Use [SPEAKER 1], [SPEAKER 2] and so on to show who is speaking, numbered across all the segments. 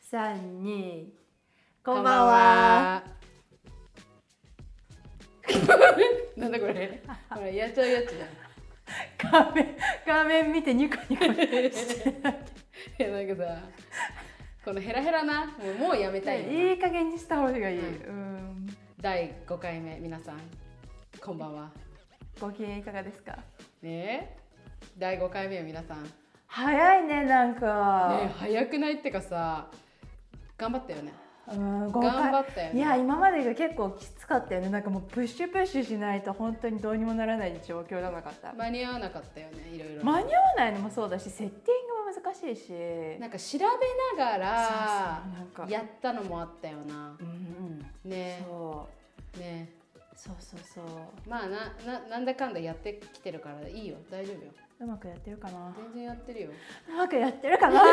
[SPEAKER 1] 三二こんばんは。
[SPEAKER 2] なんだこれ。これやっちゃうやつだ。
[SPEAKER 1] 画面画面見てニコニコ して
[SPEAKER 2] いやなんかさ、このヘラヘラなもうもうやめたいな。
[SPEAKER 1] いい加減にした方がいい。
[SPEAKER 2] う
[SPEAKER 1] うん。
[SPEAKER 2] 第5回目皆さんこんばんは。
[SPEAKER 1] ご機嫌いかがですか。
[SPEAKER 2] ねえ。第5回目よ皆さん。ね
[SPEAKER 1] 早いねなんか。
[SPEAKER 2] え早くないってかさ、頑張ったよね。
[SPEAKER 1] うん5
[SPEAKER 2] 頑張
[SPEAKER 1] 回。
[SPEAKER 2] ったよね。
[SPEAKER 1] いや今までが結構きつかったよねなんかもうプッシュプッシュしないと本当にどうにもならない状況じゃなかった
[SPEAKER 2] 間に合わなかったよねいろいろ。
[SPEAKER 1] 間に合わないのもそうだしセッティングも難しいし
[SPEAKER 2] なんか調べなが
[SPEAKER 1] そうそうな
[SPEAKER 2] ら
[SPEAKER 1] んか
[SPEAKER 2] やったのもあったよな
[SPEAKER 1] う。んうん
[SPEAKER 2] ね
[SPEAKER 1] そ
[SPEAKER 2] えね
[SPEAKER 1] うそうそうそう
[SPEAKER 2] え。まあなななんだかんだやってきてるからいいよ大丈夫よ。
[SPEAKER 1] うまくやってるかな
[SPEAKER 2] 全然やって るよ。
[SPEAKER 1] うまくやってるか な
[SPEAKER 2] ま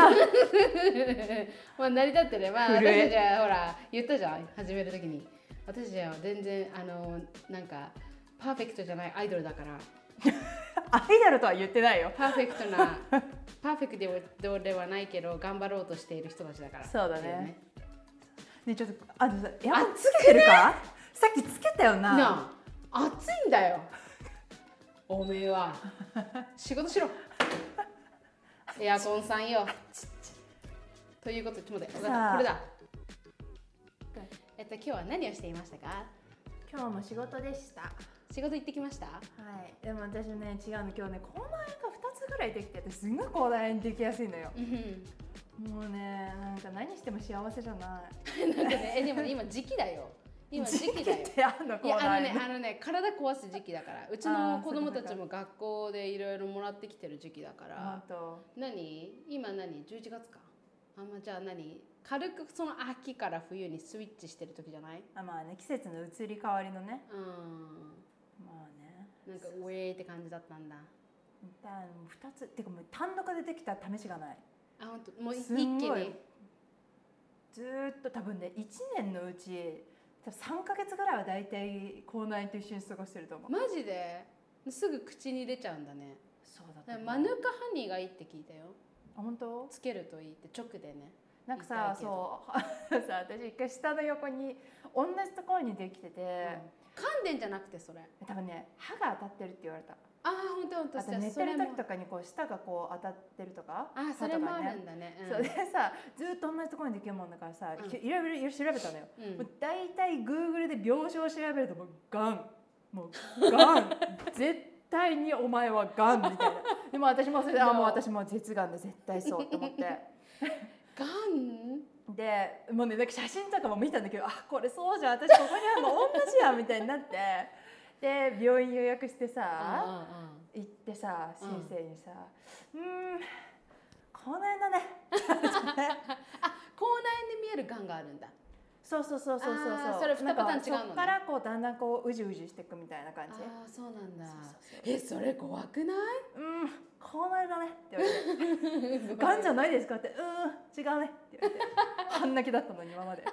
[SPEAKER 2] あ成り立ってね、まあ、
[SPEAKER 1] 震え
[SPEAKER 2] 私たちはほら言ったじゃん始める時に私たちは全然あのなんかパーフェクトじゃないアイドルだから
[SPEAKER 1] アイドルとは言ってないよ
[SPEAKER 2] パーフェクトな パーフェクトではないけど頑張ろうとしている人たちだから
[SPEAKER 1] そうだね
[SPEAKER 2] ってい
[SPEAKER 1] ねちょっとあのさやば
[SPEAKER 2] 暑
[SPEAKER 1] つけてるかさっきつけたよな
[SPEAKER 2] なあ暑いんだよおめえは仕 事しろエアコンさんよということでちょっと待ってわかった
[SPEAKER 1] さあ
[SPEAKER 2] これだえっと今日は何をしていましたか
[SPEAKER 1] 今日も仕事でしたは
[SPEAKER 2] 仕事行ってきました
[SPEAKER 1] いでも私ね違うの今日ね口内炎が2つぐらいできててすんごい口内炎できやすいのよ
[SPEAKER 2] うん
[SPEAKER 1] もうねなんか何しても幸せじゃない
[SPEAKER 2] なんかね、えでもね今時期だよ。今時期だよ
[SPEAKER 1] っ。てあんの
[SPEAKER 2] い
[SPEAKER 1] 口
[SPEAKER 2] や
[SPEAKER 1] 内
[SPEAKER 2] あの
[SPEAKER 1] 炎、
[SPEAKER 2] ねあのね体壊す時期だからうち
[SPEAKER 1] あ
[SPEAKER 2] の
[SPEAKER 1] ー
[SPEAKER 2] 子供た
[SPEAKER 1] そ
[SPEAKER 2] ち
[SPEAKER 1] う
[SPEAKER 2] も学校でいろいろもらってきてる時期だか
[SPEAKER 1] あ
[SPEAKER 2] ら
[SPEAKER 1] と
[SPEAKER 2] 何今何11月かあんまじゃあ何軽くその秋から冬にスイッチしてる時じゃない
[SPEAKER 1] あまあね季節の移り変わりのね
[SPEAKER 2] うん
[SPEAKER 1] まあね
[SPEAKER 2] なんかウェーって感じだったんだ
[SPEAKER 1] だからもう2つっていうかもう単独でできた試しがない
[SPEAKER 2] あ本当もうい一
[SPEAKER 1] す
[SPEAKER 2] 気
[SPEAKER 1] ん
[SPEAKER 2] に
[SPEAKER 1] ごいずーっと多分ね1年のうち多分3か月ぐらいは大体口内炎と一緒に過ごしてると思う
[SPEAKER 2] マジですぐ口に出ちゃうんだね
[SPEAKER 1] そうだ
[SPEAKER 2] だ
[SPEAKER 1] と
[SPEAKER 2] から
[SPEAKER 1] 思う
[SPEAKER 2] マヌカハニーがいいって聞いたよ
[SPEAKER 1] あ本当
[SPEAKER 2] つけるといいって直でね
[SPEAKER 1] なんかさ
[SPEAKER 2] 痛いけ
[SPEAKER 1] そう さ私一回下の横に同じところにできてて、
[SPEAKER 2] 噛んでんじゃなくてそれ
[SPEAKER 1] 多分ね歯が当たってるって言われた
[SPEAKER 2] ああ本当本当
[SPEAKER 1] あと
[SPEAKER 2] じゃあ
[SPEAKER 1] 寝
[SPEAKER 2] そ
[SPEAKER 1] て
[SPEAKER 2] れ
[SPEAKER 1] る
[SPEAKER 2] も
[SPEAKER 1] 時とかにこう舌がこう当たってるとか
[SPEAKER 2] あーそれもあるんだねうん
[SPEAKER 1] そうでさずーっと同じところにできるもんだからさ、
[SPEAKER 2] うん
[SPEAKER 1] きいろいろいろ調べたのよ、
[SPEAKER 2] うん
[SPEAKER 1] もう大体グーグルで病床調べるともうがんもうが ん絶対にお前はがんみたいなでも私もそれであ
[SPEAKER 2] いや
[SPEAKER 1] もう私もう絶がんだ絶対そうと思っ て
[SPEAKER 2] ガン
[SPEAKER 1] でもうねなんか写真とかも見たんだけどあこれそうじゃん私ここにあるの同じやんみたいになってで病院予約してさ、行ってさ
[SPEAKER 2] うん
[SPEAKER 1] 先生にさ「うーんこの辺だね
[SPEAKER 2] 口内で見えるガンがあるんだ」
[SPEAKER 1] そうそうそうそうそうう
[SPEAKER 2] あーそれ二パター
[SPEAKER 1] な
[SPEAKER 2] ン違うのね
[SPEAKER 1] んかそっからこうだんだんこううじうじしていくみたいな
[SPEAKER 2] あ
[SPEAKER 1] 感じ
[SPEAKER 2] あーそうなんだ
[SPEAKER 1] そうそう
[SPEAKER 2] えそれ怖くない
[SPEAKER 1] うんこの間ねって言われて「ガンじゃないですか?」って「うん違うね」って言われて 半泣きだったのに今ま で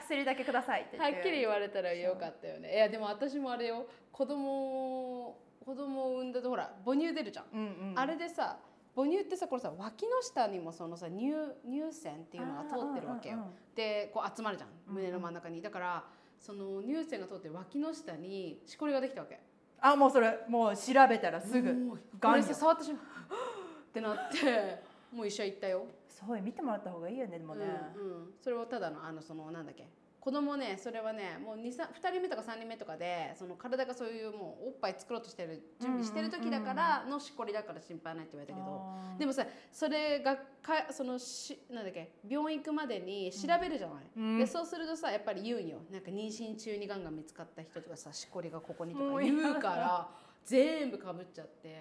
[SPEAKER 1] 薬だけくださいって言
[SPEAKER 2] は
[SPEAKER 1] って
[SPEAKER 2] っきり言われたらよかったよねいやでも私もあれよ子供を子供を産んだとほら母乳出るじゃん、
[SPEAKER 1] うんうん、
[SPEAKER 2] あれでさ母乳ってさこれさ脇の下にもそのさ乳乳腺っていうのが通ってるわけよ
[SPEAKER 1] あーうんうんうん
[SPEAKER 2] でこう集まるじゃん
[SPEAKER 1] うん
[SPEAKER 2] 胸の真ん中に、だからその乳腺が通って脇の下にしこりができたわけ
[SPEAKER 1] あもうそれもう調べたらすぐ
[SPEAKER 2] もう
[SPEAKER 1] ガン
[SPEAKER 2] こ
[SPEAKER 1] よ
[SPEAKER 2] れさ触った瞬間ってなってもう医者行ったよ
[SPEAKER 1] そうよ見てもらった方がいいよねでもね、
[SPEAKER 2] うんうん、それはただのあのそのなんだっけ子供ねそれはねもう 2, 三二人目とか3人目とかでその体がそういうもうおっぱい作ろうとしてる準備してる時だからのしこりだから心配ないって言われたけど、
[SPEAKER 1] あー
[SPEAKER 2] でもさそれがかそのしなんだっけ病院行くまでに調べるじゃない、
[SPEAKER 1] うん
[SPEAKER 2] でそうするとさやっぱり言うんよなんか妊娠中にがんが見つかった人とかさしこりがここにと
[SPEAKER 1] も
[SPEAKER 2] か
[SPEAKER 1] う嫌だ
[SPEAKER 2] 言うから全部かぶっちゃって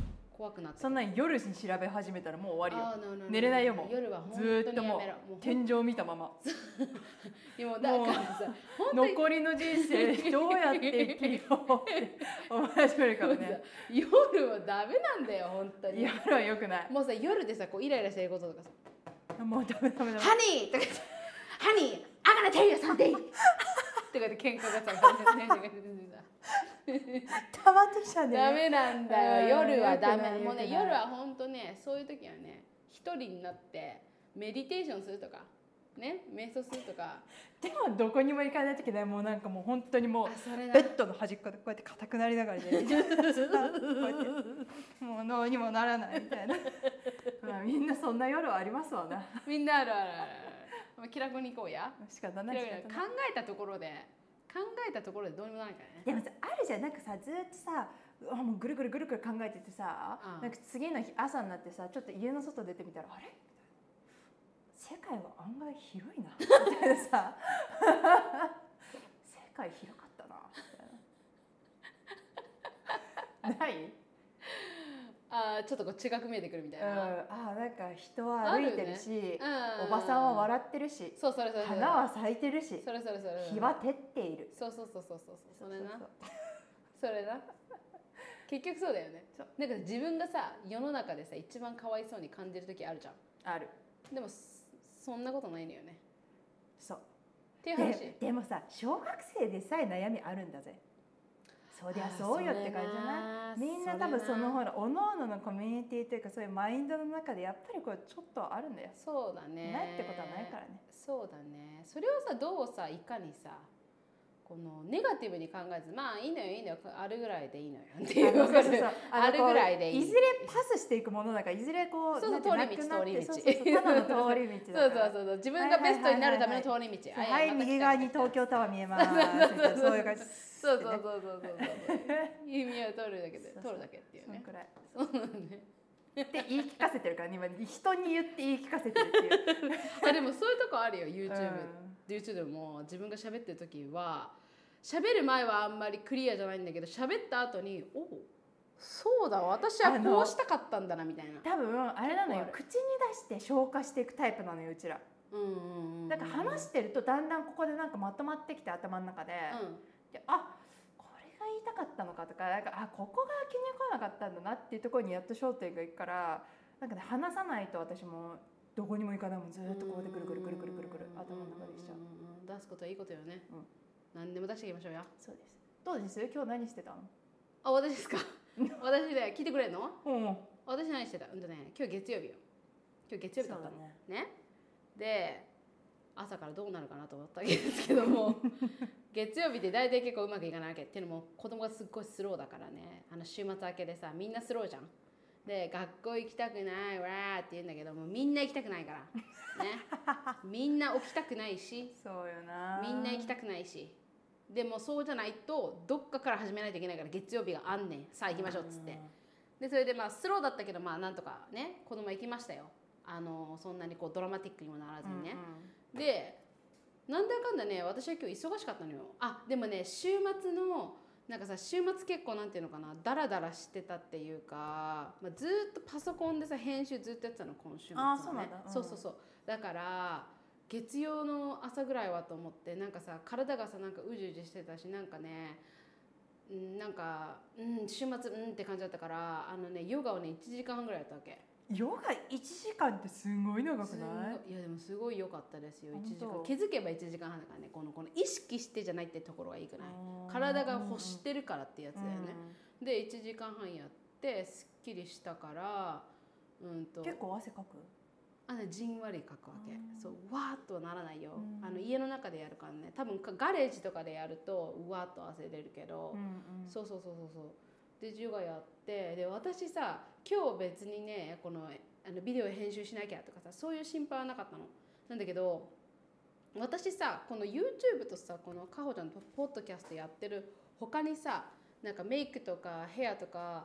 [SPEAKER 1] うん
[SPEAKER 2] 怖くなって
[SPEAKER 1] そんなん夜に調べ始めたらもう終わりよ
[SPEAKER 2] あーなるほど
[SPEAKER 1] 寝れないよもう
[SPEAKER 2] 夜は本当に
[SPEAKER 1] ずーっともう
[SPEAKER 2] やめろもうほん
[SPEAKER 1] 天井見たまま
[SPEAKER 2] いやもうだからさ 本当に
[SPEAKER 1] 残りの人生どうやって生きようって思い始めるから ね
[SPEAKER 2] 夜はダメなんだよ本当に
[SPEAKER 1] 夜はよくない
[SPEAKER 2] もうさ夜でさこうイライラしてることとかさ
[SPEAKER 1] もうダメダメダメ
[SPEAKER 2] 「ハニー!」とかさ「ハニー I'm gonna tell you something!」とかで喧嘩がさ
[SPEAKER 1] 溜まってきちゃうんだ
[SPEAKER 2] ダ
[SPEAKER 1] よね
[SPEAKER 2] メなんだよ
[SPEAKER 1] うん
[SPEAKER 2] 夜はダ
[SPEAKER 1] 良くな
[SPEAKER 2] メ
[SPEAKER 1] い
[SPEAKER 2] もうね
[SPEAKER 1] 良くない
[SPEAKER 2] 夜は本当ねそういう時はね一人になってメディテーションするとかね瞑想するとか
[SPEAKER 1] でもどこにも行かない時ねもうなんかもう本当にも
[SPEAKER 2] あそれ
[SPEAKER 1] う
[SPEAKER 2] だ
[SPEAKER 1] ベッドの端っこでこうやって硬くなりな がらねこうやってもうどうにもならないみたいな まあみんなそんな夜はありますわな
[SPEAKER 2] みんなあるあるあるある気楽に行こうや
[SPEAKER 1] 仕方
[SPEAKER 2] 気
[SPEAKER 1] ない
[SPEAKER 2] 楽
[SPEAKER 1] 仕
[SPEAKER 2] に考
[SPEAKER 1] 方ない
[SPEAKER 2] えたところで考えたところでどうにもならないからね
[SPEAKER 1] でもさあるじゃんなんかさずーっとさうわもうぐるぐるぐるぐる考えててさ、
[SPEAKER 2] うん
[SPEAKER 1] なんか次の日朝になってさちょっと家の外出てみたらあれ世界は案外広いなみたいなさ世界広かったなみたいな。ない
[SPEAKER 2] あーちょっとこう違く見えてくるみたい
[SPEAKER 1] うん、
[SPEAKER 2] な、
[SPEAKER 1] あーなんか人は歩いてるし
[SPEAKER 2] う
[SPEAKER 1] お
[SPEAKER 2] ん
[SPEAKER 1] ばさんは笑ってるし
[SPEAKER 2] そうそれそれそれ
[SPEAKER 1] 花は咲いてるし
[SPEAKER 2] それそれそれ
[SPEAKER 1] 日は照っている
[SPEAKER 2] そうそうそうそうそうそうそれ
[SPEAKER 1] う
[SPEAKER 2] な
[SPEAKER 1] う
[SPEAKER 2] それな結局そうだよね
[SPEAKER 1] そう
[SPEAKER 2] なんか自分がさ世の中でさ一番かわいそうに感じる時あるじゃん
[SPEAKER 1] ある
[SPEAKER 2] でもそそんなことないのよね
[SPEAKER 1] そう
[SPEAKER 2] っていう話
[SPEAKER 1] ででもさ小学生でさえ悩みあるんだぜそりゃそうよって感じじゃない
[SPEAKER 2] ない
[SPEAKER 1] みんな多分そのほらおのおののコミュニティというかそういうマインドの中でやっぱりこうちょっとはあるんだよ、
[SPEAKER 2] そうだね
[SPEAKER 1] ないってことはないからね
[SPEAKER 2] そうだねそれをさどうさいかにさこのネガティブに考えずまあいいのよいいのよあるぐらいでいいのよっていう
[SPEAKER 1] あのそうそうそう
[SPEAKER 2] わかる
[SPEAKER 1] の
[SPEAKER 2] あるぐらいでい
[SPEAKER 1] こ
[SPEAKER 2] い
[SPEAKER 1] ういずれパスしていくものだからいずれこう
[SPEAKER 2] そうそう
[SPEAKER 1] なんて
[SPEAKER 2] 通り道
[SPEAKER 1] なくなって
[SPEAKER 2] 通
[SPEAKER 1] そう
[SPEAKER 2] り道
[SPEAKER 1] そうそうただの通り道
[SPEAKER 2] そ
[SPEAKER 1] だ
[SPEAKER 2] う
[SPEAKER 1] か
[SPEAKER 2] そ
[SPEAKER 1] ら
[SPEAKER 2] うそうそう自分がベストになるための通り道
[SPEAKER 1] そうはい
[SPEAKER 2] また来た
[SPEAKER 1] 右側に東京タワー見えますみたいなそういう感じ
[SPEAKER 2] そうそうそうそうそうそう意味を取るだけで
[SPEAKER 1] そうそう
[SPEAKER 2] 取るだけっていう
[SPEAKER 1] その
[SPEAKER 2] ね
[SPEAKER 1] くらい
[SPEAKER 2] そうだね
[SPEAKER 1] って言い聞かせてるからね今人に言って言い聞かせてるっていう
[SPEAKER 2] あでもそういうとこあるよ YouTube
[SPEAKER 1] うん
[SPEAKER 2] で YouTube でも自分が喋ってる時は喋る前はあんまりクリアじゃないんだけど喋った後におうそうだ私はこうしたかったんだなみたいな
[SPEAKER 1] 多分あれなのよ
[SPEAKER 2] 結構あ
[SPEAKER 1] 口に出して消化していくタイプなのようちら
[SPEAKER 2] うんうんうん
[SPEAKER 1] だから話してるとだんだんここでなんかまとまってきて頭の中で,、
[SPEAKER 2] うん
[SPEAKER 1] であこれが言いたかったのかとかなんかあここが気に食わなかったんだなっていうところにやっと焦点がいくからなんかね話さないと私もどこにも行かないもんずーっとこうでくるくるくるくるくるくる頭の中でしちゃう
[SPEAKER 2] うんうんうん出すことはいいことよね
[SPEAKER 1] うん
[SPEAKER 2] 何でも出していきましょうよ
[SPEAKER 1] そうですどうです今日何してたの
[SPEAKER 2] あ私ですか私で聞いてくれんの
[SPEAKER 1] うん
[SPEAKER 2] 私何してたうんとね今日月曜日よ今日月曜日だったの
[SPEAKER 1] ね
[SPEAKER 2] ねで朝からどうなるかなと思ったわけですけども月曜日って大体結構うまくいかないわけっていうのも子供がすっごいスローだからねあの週末明けでさみんなスローじゃんで学校行きたくないわーって言うんだけどもうみんな行きたくないからねみんな起きたくないし
[SPEAKER 1] そうよな
[SPEAKER 2] みんな行きたくないしでもそうじゃないとどっかから始めないといけないから月曜日があんねんさあ行きましょうっつってでそれでまあスローだったけどまあなんとかね子供行きましたよあのそんなにこうドラマティックにもならず
[SPEAKER 1] うん
[SPEAKER 2] にね、でなんだかんだね私は今日忙しかったのよあでもね週末のなんかさ週末結構なんていうのかなダラダラしてたっていうか、まあ、ずーっとパソコンでさ編集ずっとやってたの今週末は、ね、
[SPEAKER 1] あーそうなんだうん
[SPEAKER 2] そうそうそうだから月曜の朝ぐらいはと思ってなんかさ体がさなんかうじうじしてたしなんかねうんなんか、うん、週末うんって感じだったからあのねヨガをね1時間半ぐらいやったわけ
[SPEAKER 1] うんヨガ1時間ってすごい長く
[SPEAKER 2] すん
[SPEAKER 1] ない
[SPEAKER 2] ごいいやでもすごい良かったですよ
[SPEAKER 1] 本
[SPEAKER 2] 1
[SPEAKER 1] 当
[SPEAKER 2] 時間気づけば1時間半だからねこのこの意識してじゃないってところがいいくない体が欲してるからってやつだよね、で1時間半やってすっきりしたからうん
[SPEAKER 1] う
[SPEAKER 2] と
[SPEAKER 1] ん結構汗かく
[SPEAKER 2] あのじんわりかくわけ
[SPEAKER 1] うん
[SPEAKER 2] そうわーっとはならないよ
[SPEAKER 1] うん
[SPEAKER 2] あの家の中でやるからね多分かガレージとかでやるとうわーっと汗出るけど、
[SPEAKER 1] うんうん
[SPEAKER 2] そうそうそうそうそうでヨガやってで私さ今日別にねこのあのビデオ編集しなきゃとかさそういう心配はなかったのなんだけど私さこの YouTube とさこのかほちゃんのポッドキャストやってる他にさなんかメイクとかヘアとか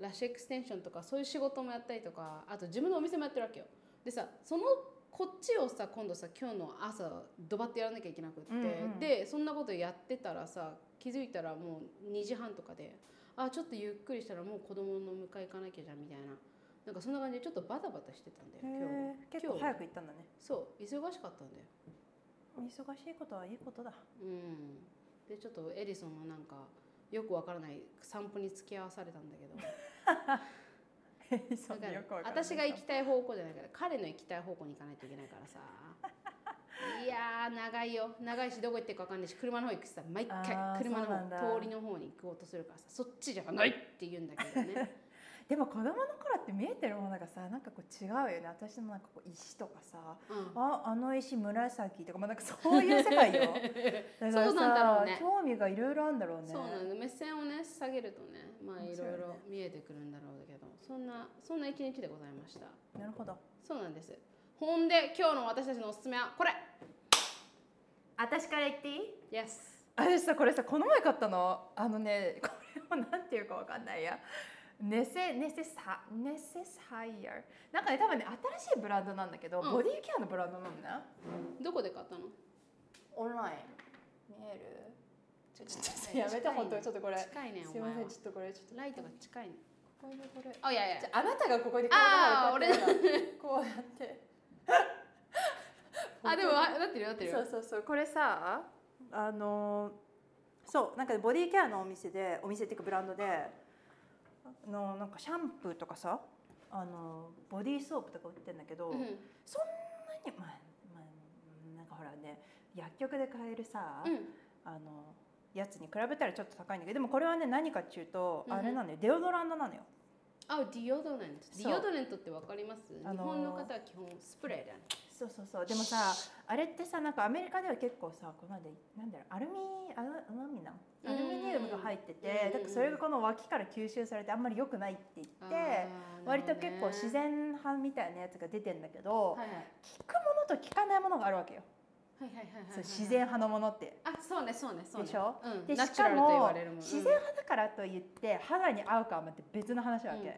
[SPEAKER 2] ラッシュエクステンションとかそういう仕事もやったりとかあと自分のお店もやってるわけよでさそのこっちをさ今度さ今日の朝ドバってやらなきゃいけなくって、
[SPEAKER 1] うんうん
[SPEAKER 2] でそんなことやってたらさ気づいたらもう2時半とかであちょっとゆっくりしたらもう子供の迎え行かなきゃじゃんみたいななんかそんな感じでちょっとバタバタしてたんだよ今日
[SPEAKER 1] へー結構早く行ったんだね
[SPEAKER 2] そう忙しかったんだよ
[SPEAKER 1] 忙しいことはいいこと だ
[SPEAKER 2] うんでちょっとエリソンのなんかよくわからない散歩に付き合わされたんだけどだから私が行きたい方向じゃないから彼の行きたい方向に行かないといけな いからさいやー長いよ長いしどこ行ってるかわかんないし車の方行くしさ毎回
[SPEAKER 1] あー
[SPEAKER 2] 車の
[SPEAKER 1] そうなんだ
[SPEAKER 2] 方通りの方に行こうとするからさそっちじゃないって言うんだけどね
[SPEAKER 1] いでも子供の頃って見えてるものがさなんかこう違うよね私もなんかこう石とかさ
[SPEAKER 2] うん
[SPEAKER 1] ああの石紫とか、まあ、なんか そういう世界 よだからさ
[SPEAKER 2] そうなんだろうね
[SPEAKER 1] 興味がいろいろあるんだろうね
[SPEAKER 2] そうなんだ目線をね下げるとねまあ
[SPEAKER 1] 面
[SPEAKER 2] い
[SPEAKER 1] 白
[SPEAKER 2] ろ
[SPEAKER 1] い
[SPEAKER 2] い
[SPEAKER 1] ね
[SPEAKER 2] ろ見えてくるんだろうけどそんなそんな一日でございました
[SPEAKER 1] なるほど
[SPEAKER 2] そうなんですほんで今日の私たちのおすすめはこれ
[SPEAKER 1] 私から言っていい
[SPEAKER 2] Yes
[SPEAKER 1] あれさこれさこの前買ったのあのねこれもなんていうかわかんないやネセネセサネセサイヤなんかね多分ね新しいブランドなんだけど、
[SPEAKER 2] うん
[SPEAKER 1] ボディケアのブランドなのね
[SPEAKER 2] どこで買ったの
[SPEAKER 1] オンラインメールちょ
[SPEAKER 2] ちょっと
[SPEAKER 1] やめて
[SPEAKER 2] 近いね
[SPEAKER 1] 本当にちょっとこれ
[SPEAKER 2] 近いね
[SPEAKER 1] す
[SPEAKER 2] お
[SPEAKER 1] いま
[SPEAKER 2] 前
[SPEAKER 1] せ
[SPEAKER 2] は
[SPEAKER 1] んちょっとこれちょっと
[SPEAKER 2] ライトが近いね
[SPEAKER 1] これこれ
[SPEAKER 2] あいやいや
[SPEAKER 1] じゃああなたがここにこ
[SPEAKER 2] あー
[SPEAKER 1] うやってこうや って
[SPEAKER 2] あでもあなってるよなってるよ
[SPEAKER 1] そうそうそうこれさあのーそうなんかボディケアのお店でお店っていうかブランドであのなんかシャンプーとかさあのボディーソープとか売ってんだけど、
[SPEAKER 2] うん
[SPEAKER 1] 何まあまあなんかほらね薬局で買えるさ、
[SPEAKER 2] うん
[SPEAKER 1] あのやつに比べたらちょっと高いんだけどでもこれはね何かっていうと、
[SPEAKER 2] うんうん
[SPEAKER 1] あれなのよデオドランドなのよ
[SPEAKER 2] あディオドレントデ
[SPEAKER 1] そう
[SPEAKER 2] ィオドレントってわかります、
[SPEAKER 1] あのー
[SPEAKER 2] 日本の方は基本スプレーだね
[SPEAKER 1] そうそうそうでもさあれってさなんかアメリカでは結構さこのでなんだろうアルミアルアルミなんアルミニウムが入ってて
[SPEAKER 2] うんうんうん
[SPEAKER 1] だからそれがこの脇から吸収されてあんまり良くないって言
[SPEAKER 2] あー
[SPEAKER 1] って割と結構自、
[SPEAKER 2] なる
[SPEAKER 1] 然派みたいなやつが出てんだけど
[SPEAKER 2] ほどねはいはい、
[SPEAKER 1] 効くものと効かないものがあるわけよ
[SPEAKER 2] はいはいはいはい
[SPEAKER 1] そう
[SPEAKER 2] はい
[SPEAKER 1] 自然派のものって。
[SPEAKER 2] あそうねそうねそうね
[SPEAKER 1] でしょ、
[SPEAKER 2] うん、
[SPEAKER 1] で
[SPEAKER 2] ナ
[SPEAKER 1] し
[SPEAKER 2] チュラ
[SPEAKER 1] か
[SPEAKER 2] ルと言
[SPEAKER 1] も
[SPEAKER 2] われるもん
[SPEAKER 1] 自然派だからといって肌に合うかはまた別の話なわけ、
[SPEAKER 2] うん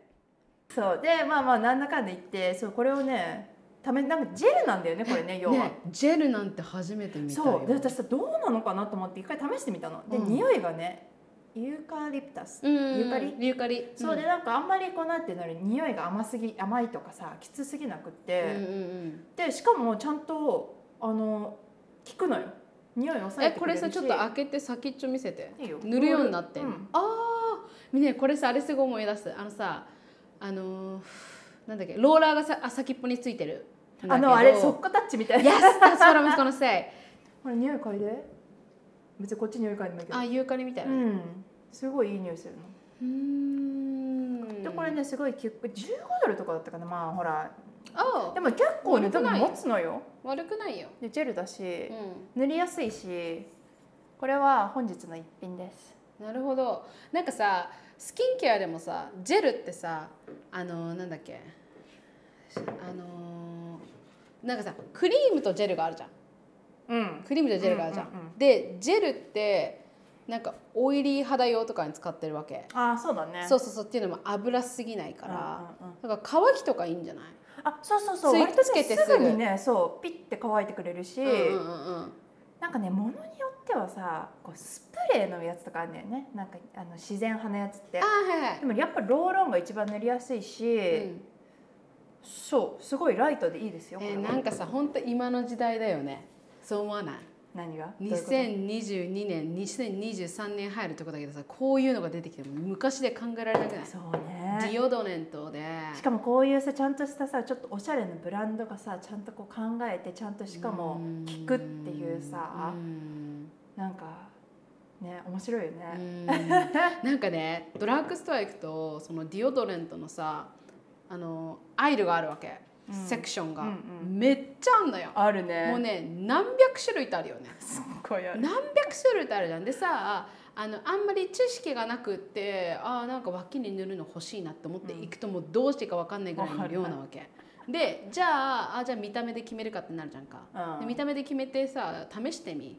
[SPEAKER 1] そうでまあまあなんだかんだ言ってそうこれをねためなんかジェルなんだよねこれね
[SPEAKER 2] う
[SPEAKER 1] 要
[SPEAKER 2] ん
[SPEAKER 1] は、
[SPEAKER 2] ねジェルなんて初めて見たよ
[SPEAKER 1] そうで私さどうなのかなと思って一回試してみたので、
[SPEAKER 2] うん
[SPEAKER 1] 匂いがねユーカリプタス、
[SPEAKER 2] うん
[SPEAKER 1] ユーカリ
[SPEAKER 2] ユーカリ
[SPEAKER 1] そうでなんかあんまりこうなんていうの匂いが甘すぎ甘いとかさきつすぎなくっ
[SPEAKER 2] うんうん
[SPEAKER 1] て、
[SPEAKER 2] うん
[SPEAKER 1] でしかもちゃんとあの効くのよ匂いを抑
[SPEAKER 2] え
[SPEAKER 1] えて
[SPEAKER 2] こ
[SPEAKER 1] くれ
[SPEAKER 2] れ
[SPEAKER 1] るし
[SPEAKER 2] さちょっと開けて先っちょ見せて
[SPEAKER 1] いいよ
[SPEAKER 2] 塗るようになってんの、
[SPEAKER 1] うん
[SPEAKER 2] ああねこれさあれすごい思い出すあのさあのーなんだっけローラーがさあ先っぽについてるんだ
[SPEAKER 1] あ
[SPEAKER 2] けど
[SPEAKER 1] のあれ速攻タッチみたいな
[SPEAKER 2] Yes, that's what I was gonna say.
[SPEAKER 1] これ匂い嗅いで別にこっち匂い嗅いでもいいけど
[SPEAKER 2] あ、ユーカリみたいうな。
[SPEAKER 1] んすごいいい匂いするの
[SPEAKER 2] うーん
[SPEAKER 1] でこれ。ねすごい効く15ドルとかだったかなまあほら
[SPEAKER 2] あ
[SPEAKER 1] でも結構ね
[SPEAKER 2] 悪
[SPEAKER 1] 多分
[SPEAKER 2] くない
[SPEAKER 1] 持つのよ
[SPEAKER 2] 悪くないよ。
[SPEAKER 1] でジェルだし、
[SPEAKER 2] う
[SPEAKER 1] 塗りやすいしこれは本日の一品です
[SPEAKER 2] ん。なるほど。なんかさ、スキンケアでもさ、ジェルってさ、あのなんだっけ、あのーなんかさ、クリームとジェルがあるじゃん。
[SPEAKER 1] うん
[SPEAKER 2] クリームとジェルがあるじゃん。
[SPEAKER 1] うんうんうん
[SPEAKER 2] で、ジェルってなんかオイリー肌用とかに使ってるわけ。
[SPEAKER 1] ああそうだね
[SPEAKER 2] そううそうそうっていうのも油すぎないから、
[SPEAKER 1] んうんうん
[SPEAKER 2] なんか乾きとかいいんじゃない？
[SPEAKER 1] あそうそうそう
[SPEAKER 2] つい
[SPEAKER 1] 割と
[SPEAKER 2] つ
[SPEAKER 1] ね
[SPEAKER 2] け
[SPEAKER 1] す
[SPEAKER 2] て
[SPEAKER 1] ぐ
[SPEAKER 2] すぐ
[SPEAKER 1] にねそうピッて乾いてくれるし、
[SPEAKER 2] うんうんうんうん。
[SPEAKER 1] なんかねものによってはさこうスプレーのやつとかあるんだよねなんかあの自然派のやつって
[SPEAKER 2] あーはいはい。
[SPEAKER 1] でもやっぱローロンが一番塗りやすいし、
[SPEAKER 2] うん
[SPEAKER 1] そうすごいライトでいいですよこ
[SPEAKER 2] え
[SPEAKER 1] れ
[SPEAKER 2] ー
[SPEAKER 1] は
[SPEAKER 2] なんかさ本当今の時代だよねそう思わない
[SPEAKER 1] 何がどういうこと
[SPEAKER 2] 2022年2023年入るとこだけどさこういうのが出てきても昔で考えられなくない
[SPEAKER 1] そうね
[SPEAKER 2] ディオドレントで
[SPEAKER 1] しかもこういうさちゃんとしたさちょっとおしゃれなブランドがさちゃんとこう考えてちゃんとしかも効くっていうさ
[SPEAKER 2] うん
[SPEAKER 1] なんかね面白いよ
[SPEAKER 2] う
[SPEAKER 1] ね、
[SPEAKER 2] んなんかねドラッグストア行くとそのディオドレントのさあのアイルがあるわけ、
[SPEAKER 1] うん
[SPEAKER 2] セクションが、
[SPEAKER 1] うんうん
[SPEAKER 2] めっちゃあんのよ
[SPEAKER 1] あるね
[SPEAKER 2] もうね何百種類ってあるよね
[SPEAKER 1] すっごいある
[SPEAKER 2] 何百種類ってあるじゃんでさあのあんまり知識がなくってあーなんか脇に塗るの欲しいなって思っていくともうどうしていいか分かんないぐらいの量なわけでじゃああじゃあ見た目で決めるかってなるじゃんか、
[SPEAKER 1] うん
[SPEAKER 2] で見た目で決めてさ試してみ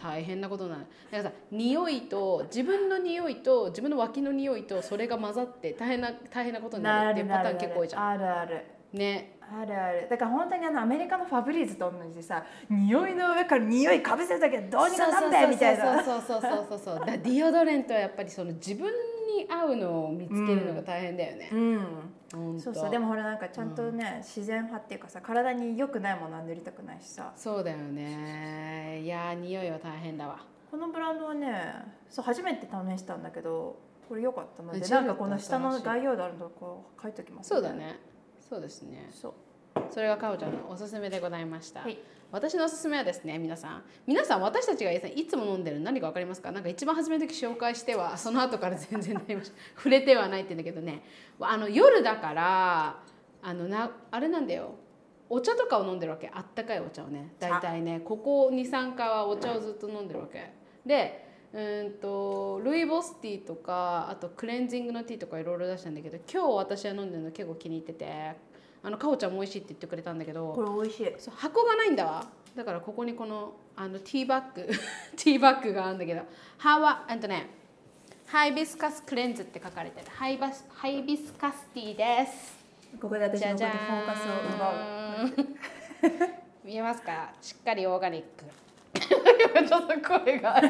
[SPEAKER 2] 大変なことになるなんかさ匂いと自分の匂いと自分の脇の匂いとそれが混ざって大変な大変なことになるっていうパターン結構多いじゃん
[SPEAKER 1] あるある
[SPEAKER 2] ね
[SPEAKER 1] あるあるだから本当にあのアメリカのファブリーズと同じでさ匂いの上から匂いかぶせるだけでどうにかなんだよみたいな
[SPEAKER 2] そうそうそうそうそうそうそうだからディオドレントはやっぱりその自分に合うのを見つけるのが大変だよね、
[SPEAKER 1] うん
[SPEAKER 2] ほんと
[SPEAKER 1] そうそうでもほらなんかちゃんとね、自然派っていうかさ体に良くないものは塗りたくないしさ
[SPEAKER 2] そうだよねいやー匂いは大変だわ
[SPEAKER 1] このブランドはねそう初めて試したんだけどこれ良かったので
[SPEAKER 2] ジ
[SPEAKER 1] な
[SPEAKER 2] ェ
[SPEAKER 1] ん
[SPEAKER 2] ル
[SPEAKER 1] か
[SPEAKER 2] だ
[SPEAKER 1] この下の
[SPEAKER 2] 新しい
[SPEAKER 1] 概要欄のとこ書いときます
[SPEAKER 2] そうだねそうですね
[SPEAKER 1] そう
[SPEAKER 2] それがかおちゃんのおすすめでございました、
[SPEAKER 1] はい
[SPEAKER 2] 私のおすすめはですね皆さん皆さん私たちがですねいつも飲んでる何か分かりますかなんか一番初めの時紹介してはその後から全然何も 触れてはないって言うんだけどねあの夜だからあのなあれなんだよお茶とかを飲んでるわけあったかいお茶をね
[SPEAKER 1] 茶
[SPEAKER 2] 大体ねここ23回はお茶をずっと飲んでるわけでうーんとルイボスティーとかあとクレンジングのティーとかいろいろ出したんだけど今日私は飲んでるの結構気に入っててあのかおちゃんも美味しいって言ってくれたんだけど
[SPEAKER 1] これ美味しい
[SPEAKER 2] そう箱がないんだわだからここにこのあのティーバッグ ティーバッグがあるんだけどハワえっとねハイビスカスクレンズって書かれてるハイバスハイビスカスティーです
[SPEAKER 1] ここで私
[SPEAKER 2] じゃ
[SPEAKER 1] のこ
[SPEAKER 2] じゃ
[SPEAKER 1] とフォーカスを奪おう
[SPEAKER 2] ーん見えますかしっかりオーガニック今 ちょっと声が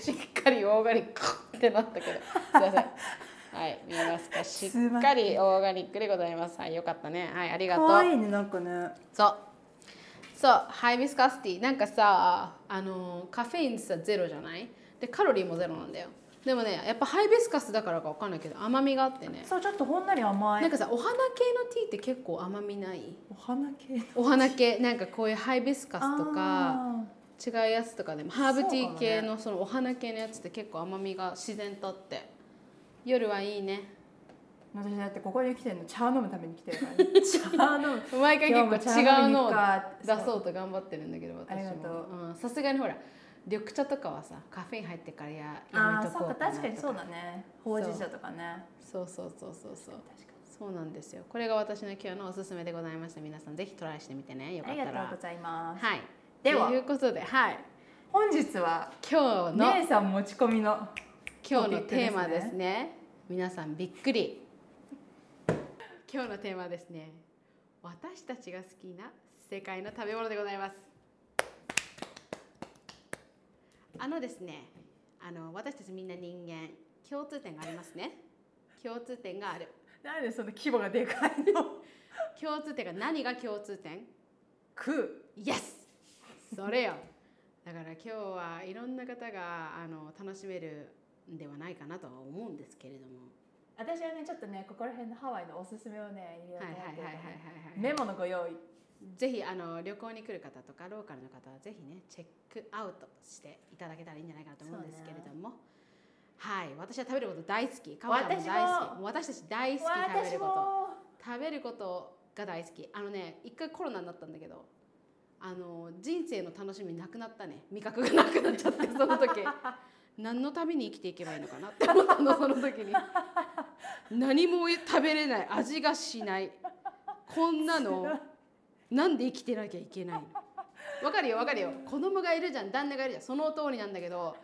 [SPEAKER 2] しっかりオーガニックってなったけどすいませんはい見えますかしっかりオーガニックでございますはいよかったねはいありがとう
[SPEAKER 1] 可愛いねなんかね
[SPEAKER 2] そうそうハイビスカスティーなんかさあのカフェインさゼロじゃないでカロリーもゼロなんだよでもねやっぱハイビスカスだからかわかんないけど甘みがあってね
[SPEAKER 1] そうちょっとほんのり甘
[SPEAKER 2] ないんかさお花系のティーって結構甘みない
[SPEAKER 1] お花系
[SPEAKER 2] お花系なんかこういうハイビスカスとか
[SPEAKER 1] あ
[SPEAKER 2] 違うやつとかでもハーブティー
[SPEAKER 1] そう
[SPEAKER 2] 系
[SPEAKER 1] か
[SPEAKER 2] のそのお花系のやつって結構甘みが自然とあって夜はいいね
[SPEAKER 1] ー私だってここに来てるの茶飲むために来てるから、ね、 茶飲む
[SPEAKER 2] 毎回結
[SPEAKER 1] 今日も
[SPEAKER 2] 構
[SPEAKER 1] 茶
[SPEAKER 2] 違
[SPEAKER 1] 飲
[SPEAKER 2] う
[SPEAKER 1] みに
[SPEAKER 2] の
[SPEAKER 1] 行
[SPEAKER 2] を
[SPEAKER 1] くか
[SPEAKER 2] 出そうと頑張ってるんだけど私も
[SPEAKER 1] ありがと
[SPEAKER 2] うんさすがにほら緑茶とかはさカフェイン入ってからやや
[SPEAKER 1] あ
[SPEAKER 2] め
[SPEAKER 1] あ
[SPEAKER 2] と
[SPEAKER 1] そう
[SPEAKER 2] こ
[SPEAKER 1] か
[SPEAKER 2] うかな
[SPEAKER 1] 確かにそう
[SPEAKER 2] と
[SPEAKER 1] だねほうじ茶とかね
[SPEAKER 2] そうそうそうそうそ
[SPEAKER 1] 確
[SPEAKER 2] う
[SPEAKER 1] か
[SPEAKER 2] そうなんですよこれが私の今日のおすすめでございました皆さんぜひトライしてみてねよかっ
[SPEAKER 1] にあ
[SPEAKER 2] た
[SPEAKER 1] りが
[SPEAKER 2] ら
[SPEAKER 1] とうございます
[SPEAKER 2] はい
[SPEAKER 1] では
[SPEAKER 2] ということではい
[SPEAKER 1] 本日は
[SPEAKER 2] 今日の、
[SPEAKER 1] 姉さん持ち込みの
[SPEAKER 2] 今日のテーマ
[SPEAKER 1] トピックで
[SPEAKER 2] で
[SPEAKER 1] すす
[SPEAKER 2] ね皆さんびっくり今日のテーマはですね私たちが好きな世界の食べ物でございますあのですねあの私たちみんな人間共通点がありますね共通点がある
[SPEAKER 1] なんでその規模がでかいの
[SPEAKER 2] 共通点が何が共通点
[SPEAKER 1] 食
[SPEAKER 2] イエスそれよだから今日はいろんな方があの楽しめるんではないかなとは思うんですけれども
[SPEAKER 1] 私はねちょっとねここら辺のハワイのおすすめをね入れよ
[SPEAKER 2] は
[SPEAKER 1] う
[SPEAKER 2] い
[SPEAKER 1] と
[SPEAKER 2] はい
[SPEAKER 1] 思
[SPEAKER 2] は
[SPEAKER 1] っ
[SPEAKER 2] い
[SPEAKER 1] てる
[SPEAKER 2] はいはいはい
[SPEAKER 1] メモのご用意
[SPEAKER 2] ぜひあの旅行に来る方とかローカルの方はぜひねチェックアウトしていただけたらいいんじゃないかなと思うんですけれども、はい私は食べること大好きかおちゃんも大好きもう私たち大好き食べること食べることが大好きあのね一回コロナになったんだけどあの人生の楽しみなくなったね味覚がなくなっちゃ ってその時何のために生きていけばいいのかなって思ったのその時に何も食べれない味がしないこんなのなんで生きてなきゃいけないのわかるよわかるよ子供がいるじゃん旦那がいるじゃんその通りなんだけど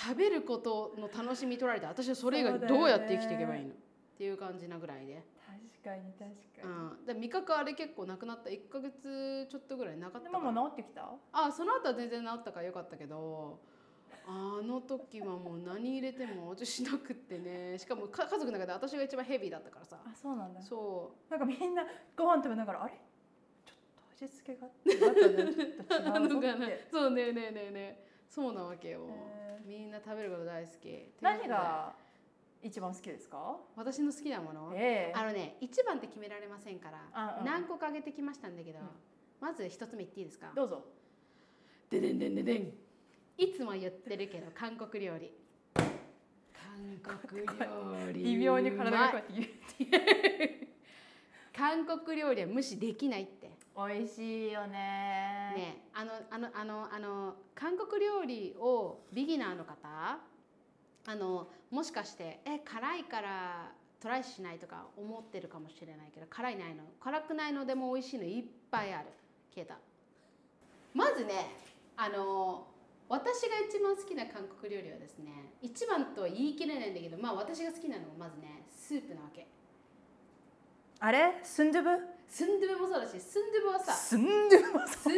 [SPEAKER 2] 食べることの楽しみ取られて私はそれ以外どうやって生きていけばいいの、っていう感じなぐらいで
[SPEAKER 1] 確かに確かに、
[SPEAKER 2] うん、で味覚あれ結構なくなった1か月ちょっとぐらいなかっ
[SPEAKER 1] で
[SPEAKER 2] たか
[SPEAKER 1] も
[SPEAKER 2] ら
[SPEAKER 1] もう治ってきた
[SPEAKER 2] あその後は全然治ったからよかったけどあの時はもう何入れても私しなくってねしかもか家族の中で私が一番ヘビーだったからさ
[SPEAKER 1] あそうなんだ
[SPEAKER 2] そ
[SPEAKER 1] なんかみんなご飯食べながらあれちょっと味付けがってなったね ちょっ
[SPEAKER 2] うな
[SPEAKER 1] と違うぞ
[SPEAKER 2] の
[SPEAKER 1] って
[SPEAKER 2] かなそうねえねえねえねえそうなわけよ、
[SPEAKER 1] へ
[SPEAKER 2] みんな食べること大好き
[SPEAKER 1] 何が一番好きですか
[SPEAKER 2] 私の好きなもの
[SPEAKER 1] ええ
[SPEAKER 2] あのね一番って決められませんから
[SPEAKER 1] あうん
[SPEAKER 2] 何個かあげてきましたんだけど、
[SPEAKER 1] うん
[SPEAKER 2] まず一つ目言っていいですか
[SPEAKER 1] どうぞ
[SPEAKER 2] ででんでんでんでんいつも言ってるけど韓国料理韓国料理
[SPEAKER 1] 微妙に体が
[SPEAKER 2] う
[SPEAKER 1] こう
[SPEAKER 2] ま
[SPEAKER 1] や
[SPEAKER 2] い
[SPEAKER 1] って言
[SPEAKER 2] 韓国料理は無視できないって
[SPEAKER 1] う美味しいよね
[SPEAKER 2] ねあのあのあのあの韓国料理をビギナーの方あのもしかしてえ辛いからトライしないとか思ってるかもしれないけど辛いないの辛くないのでも美味しいのいっぱいあるケータまずねあの私が一番好きな韓国料理はですね一番とは言い切れないんだけどまあ私が好きなのはまずねスープなわけ
[SPEAKER 1] あれスンドゥブ
[SPEAKER 2] スンドゥブもそうだしスンドゥブはさ
[SPEAKER 1] スンドゥブも
[SPEAKER 2] スン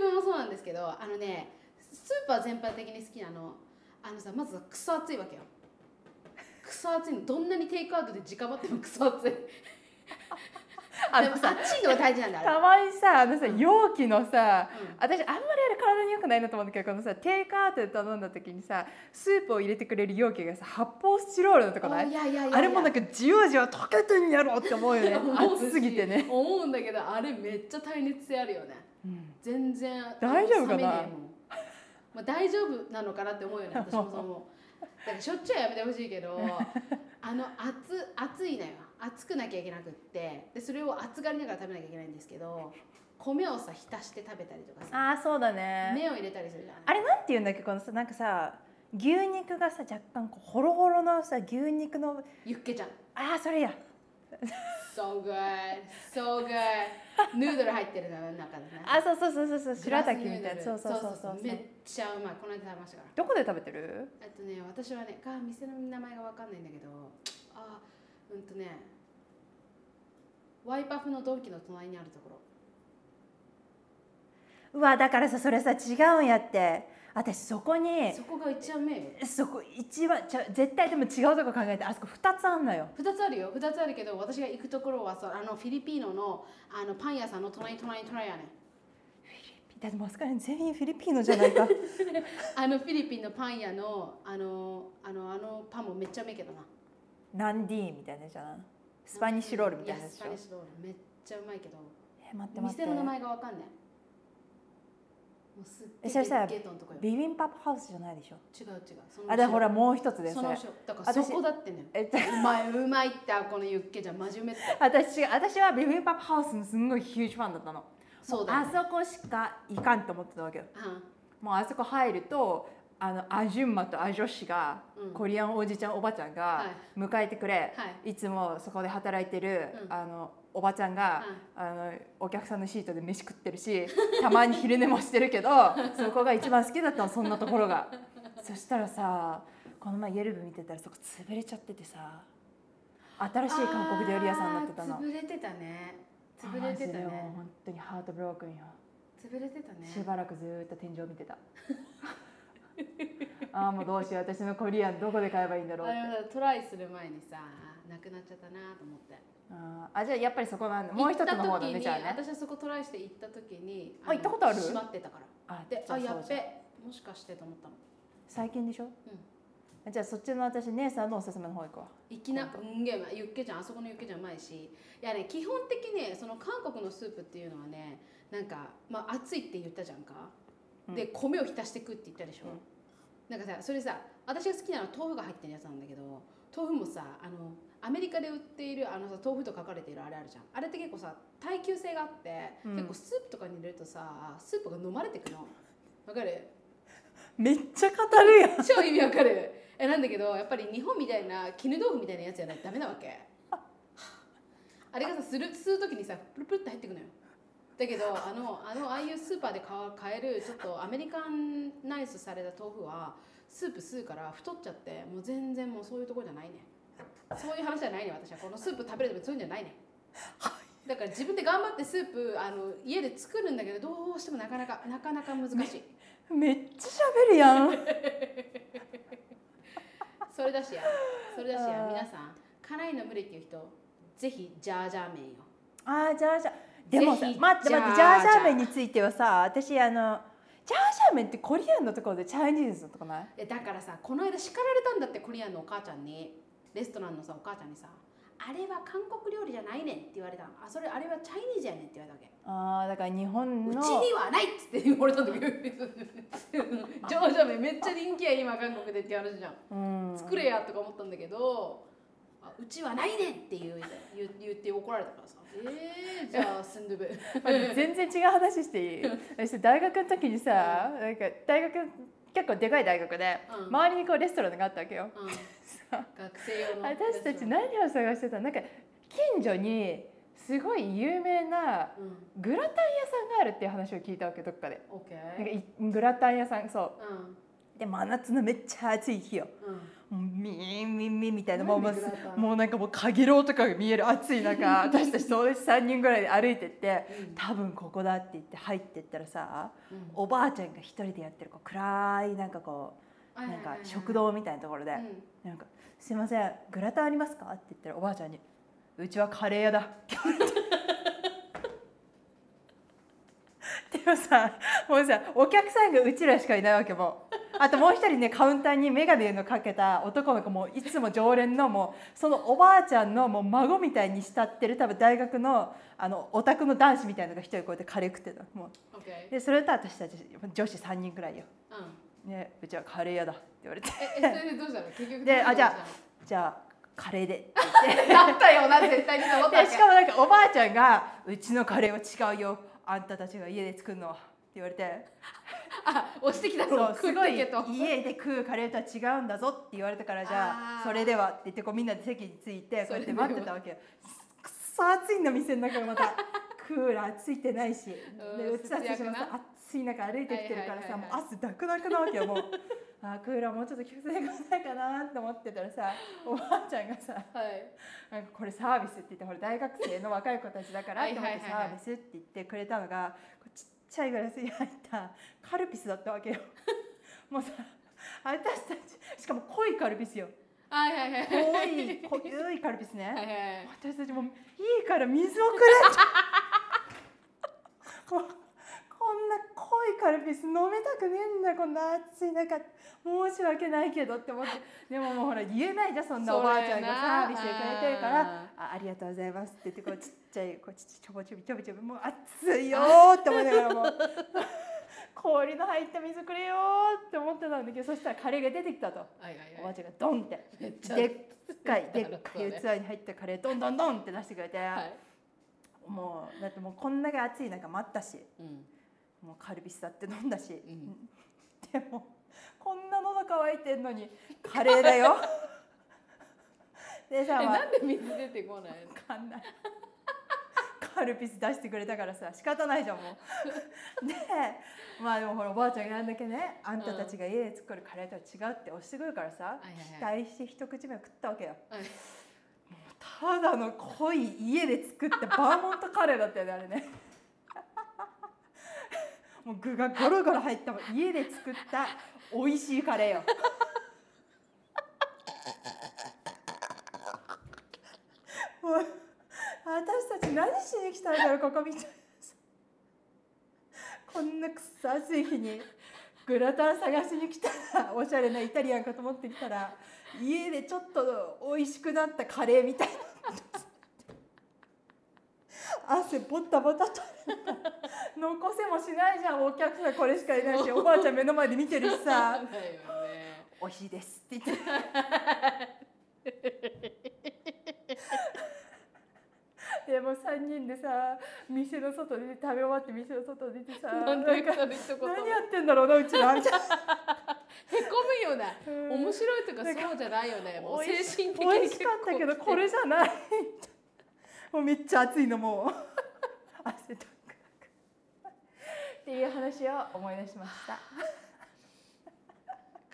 [SPEAKER 2] ドゥブもそうなんですけどあのねスーパー全般的に好きなのあのさまずさクソ暑いわけよクソ暑いのどんなにテイクアウトで直ばってもクソ暑い
[SPEAKER 1] あ
[SPEAKER 2] で
[SPEAKER 1] の
[SPEAKER 2] も
[SPEAKER 1] さ
[SPEAKER 2] さ熱いのが大事なんだあれ
[SPEAKER 1] たまにさあのさ容器のさ
[SPEAKER 2] うん
[SPEAKER 1] 私あんまりあれ体に良くないなと思うんだけどこのさテイクアウトで頼んだ時にさスープを入れてくれる容器がさ発泡スチロールのとかない
[SPEAKER 2] あいやいやいやいや
[SPEAKER 1] あれもなんかじわじわ溶けてんやろって思 うよね
[SPEAKER 2] 思うし
[SPEAKER 1] 熱すぎてね、
[SPEAKER 2] 思うんだけどあれめっちゃ耐熱性あるよね
[SPEAKER 1] うん
[SPEAKER 2] 全然
[SPEAKER 1] 大丈夫かな
[SPEAKER 2] 冷めねえもんまあ、大丈夫なのかなっ て思うよね私もそう思うだからしょっちゅうはやめてほしいけどあの熱熱いのよ熱くなきゃいけなくってでそれを熱がりながら食べなきゃいけないんですけど米をさ浸して食べたりとかさ
[SPEAKER 1] ああそうだね
[SPEAKER 2] 目を入れたりするじゃん
[SPEAKER 1] あれなんて言うんだっけこのさなんかさ牛肉がさ若干こうホロホロのさ牛肉の
[SPEAKER 2] ユッケちゃん
[SPEAKER 1] ああそれや
[SPEAKER 2] So good So good ヌードル入ってるのよ中でね
[SPEAKER 1] あそうそうそうそうそう
[SPEAKER 2] グラ
[SPEAKER 1] 白
[SPEAKER 2] ス
[SPEAKER 1] 滝
[SPEAKER 2] ヌードル
[SPEAKER 1] みたいなそうそうそうそう
[SPEAKER 2] めっちゃうまいこの間食べましたから
[SPEAKER 1] どこで食べてる
[SPEAKER 2] えっとね私はねか店の名前がわかんないんだけどあうんとねワイパフのドンキの隣にあるところ
[SPEAKER 1] うわだからさそれさ違うんやって私そこに
[SPEAKER 2] そこが一番目よ
[SPEAKER 1] そこ一番ちゃ絶対でも違うとこ考えてあそこ二つあんのよ
[SPEAKER 2] 2つあるよ2つあるけど私が行くところはさあのフィリピーノのあのパン屋さんの隣隣隣やね
[SPEAKER 1] だってマスカレン全員フィリピーノじゃ ないか
[SPEAKER 2] あのフィリピンのパン屋のあのあのあのパンもめっちゃうめえけどな
[SPEAKER 1] ナンディーンみたいなじゃんスパニッシュロールみたいなや
[SPEAKER 2] や
[SPEAKER 1] つ
[SPEAKER 2] ス
[SPEAKER 1] で
[SPEAKER 2] パ
[SPEAKER 1] しょ
[SPEAKER 2] ニッシュロールめっちゃうまいけど
[SPEAKER 1] え待って待って
[SPEAKER 2] 店の名前がわかんないもうすっげ
[SPEAKER 1] え
[SPEAKER 2] え
[SPEAKER 1] それさ
[SPEAKER 2] ゲートのとこよ
[SPEAKER 1] ビビンパパハウスじゃないでしょ
[SPEAKER 2] 違う違うその
[SPEAKER 1] あだからほらもう一つで
[SPEAKER 2] そ
[SPEAKER 1] そ
[SPEAKER 2] の
[SPEAKER 1] れ
[SPEAKER 2] 後ろだからそこだってね
[SPEAKER 1] えっと
[SPEAKER 2] うまいうまいってあこのユッケじゃん真面目って
[SPEAKER 1] 私が私はビビンパパハウスのすんごいヒュージファンだったの
[SPEAKER 2] そうだ、
[SPEAKER 1] も
[SPEAKER 2] ね、
[SPEAKER 1] うあそこしか行かんと思ってたわけよもうあそこ入るとあのアジュンマとアジョシが、
[SPEAKER 2] うん
[SPEAKER 1] コリアンおじちゃんおばちゃん
[SPEAKER 2] は
[SPEAKER 1] が
[SPEAKER 2] い
[SPEAKER 1] 迎えてくれ、、
[SPEAKER 2] はい
[SPEAKER 1] つもそこで働いてる、
[SPEAKER 2] うん
[SPEAKER 1] あのおばちゃんが、あのお客さんのシートで飯食ってるした まに昼寝もしてる けどそこが一番好きだったのそんなところがそしたらさこの前イエルブ見てたらそこ潰れちゃっててさ新しい韓国料理屋さんになってたの
[SPEAKER 2] あー潰れてたね潰れてた
[SPEAKER 1] マジでもう
[SPEAKER 2] ね
[SPEAKER 1] 本当にハートブロークンよ、
[SPEAKER 2] 潰れてた
[SPEAKER 1] し
[SPEAKER 2] ね
[SPEAKER 1] ばらくずーっと天井見てた ああもうどうしよう私のコリアンどこで買えばいいんだろう
[SPEAKER 2] あ
[SPEAKER 1] って
[SPEAKER 2] れはトライする前にさなくなっちゃったなと思って
[SPEAKER 1] あーあじゃあやっぱりそこなんだもう一つの方だ
[SPEAKER 2] 行
[SPEAKER 1] ね
[SPEAKER 2] った時に
[SPEAKER 1] じゃあね
[SPEAKER 2] 私はそこトライして行った時に
[SPEAKER 1] あ行ったことある
[SPEAKER 2] の閉まってたから
[SPEAKER 1] あ
[SPEAKER 2] で
[SPEAKER 1] じゃ
[SPEAKER 2] あ
[SPEAKER 1] あ
[SPEAKER 2] や
[SPEAKER 1] そう
[SPEAKER 2] っ
[SPEAKER 1] じゃん
[SPEAKER 2] べもしかしてと思ったの
[SPEAKER 1] 最近でしょ、じゃあそっちの私姉さんのおすすめの方行くわ
[SPEAKER 2] いきな
[SPEAKER 1] 今
[SPEAKER 2] うんげえうまいユッケちゃんあそこのユッケちゃんうまいしいやね基本的にねその韓国のスープっていうのはねなんか、まあ、熱いって言ったじゃんか、
[SPEAKER 1] うん
[SPEAKER 2] で米を浸してくって言ったでしょ、
[SPEAKER 1] うん
[SPEAKER 2] なんかさそれさ私が好きなのは豆腐が入ってるやつなんだけど豆腐もさあのアメリカで売っているあのさ豆腐と書かれているあれあるじゃんあれって結構さ耐久性があって、
[SPEAKER 1] うん
[SPEAKER 2] 結構スープとかに入れるとさスープが飲まれてくのわかる
[SPEAKER 1] めっちゃ語るやん
[SPEAKER 2] 超意味わかるえなんだけどやっぱり日本みたいな絹豆腐みたいなやつじゃないとダメなわけ あれがさする吸う時にさプルプルって入ってくのよだけどあのあのああいうスーパーで買わ買えるちょっとアメリカンナイスされた豆腐はスープ吸うから太っちゃってもう全然もうそういうとこじゃないねそういう話じゃないね私はこのスープ食べるとかそういうんじゃないねだから自分で頑張ってスープあの家で作るんだけどどうしてもなかなかなかなか難しい
[SPEAKER 1] めっちゃ喋るやん
[SPEAKER 2] それだしやそれだし
[SPEAKER 1] あ
[SPEAKER 2] や
[SPEAKER 1] ー
[SPEAKER 2] 皆さん辛いの無理っていう人ぜひジャージャー麺よ
[SPEAKER 1] あーじゃあじゃあでもさ
[SPEAKER 2] ぜ
[SPEAKER 1] 待っ
[SPEAKER 2] ひ
[SPEAKER 1] て待ってジ
[SPEAKER 2] じ
[SPEAKER 1] ャ
[SPEAKER 2] ゃあ
[SPEAKER 1] ージャー麺についてはさ私あのジャージャー麺ってコリアンのところでチャイニーズのとこない
[SPEAKER 2] えだからさこの間叱られたんだってコリアンのお母ちゃんにレストランのさお母ちゃんにさあれは韓国料理じゃないねんって言われたのあそれあれはチャイニーズやねんって言われたわけ
[SPEAKER 1] あーだから日本
[SPEAKER 2] う
[SPEAKER 1] の
[SPEAKER 2] ちにはないっつって言われたんだけど ジャージャー麺めっちゃ人気や今韓国でって話じゃん
[SPEAKER 1] うん
[SPEAKER 2] 作れやとか思ったんだけど、あうちはないねんって言う言う言って怒られたからさえー、じゃあスンドゥブ
[SPEAKER 1] 待って 全然違う話していい私大学の時にさなんか大学結構でかい大学で、
[SPEAKER 2] うん
[SPEAKER 1] 周りにこうレストランがあったわけ よ、
[SPEAKER 2] うん学生用の
[SPEAKER 1] 私たち、何を探してたのなんか近所にすごい有名な
[SPEAKER 2] うん、
[SPEAKER 1] グラタン屋さんがあるっていう話を聞いたわけどっかで
[SPEAKER 2] オッケ
[SPEAKER 1] なん
[SPEAKER 2] ー
[SPEAKER 1] かいグラタン屋さんそう
[SPEAKER 2] うん
[SPEAKER 1] で真夏のめっちゃ暑い日よ
[SPEAKER 2] う
[SPEAKER 1] もうミーンミンミンみたいな
[SPEAKER 2] 何
[SPEAKER 1] もうもう
[SPEAKER 2] グラタン
[SPEAKER 1] もうなんかもうかげろうとかが見える暑い中 私たち友達3人ぐらいで歩いてって
[SPEAKER 2] うん
[SPEAKER 1] 多分ここだって言って入ってったらさ
[SPEAKER 2] んうん
[SPEAKER 1] おばあちゃんが一人でやってるこう暗いなんかこうなんか食堂みたいなところで
[SPEAKER 2] はいはいはい
[SPEAKER 1] なんか「 すいませんグラタンありますか?」って言ったらおばあちゃんに「うちはカレー屋だ」って言われてもさもうさお客さんがうちらしかいないわけもうあともう一人ねカウンターに眼鏡のかけた男の子もいつも常連のもうそのおばあちゃんのもう孫みたいに慕ってる多分大学のあのオタクの男子みたいなのが一人こうやってカレー食ってたも
[SPEAKER 2] オッ
[SPEAKER 1] う
[SPEAKER 2] ケ
[SPEAKER 1] でそれと私たち女子3人くらいよ、
[SPEAKER 2] ー。うん。
[SPEAKER 1] ね、うちはカレー屋だって言われて
[SPEAKER 2] え、えそれでどうし たの結局。
[SPEAKER 1] であじゃあ
[SPEAKER 2] どうしたの
[SPEAKER 1] じゃあカレーで
[SPEAKER 2] だったよ な絶対にと思ったわ
[SPEAKER 1] で
[SPEAKER 2] け
[SPEAKER 1] しかもなんかおばあちゃんが「うちのカレーは違うよあんたたちが家で作るのは」って言われて
[SPEAKER 2] あ押してきた
[SPEAKER 1] そ
[SPEAKER 2] の
[SPEAKER 1] う
[SPEAKER 2] 食
[SPEAKER 1] す
[SPEAKER 2] っ
[SPEAKER 1] ご
[SPEAKER 2] て
[SPEAKER 1] い
[SPEAKER 2] けと
[SPEAKER 1] 家で食うカレーとは違うんだぞって言われたからじゃあ
[SPEAKER 2] あー
[SPEAKER 1] それではって言ってこうみんなで席に着いてこうやって待ってたわけよくっそ暑いんだ店の中がま たクーラーついてないしで
[SPEAKER 2] うん
[SPEAKER 1] うちたちも
[SPEAKER 2] 節約な
[SPEAKER 1] さ暑い中歩いてきてるから
[SPEAKER 2] は
[SPEAKER 1] さ
[SPEAKER 2] いはいはいはい
[SPEAKER 1] もう汗だくだくなわけよもうあークーラーもうちょっと気をつけてくださいかなと思ってたらさおばあちゃんがさ
[SPEAKER 2] はい
[SPEAKER 1] なんかこれサービスって言ってほら大学生の若い子たちだから
[SPEAKER 2] はい
[SPEAKER 1] と思
[SPEAKER 2] はい
[SPEAKER 1] っ
[SPEAKER 2] はい
[SPEAKER 1] てサービスって言ってくれたのがこうちっちゃいグラスに入ったカルピスだったわけよ もうさ私たちしかも濃いカルピスよ
[SPEAKER 2] はいはいはい
[SPEAKER 1] 濃
[SPEAKER 2] はい
[SPEAKER 1] い濃いカルピスね、
[SPEAKER 2] はいはい
[SPEAKER 1] 私たちもういいから水をくれって もうこんな濃いカルピス飲めたくねえんだこんな暑い中申し訳ないけどって思ってでももうほら言えないじゃんそんなおばあちゃんがサービスでくれてるからあありがとうございますって言ってこうちっちゃいこうちっちゃいちょぼちょびちょびちょびもう暑いよーって思いながらも う氷の入った水くれよーって思ってたんだけどそしたらカレーが出てきたと
[SPEAKER 2] はいはい
[SPEAKER 1] おば
[SPEAKER 2] は
[SPEAKER 1] あ
[SPEAKER 2] い
[SPEAKER 1] ちゃんがドンって
[SPEAKER 2] めっちゃ
[SPEAKER 1] でっか いでっ
[SPEAKER 2] そ
[SPEAKER 1] か
[SPEAKER 2] う
[SPEAKER 1] い
[SPEAKER 2] ね
[SPEAKER 1] 器に入ったカレードンドンドンって出してくれて、
[SPEAKER 2] はい
[SPEAKER 1] もうだってもうこんだけ暑い中待ったし
[SPEAKER 2] うん
[SPEAKER 1] もうカルビスだって飲んだし、
[SPEAKER 2] ん
[SPEAKER 1] でもこんな喉乾いてんのにカレーだよ でさ、
[SPEAKER 2] え
[SPEAKER 1] まあ
[SPEAKER 2] なんで水出てこないの
[SPEAKER 1] わかんないカルピス出してくれたからさ仕方ないじゃんもうでまあでもほらおばあちゃんがあんだけねあんたたちが家で作るカレーとは違うって押してくるからさ、
[SPEAKER 2] はいはい
[SPEAKER 1] 期待して一口目を食ったわけよ、
[SPEAKER 2] はい
[SPEAKER 1] もうただの濃い家で作ったバーモントカレーだったよねあれね もう具がゴロゴロ入ったもん家で作った美味しいカレーよ もう私たち何しに来たんだろうここみたいなこんなくっさ暑い日にグラタン探しに来たらおしゃれなイタリアンかと思ってきたら家でちょっと美味しくなったカレーみたいな汗ボタボタと残せもしないじゃんお客さんこれしかいないしおばあちゃん目の前で見てるしさ
[SPEAKER 2] わかんないよね
[SPEAKER 1] 美味しいですって言って でも3人でさ店の外で食べ終わって店の外出てさ
[SPEAKER 2] なん で
[SPEAKER 1] なんか
[SPEAKER 2] か一言
[SPEAKER 1] 何やってんだろうなうちらみたいな
[SPEAKER 2] へこむような
[SPEAKER 1] うん
[SPEAKER 2] 面白いとかそうじゃないよねもう精
[SPEAKER 1] 美味
[SPEAKER 2] 神的に
[SPEAKER 1] 美味しかったけどこれじゃないもうめっちゃ暑いのもう汗だくだくっていう話を思い出しました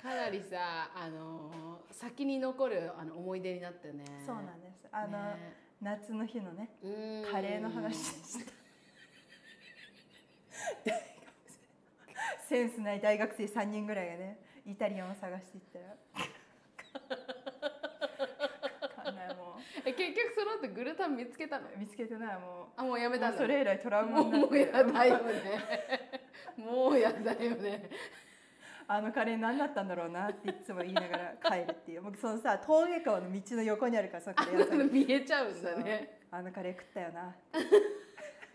[SPEAKER 2] かなりさあのー先に残るあの思い出になってね
[SPEAKER 1] そうなんですあの、
[SPEAKER 2] ね
[SPEAKER 1] 夏の日のね
[SPEAKER 2] うん
[SPEAKER 1] カレーの話でした。 センスない大学生3人ぐらいがねイタリアンを探していったら。わかんないも
[SPEAKER 2] え結局その後グルタン見つけたの
[SPEAKER 1] う見つけてないも
[SPEAKER 2] あもうや
[SPEAKER 1] う
[SPEAKER 2] めたんだ
[SPEAKER 1] それ以来トラウマ
[SPEAKER 2] もう
[SPEAKER 1] になっ
[SPEAKER 2] も
[SPEAKER 1] て
[SPEAKER 2] うやだよねもうやだよね
[SPEAKER 1] あのカレー何だったんだろうなっていつも言いながら帰るっていう僕そのさ峠川の道の横にあるからそのカレー屋さんが
[SPEAKER 2] 見えちゃうんだね
[SPEAKER 1] あのカレー食ったよな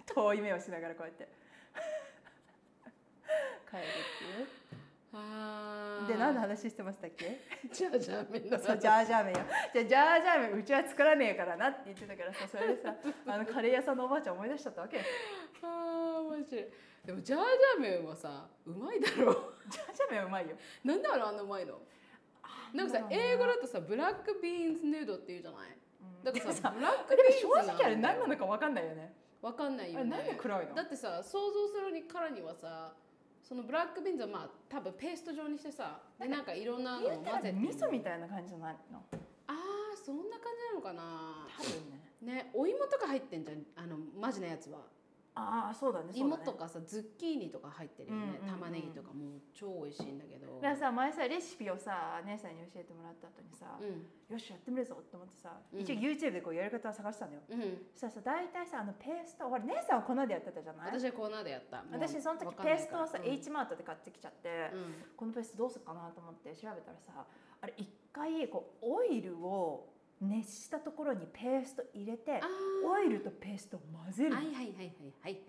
[SPEAKER 1] 遠い目をしながらこうやって帰るっていう。
[SPEAKER 2] あー
[SPEAKER 1] で何の話してましたっけ？
[SPEAKER 2] じゃあじゃあみんな
[SPEAKER 1] そうジャージャー麺よ。じゃあジャージャー麺うちは作らねえからなって言ってたからさそれでさあのカレー屋さんのおばあちゃん思い出しちゃったわけ。
[SPEAKER 2] あー面白いでもジャージャー麺はさうまいだろう
[SPEAKER 1] ジャージャー麺うまいよ。
[SPEAKER 2] なんであれあんなうまいのなんかさ
[SPEAKER 1] あー
[SPEAKER 2] 英語だとさブラックビーンズヌードっていうじゃない
[SPEAKER 1] うん
[SPEAKER 2] だからさブラック
[SPEAKER 1] でも
[SPEAKER 2] ビーンズ
[SPEAKER 1] 正直あれ
[SPEAKER 2] な
[SPEAKER 1] 何
[SPEAKER 2] んだよ
[SPEAKER 1] なのかわかんないよね。
[SPEAKER 2] わかんない
[SPEAKER 1] あ
[SPEAKER 2] よ
[SPEAKER 1] れ
[SPEAKER 2] ね
[SPEAKER 1] なんで黒いの
[SPEAKER 2] だ？ってさ想像するにからにはさそのブラックビーンズはまあ多分ペースト状にしてさでなんかいろんなのを
[SPEAKER 1] 言
[SPEAKER 2] 混
[SPEAKER 1] うたら
[SPEAKER 2] ぜて
[SPEAKER 1] 味噌みたいな感じじゃないの？
[SPEAKER 2] あーそんな感じなのかな
[SPEAKER 1] 多分ね。
[SPEAKER 2] ねお芋とか入ってんじゃんあのマジなやつは
[SPEAKER 1] ああそうだねそうだね
[SPEAKER 2] 芋とかさズッキーニとか入ってるよ
[SPEAKER 1] う
[SPEAKER 2] ね、
[SPEAKER 1] んうんうん
[SPEAKER 2] 玉ねぎとかもう超美味しいんだけど
[SPEAKER 1] だからさ前さレシピをさ姉さんに教えてもらった後にさ、
[SPEAKER 2] うん
[SPEAKER 1] よしやってみるぞと思ってさ、
[SPEAKER 2] うん
[SPEAKER 1] 一応 YouTube でこうやり方を探したのよ
[SPEAKER 2] うん
[SPEAKER 1] そしたらさ大体さあのペースト俺姉さんは粉でやってたじゃない
[SPEAKER 2] 私はコーナーでやったもう
[SPEAKER 1] 私その時
[SPEAKER 2] わかん
[SPEAKER 1] ペー
[SPEAKER 2] ない
[SPEAKER 1] ストをさ、
[SPEAKER 2] から
[SPEAKER 1] H マートで買ってきちゃって、
[SPEAKER 2] うん
[SPEAKER 1] この
[SPEAKER 2] うん
[SPEAKER 1] ペーストどうするかなと思って調べたらさあれ一回こうオイルを熱したところにペースト入れて
[SPEAKER 2] あー
[SPEAKER 1] オイルとペーストを混ぜるの、
[SPEAKER 2] はいはいはいはいはい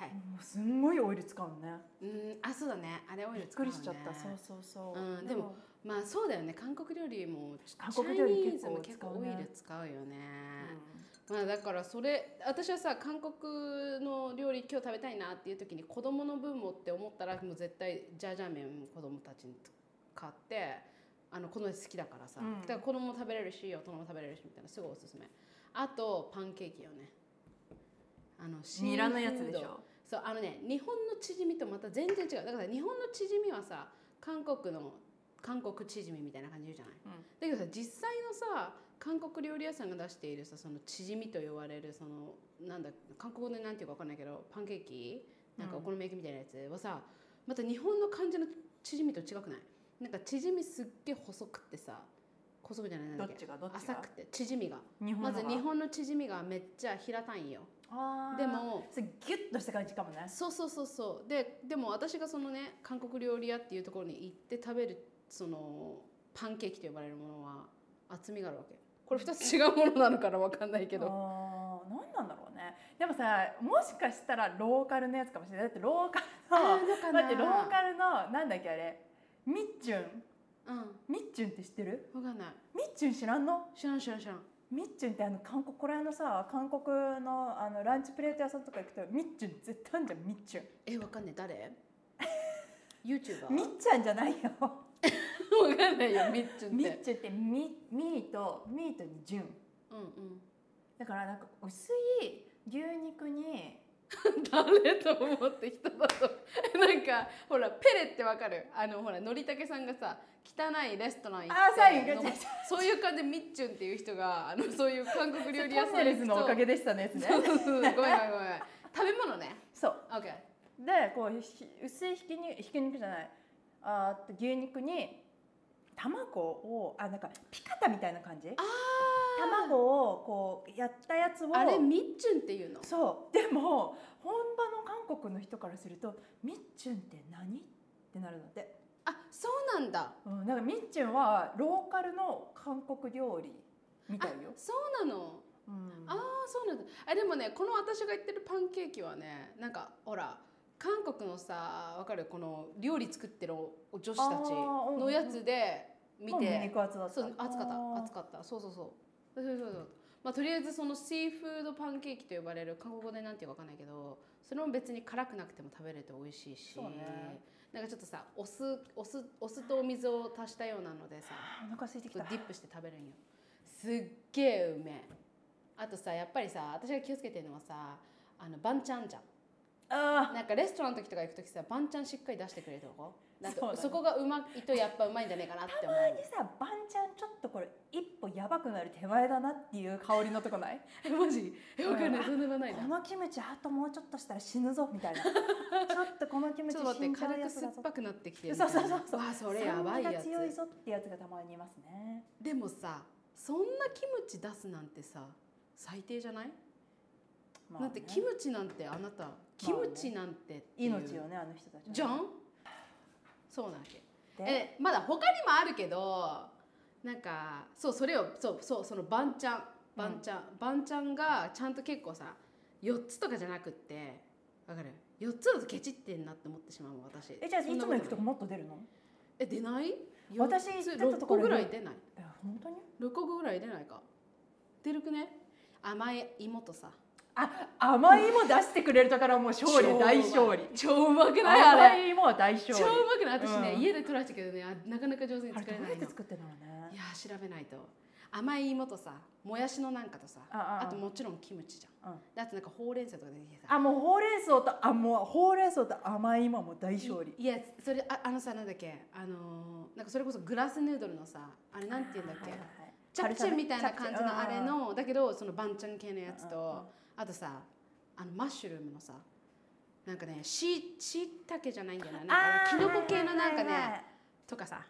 [SPEAKER 2] はいはいはいはい
[SPEAKER 1] もうすんごいオイル使うのね
[SPEAKER 2] うんあそうだねあれオ
[SPEAKER 1] び
[SPEAKER 2] イ
[SPEAKER 1] っ
[SPEAKER 2] ル
[SPEAKER 1] く
[SPEAKER 2] 使うね
[SPEAKER 1] りしちゃったそうそうそう、
[SPEAKER 2] うんでもまあそうだよね韓国料理もち
[SPEAKER 1] 韓国料
[SPEAKER 2] チャイニ
[SPEAKER 1] 理
[SPEAKER 2] ーズ
[SPEAKER 1] 結
[SPEAKER 2] も
[SPEAKER 1] 構
[SPEAKER 2] 結
[SPEAKER 1] 使
[SPEAKER 2] 構
[SPEAKER 1] う
[SPEAKER 2] オ
[SPEAKER 1] ね
[SPEAKER 2] イル使うよね、
[SPEAKER 1] うん
[SPEAKER 2] まあだからそれ私はさ韓国の料理今日食べたいなっていう時に子供の分もって思ったらもう絶対ジャージャー麺を子供たちに買ってあの子供好きだからさ、
[SPEAKER 1] うん
[SPEAKER 2] だから子供も食べれるし大人も食べれるしみたいなすごいおすすめあとパンケーキよねあのシー
[SPEAKER 1] ニラのやつでし
[SPEAKER 2] フード
[SPEAKER 1] ょ
[SPEAKER 2] そうあのね日本のチヂミとまた全然違うだから日本のチヂミはさ韓国の韓国チヂミみたいな感じ言うじゃない、
[SPEAKER 1] うん
[SPEAKER 2] だけどさ実際のさ韓国料理屋さんが出しているさそのチヂミと呼ばれるそのなんだ韓国語でなんていうかわかんないけどパンケーキなんか
[SPEAKER 1] う
[SPEAKER 2] お
[SPEAKER 1] ん
[SPEAKER 2] 好み焼きみたいなやつはさ、また日本の感じのチヂミと違くないなんかチヂミすっげえ細くってさ細くじゃないなん
[SPEAKER 1] ど
[SPEAKER 2] だ
[SPEAKER 1] っ
[SPEAKER 2] っけ
[SPEAKER 1] ちがどっち
[SPEAKER 2] 浅
[SPEAKER 1] が
[SPEAKER 2] くてチヂミが
[SPEAKER 1] 日本
[SPEAKER 2] ま
[SPEAKER 1] の
[SPEAKER 2] ず
[SPEAKER 1] が
[SPEAKER 2] 日本のチヂミがめっちゃ平たいんよ
[SPEAKER 1] あー
[SPEAKER 2] でも
[SPEAKER 1] それギュッとした感じかもね
[SPEAKER 2] そうそうそうそうででも私がそのね韓国料理屋っていうところに行って食べるそのパンケーキと呼ばれるものは厚みがあるわけこれ2つ違うものなのかなわかんないけ ど
[SPEAKER 1] あー何なんだろうねでもさもしかしたらローカルのやつかもしれないだってローカルの
[SPEAKER 2] ーどうか
[SPEAKER 1] 待ってローカルのなんだっけあれみっちゅん
[SPEAKER 2] う
[SPEAKER 1] みっちゅんって知ってる
[SPEAKER 2] んわかんない
[SPEAKER 1] みっちゅん知らんの
[SPEAKER 2] 知らん知らん知らん
[SPEAKER 1] みっちゅんってあの韓国これあのさ韓国のあのランチプレート屋さんとか行くとみっちゅん絶対あんじゃんみっちゅん
[SPEAKER 2] えわかんない 誰 YouTuber?
[SPEAKER 1] みっちゃんじゃないよ
[SPEAKER 2] わかんないよみっちゅんっ
[SPEAKER 1] み
[SPEAKER 2] て
[SPEAKER 1] っちゅんってみみーとみーとにじゅん
[SPEAKER 2] うんうん
[SPEAKER 1] だからなんか薄い牛肉に
[SPEAKER 2] 誰と思って人だと なんかほらペレってわかるあのほらのりたけさんがさ汚いレストラン行って
[SPEAKER 1] あーサインが
[SPEAKER 2] のそういう感じでみっちゅんっていう人があのそういう韓国料理屋
[SPEAKER 1] トン
[SPEAKER 2] さ
[SPEAKER 1] ネ
[SPEAKER 2] ん
[SPEAKER 1] ルズのおか
[SPEAKER 2] げ
[SPEAKER 1] げでしたねやつね
[SPEAKER 2] そうそうそうごめんごめんごめん食べ物ね
[SPEAKER 1] そう
[SPEAKER 2] OK
[SPEAKER 1] でこうひ薄いひき肉ひき肉じゃないあーっと牛肉に卵をあなんかピカタみたいな感じ卵をこうやったやつを
[SPEAKER 2] あれみっちゅんっていうの
[SPEAKER 1] そうでも本場の韓国の人からすると「みっちゅんって何?」ってなるので、
[SPEAKER 2] あそうなんだ
[SPEAKER 1] うん、だからみっちゅんはローカルの韓国料理みたいよ。
[SPEAKER 2] そうなの
[SPEAKER 1] うん
[SPEAKER 2] ああそうなんだあでもねこの私が言ってるパンケーキはねなんかほら韓国のさわかるこの料理作ってるお女子たち
[SPEAKER 1] あーうん
[SPEAKER 2] のやつで見
[SPEAKER 1] もう
[SPEAKER 2] て、
[SPEAKER 1] 肉厚だった
[SPEAKER 2] そう暑かった
[SPEAKER 1] あー
[SPEAKER 2] 暑かったそうそうそうそうそうそうまあとりあえずそのシーフードパンケーキと呼ばれる韓国語でなんていうかわかんないけどそれも別に辛くなくても食べれて美味しいし
[SPEAKER 1] そうね
[SPEAKER 2] なんかちょっとさお酢お酢お酢とお水を足したようなのでさ
[SPEAKER 1] あーお腹空いてき
[SPEAKER 2] こう
[SPEAKER 1] た
[SPEAKER 2] ディップして食べるんよすっげえうめえあとさやっぱりさ私が気をつけてるのはさあのバンチャンじゃん
[SPEAKER 1] あ
[SPEAKER 2] なんかレストランの時とか行く時さバンチャンしっかり出してくれるとこなんか
[SPEAKER 1] そうだね
[SPEAKER 2] そこがうまいとやっぱうまいんじゃねえかなって思う
[SPEAKER 1] ーでさバンちゃんちょっとこれ一歩やばくなる手前だなっていう香りのとこない
[SPEAKER 2] えマジえわかんない
[SPEAKER 1] うん
[SPEAKER 2] そんなのないな
[SPEAKER 1] このキムチあともうちょっとしたら死ぬぞみ たいなちょっとこのキム
[SPEAKER 2] ち
[SPEAKER 1] チ
[SPEAKER 2] ょっと待
[SPEAKER 1] 死
[SPEAKER 2] っ
[SPEAKER 1] ん
[SPEAKER 2] て
[SPEAKER 1] じゃう
[SPEAKER 2] 軽
[SPEAKER 1] や
[SPEAKER 2] く
[SPEAKER 1] つ
[SPEAKER 2] 酸
[SPEAKER 1] だ
[SPEAKER 2] っ
[SPEAKER 1] ぞ
[SPEAKER 2] ぱくなってきてる
[SPEAKER 1] そうそうそう
[SPEAKER 2] みたいなわあそれやばい
[SPEAKER 1] 酸味
[SPEAKER 2] や
[SPEAKER 1] が
[SPEAKER 2] つ
[SPEAKER 1] 強いぞってやつがたまにいますね
[SPEAKER 2] でもさそんなキムチ出すなんてさ最低じゃない、
[SPEAKER 1] まあ
[SPEAKER 2] だ
[SPEAKER 1] ね
[SPEAKER 2] ってキムチなんてあなたキムチなんてっていう
[SPEAKER 1] 命よねあの人たちはね
[SPEAKER 2] じゃんそうなわけ
[SPEAKER 1] で
[SPEAKER 2] えまだ他にもあるけどなんかそうそれをそうそうそのバンちゃんバンちゃん、バンちゃんがちゃんと結構さ4つとかじゃなくってわかる4つだとケチってんなって思ってしまうもん私
[SPEAKER 1] えじゃあい
[SPEAKER 2] そん
[SPEAKER 1] つ
[SPEAKER 2] な
[SPEAKER 1] も
[SPEAKER 2] と
[SPEAKER 1] 行くとこもっと出るの
[SPEAKER 2] え出ない
[SPEAKER 1] 私
[SPEAKER 2] 四つ
[SPEAKER 1] 行ってたところ
[SPEAKER 2] 六個ぐらい出ない
[SPEAKER 1] え本当に
[SPEAKER 2] 6個ぐらい出ないか出るくね甘い芋とさ
[SPEAKER 1] 甘いも出してくれるところはもう勝利大勝利
[SPEAKER 2] 超うまくないあ
[SPEAKER 1] 甘
[SPEAKER 2] れ
[SPEAKER 1] いもは大勝
[SPEAKER 2] 超う
[SPEAKER 1] 利
[SPEAKER 2] まくない私ね、
[SPEAKER 1] うん
[SPEAKER 2] 家で取られたけどねあなかなか上手に
[SPEAKER 1] あれ
[SPEAKER 2] 作
[SPEAKER 1] どう
[SPEAKER 2] れな
[SPEAKER 1] やっ
[SPEAKER 2] い
[SPEAKER 1] て
[SPEAKER 2] の
[SPEAKER 1] 作ってるの
[SPEAKER 2] い
[SPEAKER 1] ね
[SPEAKER 2] やー調べないと甘い芋とさもやしのなんかとさ
[SPEAKER 1] あ
[SPEAKER 2] あ
[SPEAKER 1] あ
[SPEAKER 2] ともちろんキムチじゃん、
[SPEAKER 1] うん
[SPEAKER 2] であとなんかほうれん草とかでいやさ
[SPEAKER 1] あもうほうれん草とあもうほうれん草と甘いもも大勝利
[SPEAKER 2] いいやそれああのさなんだっけあのーなんかそれこそグラスヌードルのさあれなんて言うんだっけ、
[SPEAKER 1] はいはいはい
[SPEAKER 2] チャプチェみたいな
[SPEAKER 1] チャプチェ
[SPEAKER 2] 感じのあれ
[SPEAKER 1] うんうんうん
[SPEAKER 2] のだけどそのバンチャン系のやつと、
[SPEAKER 1] うんうんうん
[SPEAKER 2] あとさあのマッシュルームのさなんかねししいたけじゃないんだよねなん
[SPEAKER 1] あ
[SPEAKER 2] か
[SPEAKER 1] ー
[SPEAKER 2] あのキノコ系のなん
[SPEAKER 1] はい
[SPEAKER 2] か
[SPEAKER 1] はいは
[SPEAKER 2] ね
[SPEAKER 1] い
[SPEAKER 2] とかさ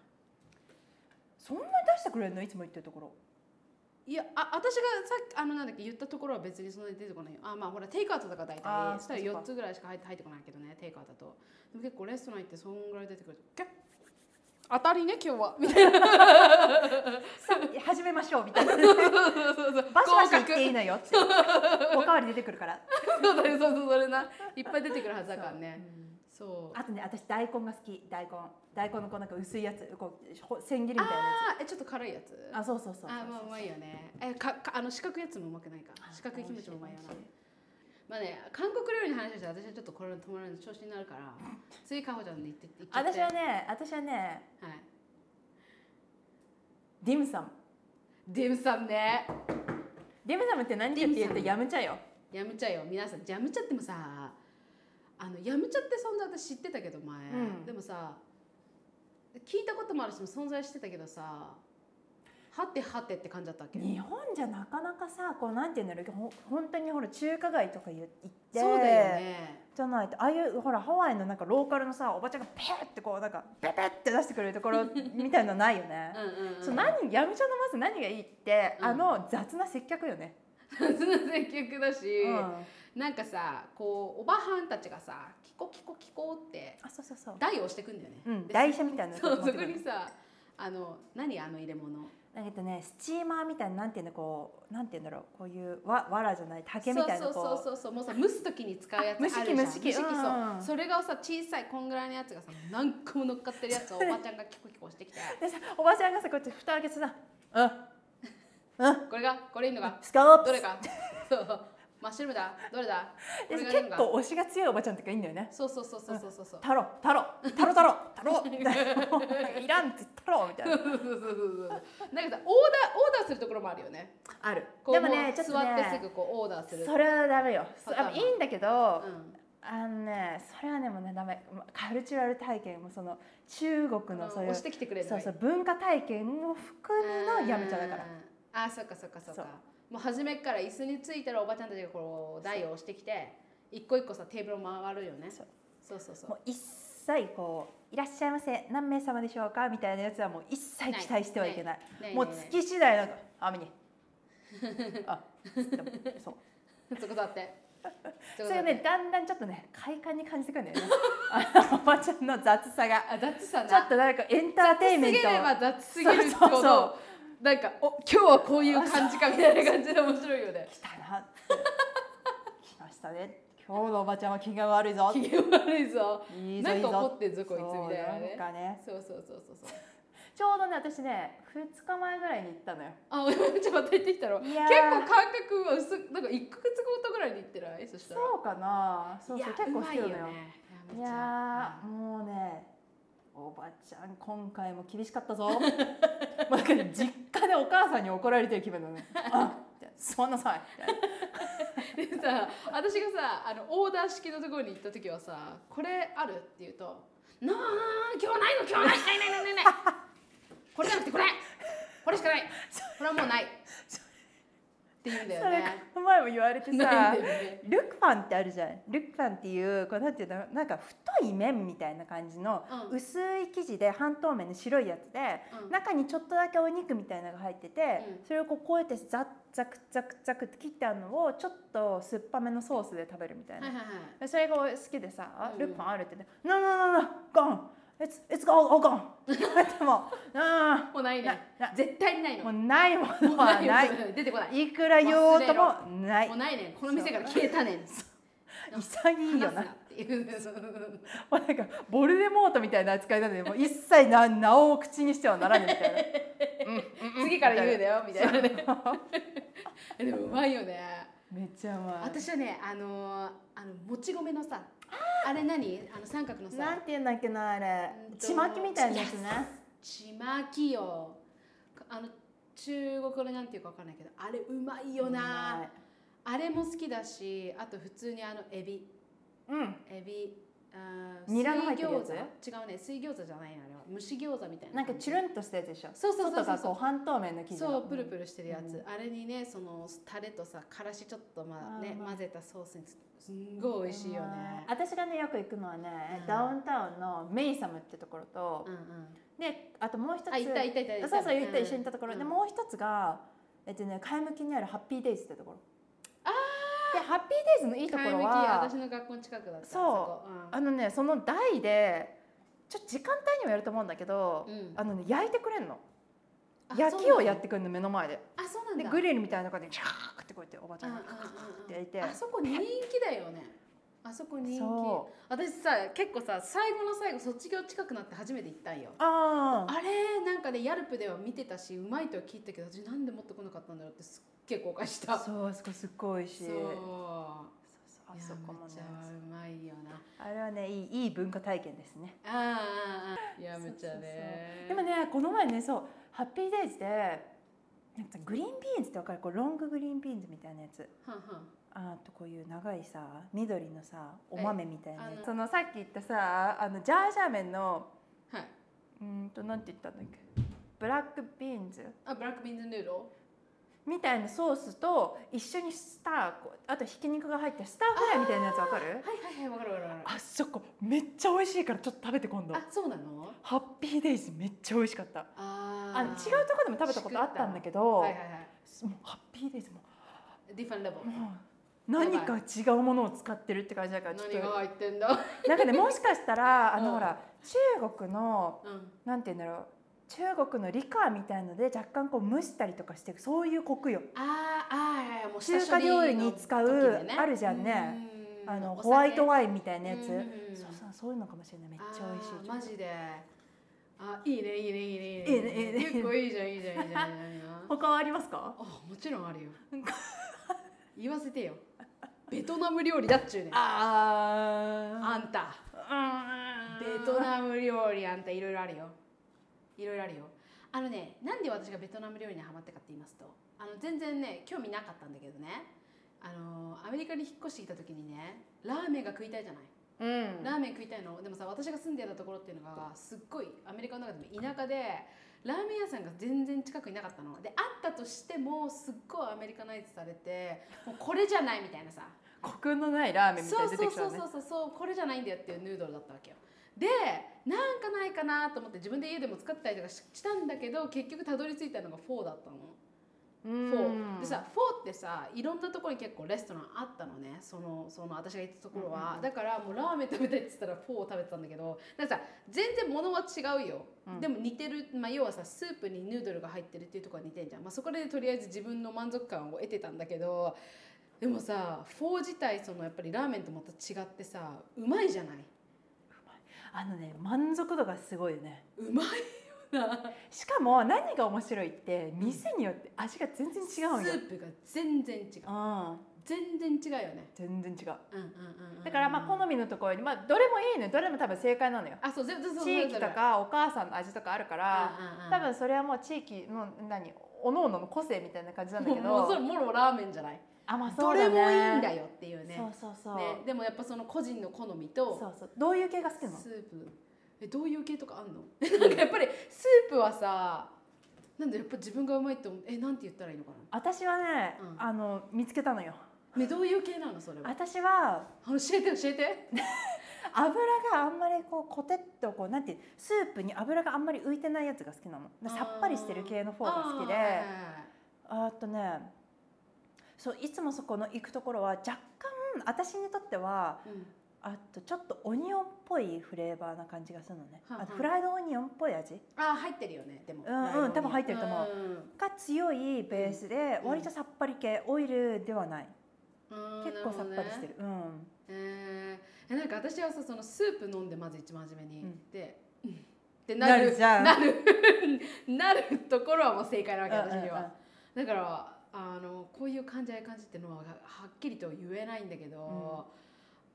[SPEAKER 1] そんなに出してくれるのいつも言ってると ころ
[SPEAKER 2] いやあ私がさっきあのなんだっけ言ったところは別にそんなに出てこないよあまあほらテイクアウトとか大
[SPEAKER 1] あー
[SPEAKER 2] 体したら
[SPEAKER 1] そっかそっ
[SPEAKER 2] 4
[SPEAKER 1] か
[SPEAKER 2] つぐらいしか入って入ってこないけどねテイクアウトだとでも結構レストラン行ってそんぐらい出てくるキャッ当たりね 今日はみたいな
[SPEAKER 1] さあ始めましょうみたいなバシ
[SPEAKER 2] 合
[SPEAKER 1] バシ言っ
[SPEAKER 2] 格
[SPEAKER 1] ていいのよ っておかわり出てくるから
[SPEAKER 2] そうだねそうそうそれないっぱい出てくるはずだからね
[SPEAKER 1] そううん
[SPEAKER 2] そう
[SPEAKER 1] あとね私大根が好き大根大根のこうなんか薄いやつこうほ千切りみたいなや
[SPEAKER 2] あーえちょっと辛いやつ
[SPEAKER 1] つあそうそうそうそう
[SPEAKER 2] あまあうまいよねえかかあの四角いやつもうまくないか四角いキムチもうまいよなまあね韓国料理の話をして私はちょっとこれの友達の調子にな るから次かほちゃんに行って行っちゃって
[SPEAKER 1] 私はね私はね
[SPEAKER 2] はい
[SPEAKER 1] ディムサム
[SPEAKER 2] ディムサムね
[SPEAKER 1] ディムサムって何かって言うと
[SPEAKER 2] ディムサ
[SPEAKER 1] や
[SPEAKER 2] ム
[SPEAKER 1] むちゃよ
[SPEAKER 2] ヤムチャよ皆さんヤムチャってもさあのヤムチャって存在私知ってたけど前、
[SPEAKER 1] うん
[SPEAKER 2] でもさ聞いたこともあるし存在してたけどさはてはてって感じだったわけ
[SPEAKER 1] 日本じゃなかなかさこうなんて言うんだろうほん本当にほら中華街とか言行って
[SPEAKER 2] そうだよね
[SPEAKER 1] じゃないとああいうほらハワイのなんかローカルのさおばちゃんがペーってこうなんかペペって出してくれるとこ ろみたいのないよね
[SPEAKER 2] うんうん、うん、
[SPEAKER 1] そう 何ヤムチャのまず何がいいって、
[SPEAKER 2] うん
[SPEAKER 1] あの雑な接客よね、
[SPEAKER 2] 夏の接客だし、
[SPEAKER 1] あ
[SPEAKER 2] なんかさこうおばはんたちがさ「キコキコキコ」って
[SPEAKER 1] そうそうそう
[SPEAKER 2] 台を押してくんだよね、
[SPEAKER 1] うん
[SPEAKER 2] で
[SPEAKER 1] 台車みたいなの
[SPEAKER 2] そう
[SPEAKER 1] 持っ
[SPEAKER 2] そ
[SPEAKER 1] て
[SPEAKER 2] こ
[SPEAKER 1] くる
[SPEAKER 2] にさあの何あの入れ物
[SPEAKER 1] なんかえっとねスチーマーみたいななんていうのこうなんていうんだろうこういうわわらじゃない竹みたいなこう
[SPEAKER 2] そうそうそうそうもうさ蒸す時に使うやつあ
[SPEAKER 1] あ
[SPEAKER 2] る
[SPEAKER 1] 蒸し
[SPEAKER 2] じゃ
[SPEAKER 1] 器
[SPEAKER 2] ん
[SPEAKER 1] 蒸し器
[SPEAKER 2] そう
[SPEAKER 1] うんうん
[SPEAKER 2] それがさ小さいこんぐらいのやつがさ何個も乗っかってるやつをおばちゃんがキコキコしてき て
[SPEAKER 1] でさおばちゃんがさこうやって蓋開けてさ「うんうん
[SPEAKER 2] これがこれいいの が
[SPEAKER 1] スカー
[SPEAKER 2] ど
[SPEAKER 1] プ
[SPEAKER 2] れかそうマッシュルームだどれだこれ
[SPEAKER 1] で
[SPEAKER 2] がいいの
[SPEAKER 1] 結
[SPEAKER 2] か
[SPEAKER 1] 構推しが強いおばちゃんとかいいんだよね
[SPEAKER 2] そうそうそうそうそうそうそう
[SPEAKER 1] 「太郎太郎太郎太郎太郎」 みたいなもうなんかいらんって太郎」みたい
[SPEAKER 2] そう
[SPEAKER 1] な
[SPEAKER 2] そうそうそうそうなんかさオーダーオーダーするところもあるよね
[SPEAKER 1] ある
[SPEAKER 2] こう
[SPEAKER 1] でもね
[SPEAKER 2] う
[SPEAKER 1] ちょっと
[SPEAKER 2] 座ってす
[SPEAKER 1] ね
[SPEAKER 2] ぐこうオーダーする
[SPEAKER 1] それはダメよ
[SPEAKER 2] パターン
[SPEAKER 1] あいいんだけど、
[SPEAKER 2] うん
[SPEAKER 1] あのねそれはねもうねダメカルチュラル体験もその中国のそういう
[SPEAKER 2] 押してきてくれるの
[SPEAKER 1] そ
[SPEAKER 2] が
[SPEAKER 1] う
[SPEAKER 2] いい
[SPEAKER 1] そう文化体験も含みのやめちゃだから
[SPEAKER 2] あーそっかそっかそっ
[SPEAKER 1] そ
[SPEAKER 2] か
[SPEAKER 1] う
[SPEAKER 2] もう初めっから椅子についてるおばちゃんたちがこう台を押してきて一個一個さテーブルを回るよね
[SPEAKER 1] そう
[SPEAKER 2] そうそうそう
[SPEAKER 1] もう一切こう「いらっしゃいませ何名様でしょうか?」みたいなやつはもう一切期待してはいけない
[SPEAKER 2] ねえ
[SPEAKER 1] もう
[SPEAKER 2] ねえね
[SPEAKER 1] 月次第なんか「あみ に」あそう
[SPEAKER 2] えそこ座って
[SPEAKER 1] それ
[SPEAKER 2] こ座って
[SPEAKER 1] がねだんだんちょっとね快感に感じてくるんだ よねあのおばちゃんの雑さが
[SPEAKER 2] あ雑さな
[SPEAKER 1] ちょっとなんかエンターテインメン
[SPEAKER 2] 雑すぎれば
[SPEAKER 1] ト
[SPEAKER 2] 雑すぎる
[SPEAKER 1] そ
[SPEAKER 2] ほど
[SPEAKER 1] うそうそ
[SPEAKER 2] なんかお今日はこういう感じかみたいな感じで面白い よね
[SPEAKER 1] 来たなって来ましたね今日のおばちゃんは気が悪いぞ
[SPEAKER 2] 機嫌悪いぞ
[SPEAKER 1] いいぞ
[SPEAKER 2] ないん
[SPEAKER 1] い
[SPEAKER 2] か怒
[SPEAKER 1] ぞ
[SPEAKER 2] ってんぞこいつ
[SPEAKER 1] そう
[SPEAKER 2] みたいな
[SPEAKER 1] なん
[SPEAKER 2] ね
[SPEAKER 1] かね
[SPEAKER 2] そうそうそうそうそう
[SPEAKER 1] ちょうどね私ね2日前ぐらいに行ったのよ
[SPEAKER 2] あおちょっとまた行ってきたろ
[SPEAKER 1] い
[SPEAKER 2] 結
[SPEAKER 1] やー
[SPEAKER 2] 構感覚は薄くなんか1ヶ月後とぐらいに行ってないそしたら
[SPEAKER 1] そうかなそう
[SPEAKER 2] いや
[SPEAKER 1] そう結構好きなのよ
[SPEAKER 2] うまいよね
[SPEAKER 1] い
[SPEAKER 2] や
[SPEAKER 1] やーもうねおばちゃん今回も厳しかったぞ もうなんか実家でお母さんに怒られてる気分なのねあそんなさいみたいな
[SPEAKER 2] めっ ちゃでさ私がさあのオーダー式のところに行った時はさ「これある?」って言うと「なあ今日ないの今日ないないないないないない これじゃなくてこれこれしかないこれはもうない」って言うんだよね。
[SPEAKER 1] それ前も言われて
[SPEAKER 2] な
[SPEAKER 1] さ
[SPEAKER 2] いんだよね
[SPEAKER 1] ルクファンってあるじゃんルクファンっていうこうなんていうのなんか太い麺みたいな感じの
[SPEAKER 2] うん
[SPEAKER 1] 薄い生地で半透明の白いやつで、
[SPEAKER 2] うん
[SPEAKER 1] 中にちょっとだけお肉みたいなのが入ってて、
[SPEAKER 2] うん
[SPEAKER 1] それをこうこうやってザッザクザクザクって切ってあるのをちょっと酸っぱめのソースで食べるみたい
[SPEAKER 2] は
[SPEAKER 1] な、
[SPEAKER 2] いはいはい
[SPEAKER 1] それが好きでさ「あ
[SPEAKER 2] うん
[SPEAKER 1] ルッパンある」って言って「No no no no gone it's it's all all gone」でも「な
[SPEAKER 2] もうない
[SPEAKER 1] な
[SPEAKER 2] ね
[SPEAKER 1] な
[SPEAKER 2] 絶対にない
[SPEAKER 1] もう
[SPEAKER 2] の
[SPEAKER 1] ないも
[SPEAKER 2] も
[SPEAKER 1] の
[SPEAKER 2] う
[SPEAKER 1] はない
[SPEAKER 2] よ 出てこない」
[SPEAKER 1] いくら言おうともない
[SPEAKER 2] もうないねこの店から消えたねん
[SPEAKER 1] 潔 いよ
[SPEAKER 2] 話す
[SPEAKER 1] な
[SPEAKER 2] なって いう
[SPEAKER 1] もうなんかボルデモートみたいな扱いなのでもう一切な名を口にしてはならぬみた いな
[SPEAKER 2] 次から言うだ よみたいなね
[SPEAKER 1] な
[SPEAKER 2] えでもうまいよね
[SPEAKER 1] めっちゃうまい
[SPEAKER 2] 私はねあのーあのもち米のさあれ何あの三角の
[SPEAKER 1] な
[SPEAKER 2] さ
[SPEAKER 1] んて言うんだっけなあれ
[SPEAKER 2] うんと
[SPEAKER 1] ちまきみたいなやつね
[SPEAKER 2] ちまきよあの中国のなんていうかわかんないけどあれうまいよ
[SPEAKER 1] う
[SPEAKER 2] な
[SPEAKER 1] まい
[SPEAKER 2] あれも好きだしあと普通にあのエビ
[SPEAKER 1] うん
[SPEAKER 2] エビあー
[SPEAKER 1] ニラの入ってるやつ
[SPEAKER 2] 水餃子違うね水餃子じゃないのあれは蒸し餃子みたいな
[SPEAKER 1] なんかチュルンとしたやつでしょ
[SPEAKER 2] そうそうそう
[SPEAKER 1] 外
[SPEAKER 2] そう
[SPEAKER 1] がこう半透明の生地
[SPEAKER 2] そうプル
[SPEAKER 1] ル
[SPEAKER 2] プルしてるやつ、
[SPEAKER 1] う
[SPEAKER 2] あれにねそのタレとさからしちょっとまあね
[SPEAKER 1] あー
[SPEAKER 2] 混ぜたソースにすすんごい美味しいよね
[SPEAKER 1] 私がねよく行くのはね、
[SPEAKER 2] うん
[SPEAKER 1] ダウンタウンのメイサムってところと
[SPEAKER 2] うん、うん
[SPEAKER 1] であともう一つ
[SPEAKER 2] あいたいたいたいた
[SPEAKER 1] そうそう行った
[SPEAKER 2] ん
[SPEAKER 1] 一緒に行ったところ、で
[SPEAKER 2] うん
[SPEAKER 1] もう一つがえっとね買い向きにあるハッピーデイズってところ
[SPEAKER 2] あ
[SPEAKER 1] でハッピーデイズのいいところ
[SPEAKER 2] 買
[SPEAKER 1] はい
[SPEAKER 2] 向き私の学校の近くだった
[SPEAKER 1] そう
[SPEAKER 2] あ
[SPEAKER 1] あのねその台でちょっと時間帯にもやると思うんだけど、
[SPEAKER 2] うん
[SPEAKER 1] あのね焼いてくれんの
[SPEAKER 2] あ
[SPEAKER 1] 焼きをやっててくれんの目の前で
[SPEAKER 2] あそうなん
[SPEAKER 1] で
[SPEAKER 2] だ
[SPEAKER 1] グリルみたいな感じでチャーってこうやっておばち
[SPEAKER 2] う
[SPEAKER 1] ゃ
[SPEAKER 2] ん
[SPEAKER 1] ん
[SPEAKER 2] うんう
[SPEAKER 1] が
[SPEAKER 2] んうん
[SPEAKER 1] って焼いて
[SPEAKER 2] あそこ人気だよねあそこ人気
[SPEAKER 1] そう
[SPEAKER 2] 私さ結構さ最後の最後卒業近くなって初めて行ったんよ
[SPEAKER 1] ああ
[SPEAKER 2] あれなんかねヤルプでは見てたしうまいとは聞いたけど私なんで持ってこなかったんだろうってすっげえ後悔したそう
[SPEAKER 1] そうあそこすっごい美味しい
[SPEAKER 2] い
[SPEAKER 1] そ
[SPEAKER 2] や
[SPEAKER 1] う
[SPEAKER 2] めっ
[SPEAKER 1] そうあそこも
[SPEAKER 2] ち
[SPEAKER 1] ね
[SPEAKER 2] ゃうまいよな
[SPEAKER 1] あれはねいいいい文化体験ですね
[SPEAKER 2] ああああああやめちゃね
[SPEAKER 1] でもねこの前ねそうハッピーデイズでなんかグリーンビーンズってわかるこうロンググリーンビーンズみたいなやつ
[SPEAKER 2] はんはん
[SPEAKER 1] あとこういう長いさ緑のさお豆みたいなや
[SPEAKER 2] えあの
[SPEAKER 1] つそのさっき言ったさあのジャージャー麺の
[SPEAKER 2] はいう
[SPEAKER 1] ーんとなんて言ったんだっけブラックビーンズ
[SPEAKER 2] あブラックビーンズヌード
[SPEAKER 1] みたいなソースと一緒にスターこうあとひき肉が入ったスターフライみたいなやつわかる
[SPEAKER 2] ルはいはいはいわかるわかるわか
[SPEAKER 1] あそこめっちゃ美味しいからちょっと食べて今度
[SPEAKER 2] るあそうなの
[SPEAKER 1] ハッピーデイズめっちゃ美味しかった
[SPEAKER 2] あ
[SPEAKER 1] あの違うところでも食べたことあったんだけど、
[SPEAKER 2] はいはいは
[SPEAKER 1] もうハッピーデイズも
[SPEAKER 2] いディファンレベル
[SPEAKER 1] もう何か違うものを使ってるって感じだからちょっ
[SPEAKER 2] 何が
[SPEAKER 1] と
[SPEAKER 2] 入ってんだ
[SPEAKER 1] なんかねもしかした らあの、
[SPEAKER 2] うん
[SPEAKER 1] ほら中国の
[SPEAKER 2] うん
[SPEAKER 1] なんて言うんだろう中国の理科みたいので若干こう蒸したりとかしてそういうコクよ
[SPEAKER 2] あーあーはいはいもう
[SPEAKER 1] 中華料理に使う
[SPEAKER 2] 下処理の時でね
[SPEAKER 1] あるじゃんね
[SPEAKER 2] うん
[SPEAKER 1] あの
[SPEAKER 2] お酒
[SPEAKER 1] ホワイトワインみたいなやつ、
[SPEAKER 2] うんうんうん
[SPEAKER 1] そうそうそういうのかもしれないめっちゃ美味しい
[SPEAKER 2] あーマジであいいねいいねいいね
[SPEAKER 1] いいねいいね
[SPEAKER 2] 結構いいじゃんいいじゃんいい じゃんいいじゃんいいじゃん
[SPEAKER 1] 他はありますか
[SPEAKER 2] あもちろんあ るよ言わせてよベトナム料理だっちゅうねんあ
[SPEAKER 1] あ
[SPEAKER 2] んた
[SPEAKER 1] あ
[SPEAKER 2] ベトナム料理あんたいろいろあるよいろいろあるよあのねなんで私がベトナム料理にハマったかって言いますとあの全然ね興味なかったんだけどねあのアメリカに引っ越してきた時にねラーメンが食いたいじゃない
[SPEAKER 1] うん
[SPEAKER 2] ラーメン食いたいのでもさ私が住んでたところっていうのがすっごいアメリカの中でも田舎でラーメン屋さんが全然近くになかったのであったとしてもすっごいアメリカナイズされてもうこれじゃないみたいなさ
[SPEAKER 1] コクのないラーメンみたい
[SPEAKER 2] そう
[SPEAKER 1] に
[SPEAKER 2] そ
[SPEAKER 1] 出
[SPEAKER 2] う
[SPEAKER 1] てきたの
[SPEAKER 2] そう
[SPEAKER 1] ね
[SPEAKER 2] そうそうそうこれじゃないんだよっていうヌードルだったわけよでなんかないかなと思って自分で家でも作ったりとかししたんだけど結局たどり着いたのがフォーだったの
[SPEAKER 1] う
[SPEAKER 2] フ
[SPEAKER 1] ん
[SPEAKER 2] ォーでさフォーってさいろんなところに結構レストランあったのねそのその私が行ったところ
[SPEAKER 1] うんうん
[SPEAKER 2] は、
[SPEAKER 1] うん
[SPEAKER 2] だからもうラーメン食べたいって言ったらフォーを食べてたんだけどなんかさ全然物は違うよ、
[SPEAKER 1] うん
[SPEAKER 2] でも似てる、まあ、要はさスープにヌードルが入ってるっていうところは似てんじゃん、まあ、そこでとりあえず自分の満足感を得てたんだけどでもさフォー自体そのやっぱりラーメンとまた違ってさうまいじゃないう
[SPEAKER 1] あのね満足度がすごいよね
[SPEAKER 2] まいよな
[SPEAKER 1] しかも何が面白いって店によって味が全然違うん
[SPEAKER 2] ス
[SPEAKER 1] よ、
[SPEAKER 2] ープが全然違う
[SPEAKER 1] うん、
[SPEAKER 2] 全然違うよね
[SPEAKER 1] 全然違う
[SPEAKER 2] うんうんうん、うん、
[SPEAKER 1] だからまあ好みのところにまあどれもいいのよどれも多分正解なのよ
[SPEAKER 2] あそう全然そう
[SPEAKER 1] 地域と
[SPEAKER 2] それそれ
[SPEAKER 1] かお母さんの味とかあるから
[SPEAKER 2] うんうんうん
[SPEAKER 1] 多分それはもう地域の何おのおのの個性みたいな感じなんだけ
[SPEAKER 2] もうもうそれ
[SPEAKER 1] ど
[SPEAKER 2] もろラーメンじゃない、
[SPEAKER 1] あまあそ
[SPEAKER 2] ど
[SPEAKER 1] うだ
[SPEAKER 2] れ
[SPEAKER 1] ね
[SPEAKER 2] もいいんだよっていうね
[SPEAKER 1] そうそうそう
[SPEAKER 2] ねでもやっぱその個人の好み
[SPEAKER 1] そ
[SPEAKER 2] と
[SPEAKER 1] うそうどういう系が好き
[SPEAKER 2] ス
[SPEAKER 1] な
[SPEAKER 2] ー
[SPEAKER 1] の
[SPEAKER 2] プえどういう系とかあんの なんかやっぱりスープはさなんだやっぱ自分がうまいって思うえなんて言ったらいいのか
[SPEAKER 1] 私はね
[SPEAKER 2] うん
[SPEAKER 1] あの見つけたのよ
[SPEAKER 2] なねどういう系なのそれは
[SPEAKER 1] 私は
[SPEAKER 2] あの教えて教えて
[SPEAKER 1] 油があんまりこうコテッとこうなんていうスープに油があんまり浮いてないやつが好きなのだからさっぱりしてる系の方が好きで
[SPEAKER 2] あーはい
[SPEAKER 1] あとねそういつもそこの行くところは若干私にとっては
[SPEAKER 2] はいはいうん
[SPEAKER 1] あとちょっとオニオンっぽいフレーバーな感じがするのね、
[SPEAKER 2] はあはあ
[SPEAKER 1] あとフライドオニオンっぽい味
[SPEAKER 2] あー入ってるよねでも
[SPEAKER 1] うんうん
[SPEAKER 2] ライドに
[SPEAKER 1] 多分入ってると思が強いベースで
[SPEAKER 2] うん
[SPEAKER 1] 割とさっぱり系オイルではない
[SPEAKER 2] うんうん
[SPEAKER 1] 結構さっぱりしてるうん
[SPEAKER 2] えー、えなんか私はさそのスープ飲んでまず一番初めに、
[SPEAKER 1] うん
[SPEAKER 2] で、うんってなる
[SPEAKER 1] なるじゃん
[SPEAKER 2] なるなるところはもう正解なわけ私
[SPEAKER 1] うんうん
[SPEAKER 2] に
[SPEAKER 1] うん
[SPEAKER 2] は、だからあのこういう感じああいう感じってのはははっきりと言えないんだけど、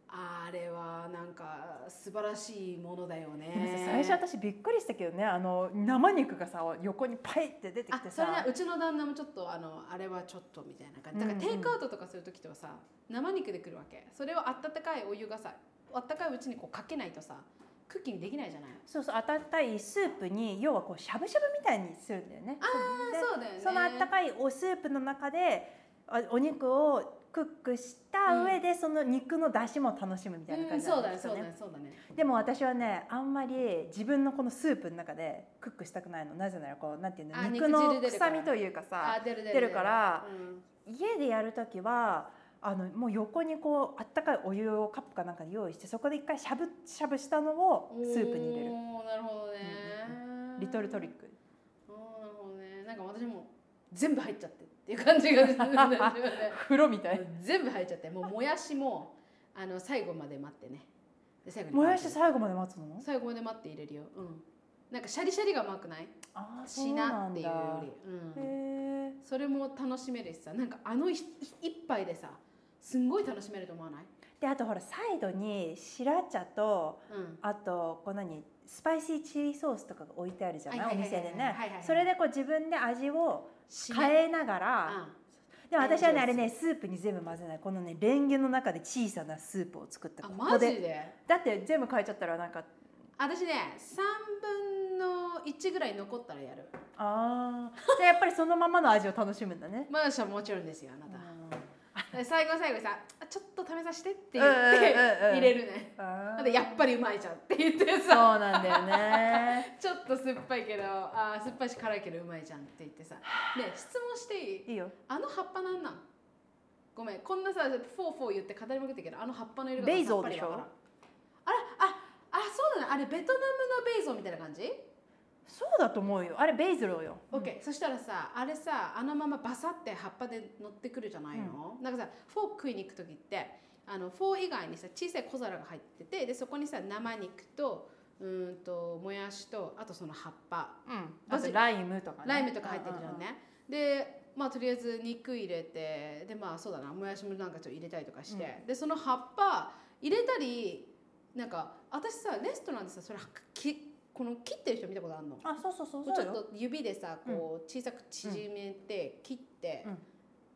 [SPEAKER 2] あれはなんか素晴らしいものだよね
[SPEAKER 1] でもさ最初私びっくりしたけどねあの生肉がさ横にパイって出てき
[SPEAKER 2] あ
[SPEAKER 1] て
[SPEAKER 2] それね
[SPEAKER 1] さ
[SPEAKER 2] うちの旦那もちょっとあのあれはちょっとみたいな感じだから
[SPEAKER 1] うんうん
[SPEAKER 2] テイクアウトとかする時とはさ生肉で来るわけそれを温かいお湯がさあったかいうちにこうかけないとさクッキングできないじゃない
[SPEAKER 1] そうそう温かいスープに要はこうしゃぶしゃぶみたいにするんだよね。で
[SPEAKER 2] そうだよね
[SPEAKER 1] そのあった
[SPEAKER 2] い
[SPEAKER 1] かいおスープの中であお肉をクックした上で、その肉の出汁も楽しむみたいな感じ
[SPEAKER 2] そ
[SPEAKER 1] な
[SPEAKER 2] うんだ
[SPEAKER 1] で
[SPEAKER 2] ね
[SPEAKER 1] す
[SPEAKER 2] そ
[SPEAKER 1] よ
[SPEAKER 2] う
[SPEAKER 1] ね
[SPEAKER 2] だねそうだね
[SPEAKER 1] でも私はねあんまり自分のこのスープの中でクックしたくないのなぜならこうなんていうの
[SPEAKER 2] あ
[SPEAKER 1] 肉
[SPEAKER 2] 肉
[SPEAKER 1] の
[SPEAKER 2] 汁出るか
[SPEAKER 1] 臭
[SPEAKER 2] ら
[SPEAKER 1] みというかさ
[SPEAKER 2] あ出る出る
[SPEAKER 1] 出るから
[SPEAKER 2] うん
[SPEAKER 1] 家でやる時はあのもう横にこうあったかいお湯をカップかなんかで用意してそこで一回しゃぶしゃぶしたのをスープに入れる
[SPEAKER 2] おーなるほどね、
[SPEAKER 1] リトルトリック
[SPEAKER 2] おーなるほどねなんか私も全部入っちゃってっていう感じがするんだよね
[SPEAKER 1] 風呂みたい
[SPEAKER 2] 全部入っちゃってもうもやしもあの最後まで待ってねで最後に
[SPEAKER 1] もやし
[SPEAKER 2] パンって
[SPEAKER 1] 最後まで待つの
[SPEAKER 2] 最後まで待って入れるようんなんかシャリシャリが甘くない
[SPEAKER 1] あー
[SPEAKER 2] しなっていう
[SPEAKER 1] そう
[SPEAKER 2] よ
[SPEAKER 1] なんだ
[SPEAKER 2] りうん
[SPEAKER 1] へー
[SPEAKER 2] それも楽しめるしさなんかあの一一杯でさすんごい楽しめると思わない、
[SPEAKER 1] であとほらサイドに白茶と
[SPEAKER 2] うん、
[SPEAKER 1] あとこう何スパイシーチリソースとかが置いてあるじゃない
[SPEAKER 2] はい
[SPEAKER 1] お
[SPEAKER 2] はいはい
[SPEAKER 1] 店でね
[SPEAKER 2] はいはいはい
[SPEAKER 1] それでこう自分で味を
[SPEAKER 2] え
[SPEAKER 1] 変えながらでも私はねあれねスープに全部混ぜないこのねレンゲの中で小さなスープを作った
[SPEAKER 2] あ
[SPEAKER 1] こ
[SPEAKER 2] マ
[SPEAKER 1] こ
[SPEAKER 2] ジ
[SPEAKER 1] で
[SPEAKER 2] で
[SPEAKER 1] だって全部変えちゃったらなんか
[SPEAKER 2] 私ね3分の1ぐらい残ったらやる
[SPEAKER 1] ああやっぱりそのままの味を楽しむんだね
[SPEAKER 2] まあもちろんですよあなた、最後の最後にさ「あちょっと試させて」って言
[SPEAKER 1] うん
[SPEAKER 2] っ
[SPEAKER 1] うんうん
[SPEAKER 2] て
[SPEAKER 1] うん
[SPEAKER 2] 入れるね
[SPEAKER 1] あ
[SPEAKER 2] な
[SPEAKER 1] ー
[SPEAKER 2] んでやっぱりうまいじゃんって言って
[SPEAKER 1] そう
[SPEAKER 2] さ
[SPEAKER 1] なんだよ ね
[SPEAKER 2] ちょっと酸っぱいけどあー酸っぱいし辛いけどうまいじゃんって言ってさで質問していい
[SPEAKER 1] いいよ
[SPEAKER 2] あの葉っぱなんなんごめんこんなさフォーフォー言って語りまくってるけどあの葉っぱの色が
[SPEAKER 1] ベイゾー
[SPEAKER 2] さっぱりわからん
[SPEAKER 1] でし
[SPEAKER 2] あらああそうだねあれベトナムのベイゾーみたいな感じ、
[SPEAKER 1] そうだと思うよあれベイズルよ
[SPEAKER 2] オッケーそしたらさあれさあのままバサって葉っぱで乗ってくるじゃないの、なんかさフォー食いに行く時ってあのフォー以外にさ小さい小皿が入っててでそこにさ生肉とうーんともやしとあとその葉っぱ
[SPEAKER 1] うん
[SPEAKER 2] バ
[SPEAKER 1] あ
[SPEAKER 2] ジ
[SPEAKER 1] とライムとかね
[SPEAKER 2] ライムとか入ってるじゃんね。でまあとりあえず肉入れてでまあそうだなもやしもなんかちょっと入れたりとかして、でその葉っぱ入れたりなんか私さレストランでさそれきこの切ってる人見たことあるの
[SPEAKER 1] あそうそうそうそ
[SPEAKER 2] ち
[SPEAKER 1] う
[SPEAKER 2] ょっ
[SPEAKER 1] よ
[SPEAKER 2] と指でさこう小さく縮めて切って、
[SPEAKER 1] うん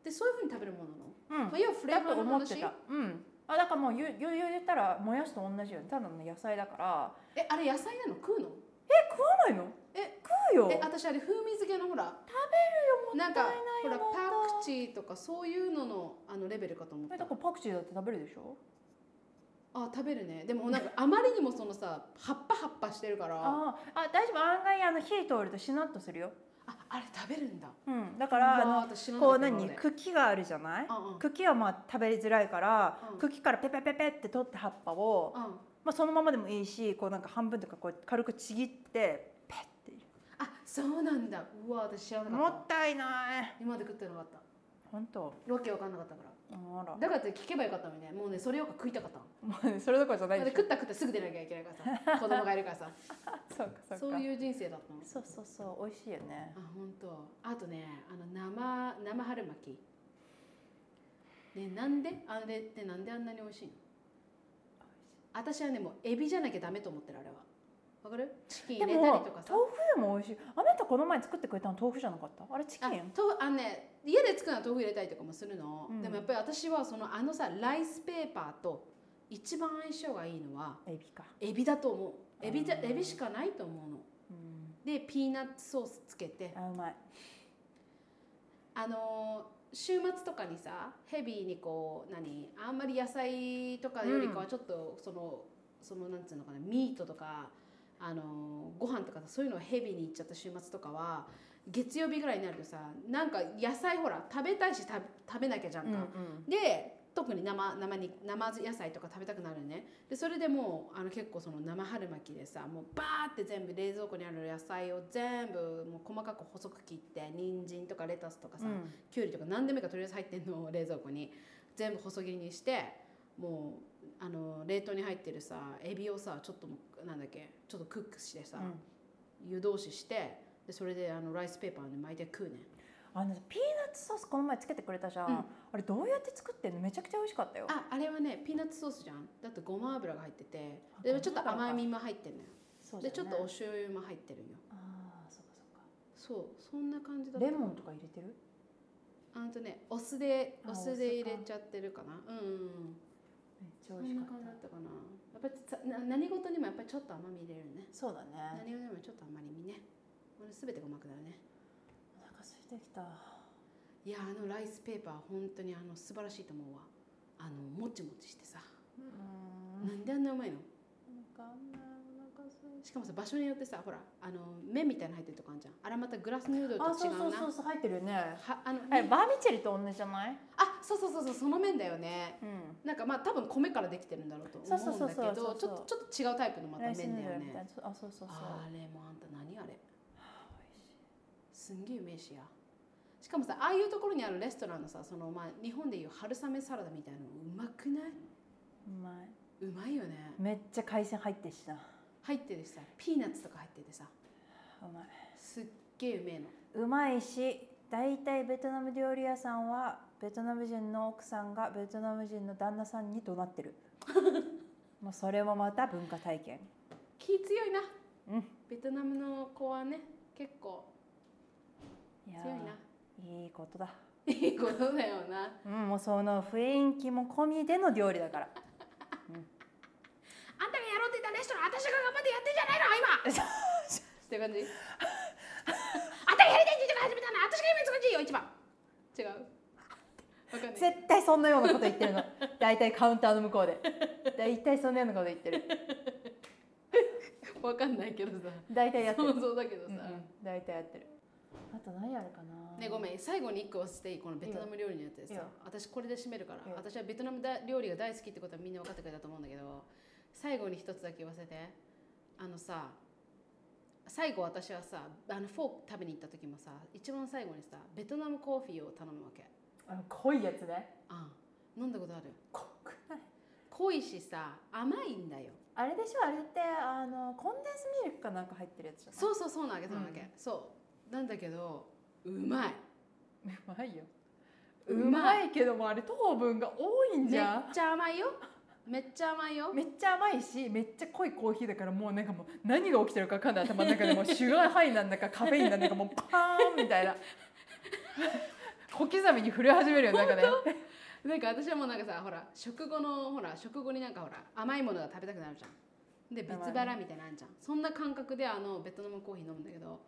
[SPEAKER 2] でそういうふうに食べるものなの、
[SPEAKER 1] うん
[SPEAKER 2] まあ、要はフレーバーの
[SPEAKER 1] 思って
[SPEAKER 2] 話
[SPEAKER 1] たうんあだからもうゆゆゆ言ったらもやしと同じよねただの野菜だから
[SPEAKER 2] えあれ野菜なの食うの
[SPEAKER 1] え食わないの
[SPEAKER 2] え
[SPEAKER 1] 食うよ
[SPEAKER 2] え私あれ風味付けのほら食べるよなんかほら
[SPEAKER 1] よ
[SPEAKER 2] パクチーとかそういうののあのレベルかと思っ
[SPEAKER 1] えだ
[SPEAKER 2] た
[SPEAKER 1] からパクチーだって食べるでしょ
[SPEAKER 2] あ食べるねでもなんかあまりにもそのさ葉っぱ葉っぱしてるからあ
[SPEAKER 1] あーあ大丈夫案外あの火通るとしなっとするよ
[SPEAKER 2] あれ食べるんだ
[SPEAKER 1] うんだからあの
[SPEAKER 2] 私
[SPEAKER 1] こう何
[SPEAKER 2] うん
[SPEAKER 1] 茎があるじゃない
[SPEAKER 2] うん
[SPEAKER 1] 茎はまあ食べづらいから
[SPEAKER 2] うん
[SPEAKER 1] 茎からペペペペって取って葉っぱを、
[SPEAKER 2] うん
[SPEAKER 1] まあ、そのままでもいいしこうなんか半分とかこう軽くちぎってペッて入れ
[SPEAKER 2] あそうなんだうわ私知らな
[SPEAKER 1] る
[SPEAKER 2] か
[SPEAKER 1] も
[SPEAKER 2] っ
[SPEAKER 1] ったたいない
[SPEAKER 2] 今まで食ってなかった
[SPEAKER 1] 本当
[SPEAKER 2] ロケわかんなかったから
[SPEAKER 1] あら
[SPEAKER 2] だからって聞けばよかったのにねもうねそれよく食いたかったの
[SPEAKER 1] もうね それどころじゃない
[SPEAKER 2] だっ
[SPEAKER 1] で
[SPEAKER 2] て
[SPEAKER 1] し
[SPEAKER 2] 食った食ったすぐ出なきゃいけな いからさ子供がいるからさ
[SPEAKER 1] ょそうかそうか
[SPEAKER 2] そういう人生だったの
[SPEAKER 1] そうそうそう美味しいよね
[SPEAKER 2] あ本当。あとねあの生生春巻きねなんであれってなんであんなに美味しいの私はねもうエビじゃなきゃダメと思ってるあれはわかるチキン
[SPEAKER 1] で
[SPEAKER 2] 入
[SPEAKER 1] も
[SPEAKER 2] れたり
[SPEAKER 1] 豆
[SPEAKER 2] とか
[SPEAKER 1] 腐
[SPEAKER 2] さ
[SPEAKER 1] でも美味しいあなたこの前作ってくれたの豆腐じゃなかったあれチキ
[SPEAKER 2] あ
[SPEAKER 1] ン
[SPEAKER 2] とあのね家で作るのは豆腐入れたりとかもするの、
[SPEAKER 1] うん
[SPEAKER 2] でもやっぱり私はそのあのさライスペーパーと一番相性がいいのは
[SPEAKER 1] エビか
[SPEAKER 2] エビだと思うエビじゃ
[SPEAKER 1] あー
[SPEAKER 2] エビしかないと思うの
[SPEAKER 1] うん
[SPEAKER 2] でピーナッツソースつけて
[SPEAKER 1] あうまい
[SPEAKER 2] あのー週末とかにさヘビーにこう何あんまり野菜とかよりかはちょっとその、そのなんつうのかなミートとかあのーご飯とかさそういうのをヘビーに行っちゃった週末とかは月曜日ぐらいになるとさなんか野菜ほら食べたいし食べ食べなきゃじゃんか、で特に生生に生野菜とか食べたくなるねでそれでもうあの結構その生春巻きでさもうバーって全部冷蔵庫にある野菜を全部もう細かく細く切って人参とかレタスとかさ、
[SPEAKER 1] うん
[SPEAKER 2] きゅうりとか何でもいいからとりあえず入ってんのを 冷蔵庫に全部細切りにしてもうあの冷凍に入ってるさエビをさちょっともうなんだっけちょっとクックしてさ、
[SPEAKER 1] うん
[SPEAKER 2] 湯通ししてでそれであのライスペーパーに巻いて食うね
[SPEAKER 1] あのピーナッツソースこの前つけてくれたじゃん、
[SPEAKER 2] うん
[SPEAKER 1] あれどうやって作ってんのめちゃくちゃ美味しかったよ
[SPEAKER 2] ああれはねピーナッツソースじゃんだってごま油が入ってて
[SPEAKER 1] あ
[SPEAKER 2] でちょっ
[SPEAKER 1] ご
[SPEAKER 2] と
[SPEAKER 1] ま油
[SPEAKER 2] 甘
[SPEAKER 1] か
[SPEAKER 2] みも入ってんのよ
[SPEAKER 1] そうだ
[SPEAKER 2] で
[SPEAKER 1] よ
[SPEAKER 2] ちょっと
[SPEAKER 1] ね
[SPEAKER 2] お醤油も入ってるんよ
[SPEAKER 1] あーそうかそ
[SPEAKER 2] そうそんな感じだ
[SPEAKER 1] うか
[SPEAKER 2] った
[SPEAKER 1] レモンとか入れてる
[SPEAKER 2] あんとねお酢で
[SPEAKER 1] あ
[SPEAKER 2] お酢で入
[SPEAKER 1] お酢か
[SPEAKER 2] れちゃってるかなうんうんうん
[SPEAKER 1] めっちゃ
[SPEAKER 2] そ
[SPEAKER 1] 美
[SPEAKER 2] ん
[SPEAKER 1] 味しか
[SPEAKER 2] な
[SPEAKER 1] った
[SPEAKER 2] 感じだったかなやっぱりさな何事にもやっぱりちょっと甘み入れるね
[SPEAKER 1] そうだね
[SPEAKER 2] 何事にもちょっと甘みねこれ全てがうまくなるね
[SPEAKER 1] お腹空いてきた
[SPEAKER 2] いやあのライスペーパー本当にあの素晴らしいと思うわあのもちもちしてさ、
[SPEAKER 1] うん
[SPEAKER 2] なんであんなうまいの
[SPEAKER 1] わかんないお腹空いて
[SPEAKER 2] しかもさ場所によってさほらあの麺みたいなの入ってるとこあるじゃんあれまたグラスヌードルと違うな
[SPEAKER 1] あそうそうそうそう入ってるよね
[SPEAKER 2] はあの
[SPEAKER 1] えバーミチェリと同じじゃない
[SPEAKER 2] あそうそうそうそうその麺だよね
[SPEAKER 1] うん
[SPEAKER 2] なんかまあ多分米からできてるんだろうと
[SPEAKER 1] そうそう
[SPEAKER 2] 思
[SPEAKER 1] そううん
[SPEAKER 2] だ
[SPEAKER 1] そう
[SPEAKER 2] けどちょっとちょっと違うタイプのまた
[SPEAKER 1] ライス
[SPEAKER 2] 麺
[SPEAKER 1] ヌー
[SPEAKER 2] だ
[SPEAKER 1] ド
[SPEAKER 2] よ
[SPEAKER 1] ルみたい
[SPEAKER 2] ね
[SPEAKER 1] なそうあそうそうそう
[SPEAKER 2] あれもあんた何あれ
[SPEAKER 1] あ美味しい
[SPEAKER 2] すんげえうめえしやしかもさああいうところにあるレストランのさそのまあ日本でいう春雨サラダみたいなのうまくないう
[SPEAKER 1] まいう
[SPEAKER 2] まいよね
[SPEAKER 1] めっちゃ海鮮入ってしたう
[SPEAKER 2] 入っててさピーナッツとか入っててさ
[SPEAKER 1] まい
[SPEAKER 2] すっげえうめえの
[SPEAKER 1] うまいし大体ベトナム料理屋さんはベトナム人の奥さんがベトナム人の旦那さんに怒鳴 ってるもうそれもまた文化体験
[SPEAKER 2] 気強いな、
[SPEAKER 1] うん
[SPEAKER 2] ベトナムの子はね結構
[SPEAKER 1] いや
[SPEAKER 2] 強いな
[SPEAKER 1] いいことだ
[SPEAKER 2] いいことだよな
[SPEAKER 1] うんもうその雰囲気も込みでの料理だから
[SPEAKER 2] あんたがやろうって言ったレストラン私が頑張ってやってんじゃないの今って感じあんたがやりたいって言ってから始めたの私が今作っていいよ一番違うわかんない
[SPEAKER 1] 絶対そんなようなこと言ってるの大体カウンターの向こうで大体そんなようなこと言ってる
[SPEAKER 2] わかんないけどさ
[SPEAKER 1] 大体やってる
[SPEAKER 2] 想像だけど
[SPEAKER 1] うんうん
[SPEAKER 2] さ、
[SPEAKER 1] 大体やってるあと何やるかな
[SPEAKER 2] ねごめん最後に1個忘れていいこのベトナム料理のやつで
[SPEAKER 1] いい
[SPEAKER 2] さ
[SPEAKER 1] よ
[SPEAKER 2] 私これで締めるから
[SPEAKER 1] いいよ
[SPEAKER 2] 私はベトナムだ料理が大好きってことはみんな分かってくれたと思うんだけど最後に一つだけ言わせてあのさ最後私はさあのフォーク食べに行った時もさ一番最後にさベトナムコーヒーを頼むわけ
[SPEAKER 1] あの濃いやつね
[SPEAKER 2] あ飲んだことある
[SPEAKER 1] 濃くない
[SPEAKER 2] 濃いしさ甘いんだよ
[SPEAKER 1] あれでしょあれってあのコンデンスミルクかなんか入ってるやつじゃない
[SPEAKER 2] そうそうそうなわけそうなわけ、
[SPEAKER 1] うん
[SPEAKER 2] そうなんだけどうまいう
[SPEAKER 1] まいよ
[SPEAKER 2] う
[SPEAKER 1] う
[SPEAKER 2] まい
[SPEAKER 1] まいけどもあれ糖分が多いん
[SPEAKER 2] め
[SPEAKER 1] じ
[SPEAKER 2] っ
[SPEAKER 1] ゃ
[SPEAKER 2] ちゃ甘いよめっちゃ甘いよ
[SPEAKER 1] んめっちゃ甘いしめっちゃ濃いコーヒーだからもうなんかもう何が起きてるか分かんない頭の中でもうシュガーハイなんだかカフェインなんだかもうパーンみたいな小刻みに震え始めるよねなんかね
[SPEAKER 2] なんか私はもうなんかさほら食後のほら食後になんかほら甘いものが食べたくなるじゃんで
[SPEAKER 1] 甘い
[SPEAKER 2] 別腹みたいなのあんじゃんそんな感覚であのベトナムコーヒー飲むんだけど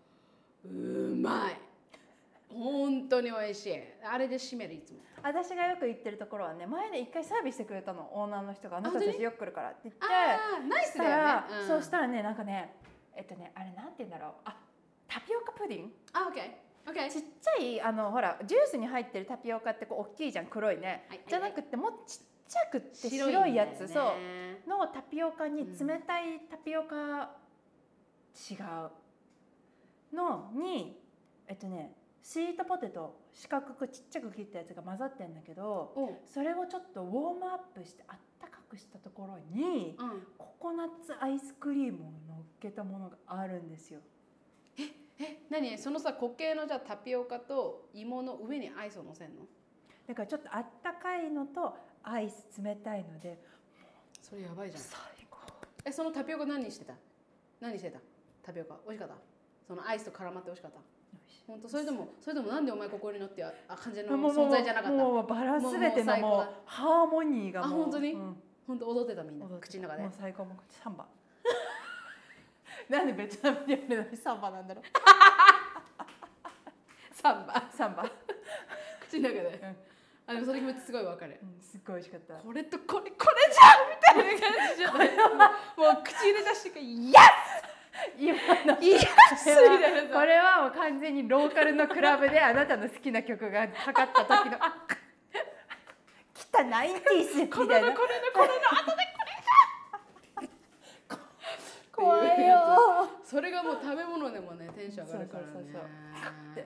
[SPEAKER 2] うまい本当に美味しいあれで締めるいつも
[SPEAKER 1] 私がよく行ってるところはね前で一回サービスしてくれたのオーナーの人が「あなた
[SPEAKER 2] 本
[SPEAKER 1] た
[SPEAKER 2] 当
[SPEAKER 1] ちよく来るから」って言って
[SPEAKER 2] ああーナイ
[SPEAKER 1] し
[SPEAKER 2] スだ
[SPEAKER 1] た
[SPEAKER 2] よ
[SPEAKER 1] ら
[SPEAKER 2] ね、ん、
[SPEAKER 1] そうしたらねなんかねえっとねあれなんて言うんだろうあタピオカプディン
[SPEAKER 2] あオッケーオッケー
[SPEAKER 1] ちっちゃいあのほらジュースに入ってるタピオカってこう大きいじゃん黒いね
[SPEAKER 2] はい
[SPEAKER 1] じゃなくてもうちっちゃくって白
[SPEAKER 2] んだよ
[SPEAKER 1] い
[SPEAKER 2] ね
[SPEAKER 1] やつそうのタピオカに冷たいタピオカ、違うのにえっとねスイートポテト四角くちっちゃく切ったやつが混ざってんだけど
[SPEAKER 2] おう
[SPEAKER 1] それをちょっとウォームアップしてあったかくしたところに
[SPEAKER 2] うん
[SPEAKER 1] ココナッツアイスクリームを乗っけたものがあるんですよ。
[SPEAKER 2] え何そのさ固形のじゃあタピオカと芋の上にアイスをのせんの
[SPEAKER 1] だからちょっとあったかいのとアイス冷たいので
[SPEAKER 2] それやばいじゃん
[SPEAKER 1] 最高
[SPEAKER 2] えそのタピオカ何にしてた何してたタピオカ美味しかったそのアイスと絡まって美味しかった本当それでもそれでもなんでお前ここにいるのってああ感じの存在じゃなかった
[SPEAKER 1] もうバラすべての
[SPEAKER 2] もうもう
[SPEAKER 1] もうハーモニーがもう
[SPEAKER 2] あ本当に
[SPEAKER 1] うん
[SPEAKER 2] 本当踊ってたみんな
[SPEAKER 1] 踊って
[SPEAKER 2] 口の中で
[SPEAKER 1] もう最高もうサンバ なんでベトナムでやるのにサンバなんだろう
[SPEAKER 2] サンバ
[SPEAKER 1] サンバ、
[SPEAKER 2] 口の中で、
[SPEAKER 1] ん
[SPEAKER 2] あでもそれ気持ちすごいわかる
[SPEAKER 1] うん、すっごい美味しかった
[SPEAKER 2] これとこれこれじゃんみたいな感じじゃないもうもう口入れた瞬間イヤ
[SPEAKER 1] 今の
[SPEAKER 2] ッイヤッ
[SPEAKER 1] こ
[SPEAKER 2] ス
[SPEAKER 1] れ
[SPEAKER 2] みたい
[SPEAKER 1] は
[SPEAKER 2] な
[SPEAKER 1] こ
[SPEAKER 2] さ
[SPEAKER 1] れはもう完全にローカルのクラブであなたの好きな曲がかかった 時のあ来たナインティースみ
[SPEAKER 2] これ
[SPEAKER 1] たい
[SPEAKER 2] の
[SPEAKER 1] な
[SPEAKER 2] これのこれの
[SPEAKER 1] 怖いよ
[SPEAKER 2] それがもう食べ物でもねテンション上がるからね
[SPEAKER 1] そうそうそ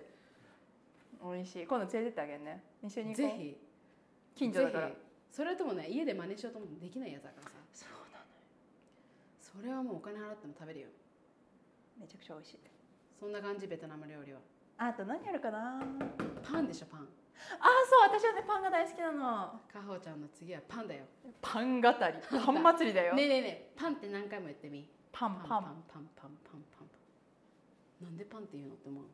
[SPEAKER 1] う 美味しい今度連れてってあげるね一緒に行こ
[SPEAKER 2] ぜ
[SPEAKER 1] う
[SPEAKER 2] ひ
[SPEAKER 1] 近所だから
[SPEAKER 2] ぜひそれともね家で真似しようと思ってもできないやつだからさ
[SPEAKER 1] そうなの
[SPEAKER 2] それはもうお金払っても食べるよ
[SPEAKER 1] めちゃくちゃ美味しい
[SPEAKER 2] そんな感じベトナム料理は
[SPEAKER 1] あと何やるかなあ
[SPEAKER 2] パンでしょパン
[SPEAKER 1] そう私はねパンが大好きなの
[SPEAKER 2] かほちゃんの次はパンだよ
[SPEAKER 1] パン語りパン祭りだよ、
[SPEAKER 2] ねえねえねえパンって何回も言ってみ
[SPEAKER 1] パ
[SPEAKER 2] パ
[SPEAKER 1] ンパン
[SPEAKER 2] パンパンパンパンパンパンなんでパンって言うのって思う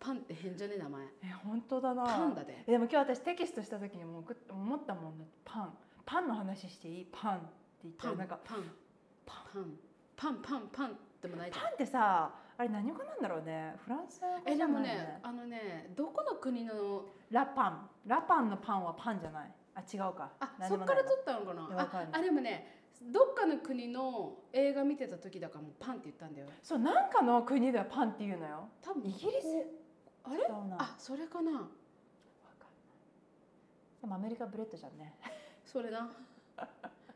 [SPEAKER 2] パンって変じゃねえ名前
[SPEAKER 1] え本当だな
[SPEAKER 2] パンだで
[SPEAKER 1] えでも今日私テキストした時にもう送っ思ったもんだパンパンの話していいパンって言った
[SPEAKER 2] パ
[SPEAKER 1] ら
[SPEAKER 2] ン
[SPEAKER 1] なんか
[SPEAKER 2] パンパンパンパンパンってもないじ
[SPEAKER 1] パ
[SPEAKER 2] ゃん
[SPEAKER 1] ンってさあれ何語なんだろうねフランス語じゃない
[SPEAKER 2] えで
[SPEAKER 1] よ
[SPEAKER 2] もねあのねどこの国の
[SPEAKER 1] ラパンラパンのパンはパンじゃないあ違うか
[SPEAKER 2] あ
[SPEAKER 1] 何
[SPEAKER 2] そ
[SPEAKER 1] で
[SPEAKER 2] っ
[SPEAKER 1] も
[SPEAKER 2] か
[SPEAKER 1] ない
[SPEAKER 2] ら
[SPEAKER 1] わ
[SPEAKER 2] 撮ったのか
[SPEAKER 1] いや
[SPEAKER 2] な
[SPEAKER 1] わかん
[SPEAKER 2] あ
[SPEAKER 1] ない
[SPEAKER 2] あでもねどっかの国の映画見てた時だからもうパンって言ったんだよ
[SPEAKER 1] そうなんかの国ではパンって言うのよ
[SPEAKER 2] 多分
[SPEAKER 1] イギリス
[SPEAKER 2] あれ
[SPEAKER 1] 違うなわかんない
[SPEAKER 2] あそれかな
[SPEAKER 1] でもアメリカブレッドじゃんね
[SPEAKER 2] それな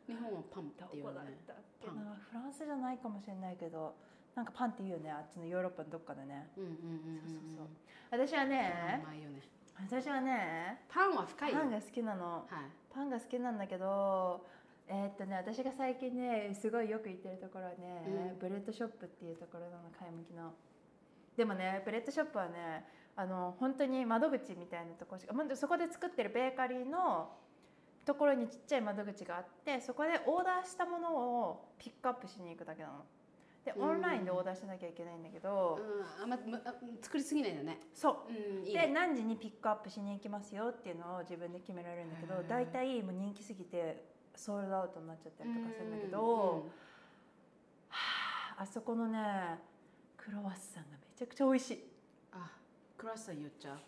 [SPEAKER 2] 日本はパンって
[SPEAKER 1] ど
[SPEAKER 2] 言
[SPEAKER 1] こ
[SPEAKER 2] う
[SPEAKER 1] だ
[SPEAKER 2] ね
[SPEAKER 1] ったっけ
[SPEAKER 2] パン
[SPEAKER 1] なフランスじゃないかもしれないけどなんかパンって言うよねあっちのヨーロッパのどっかでね
[SPEAKER 2] うんうんうんん
[SPEAKER 1] そうそうそう私は
[SPEAKER 2] パン
[SPEAKER 1] ね
[SPEAKER 2] うまいよね
[SPEAKER 1] 私はね
[SPEAKER 2] パンは深いよ
[SPEAKER 1] パ
[SPEAKER 2] は
[SPEAKER 1] ン
[SPEAKER 2] い
[SPEAKER 1] が好きなのパンが好きなんだけどえーっとね私が最近ねすごいよく行ってるところはね、
[SPEAKER 2] うん
[SPEAKER 1] ブレッドショップっていうところなの買い向きのでもねブレッドショップはねあの本当に窓口みたいなとこしかまそこで作ってるベーカリーのところにちっちゃい窓口があってそこでオーダーしたものをピックアップしに行くだけなの。で
[SPEAKER 2] うん
[SPEAKER 1] オンラインでオーダーしなきゃいけないんだけど、
[SPEAKER 2] うんあんまむあ作りすぎないんだね
[SPEAKER 1] そう
[SPEAKER 2] うんいい
[SPEAKER 1] で
[SPEAKER 2] ね
[SPEAKER 1] 何時にピックアップしに行きますよっていうのを自分で決められるんだけ
[SPEAKER 2] へ
[SPEAKER 1] ど
[SPEAKER 2] ー
[SPEAKER 1] 大体もう人気すぎてソールドアウトになっちゃったりとかするんだけど、はああそこのねクロワッサンがめちゃくちゃ美味しい、
[SPEAKER 2] うんあクロワッサン言っちゃう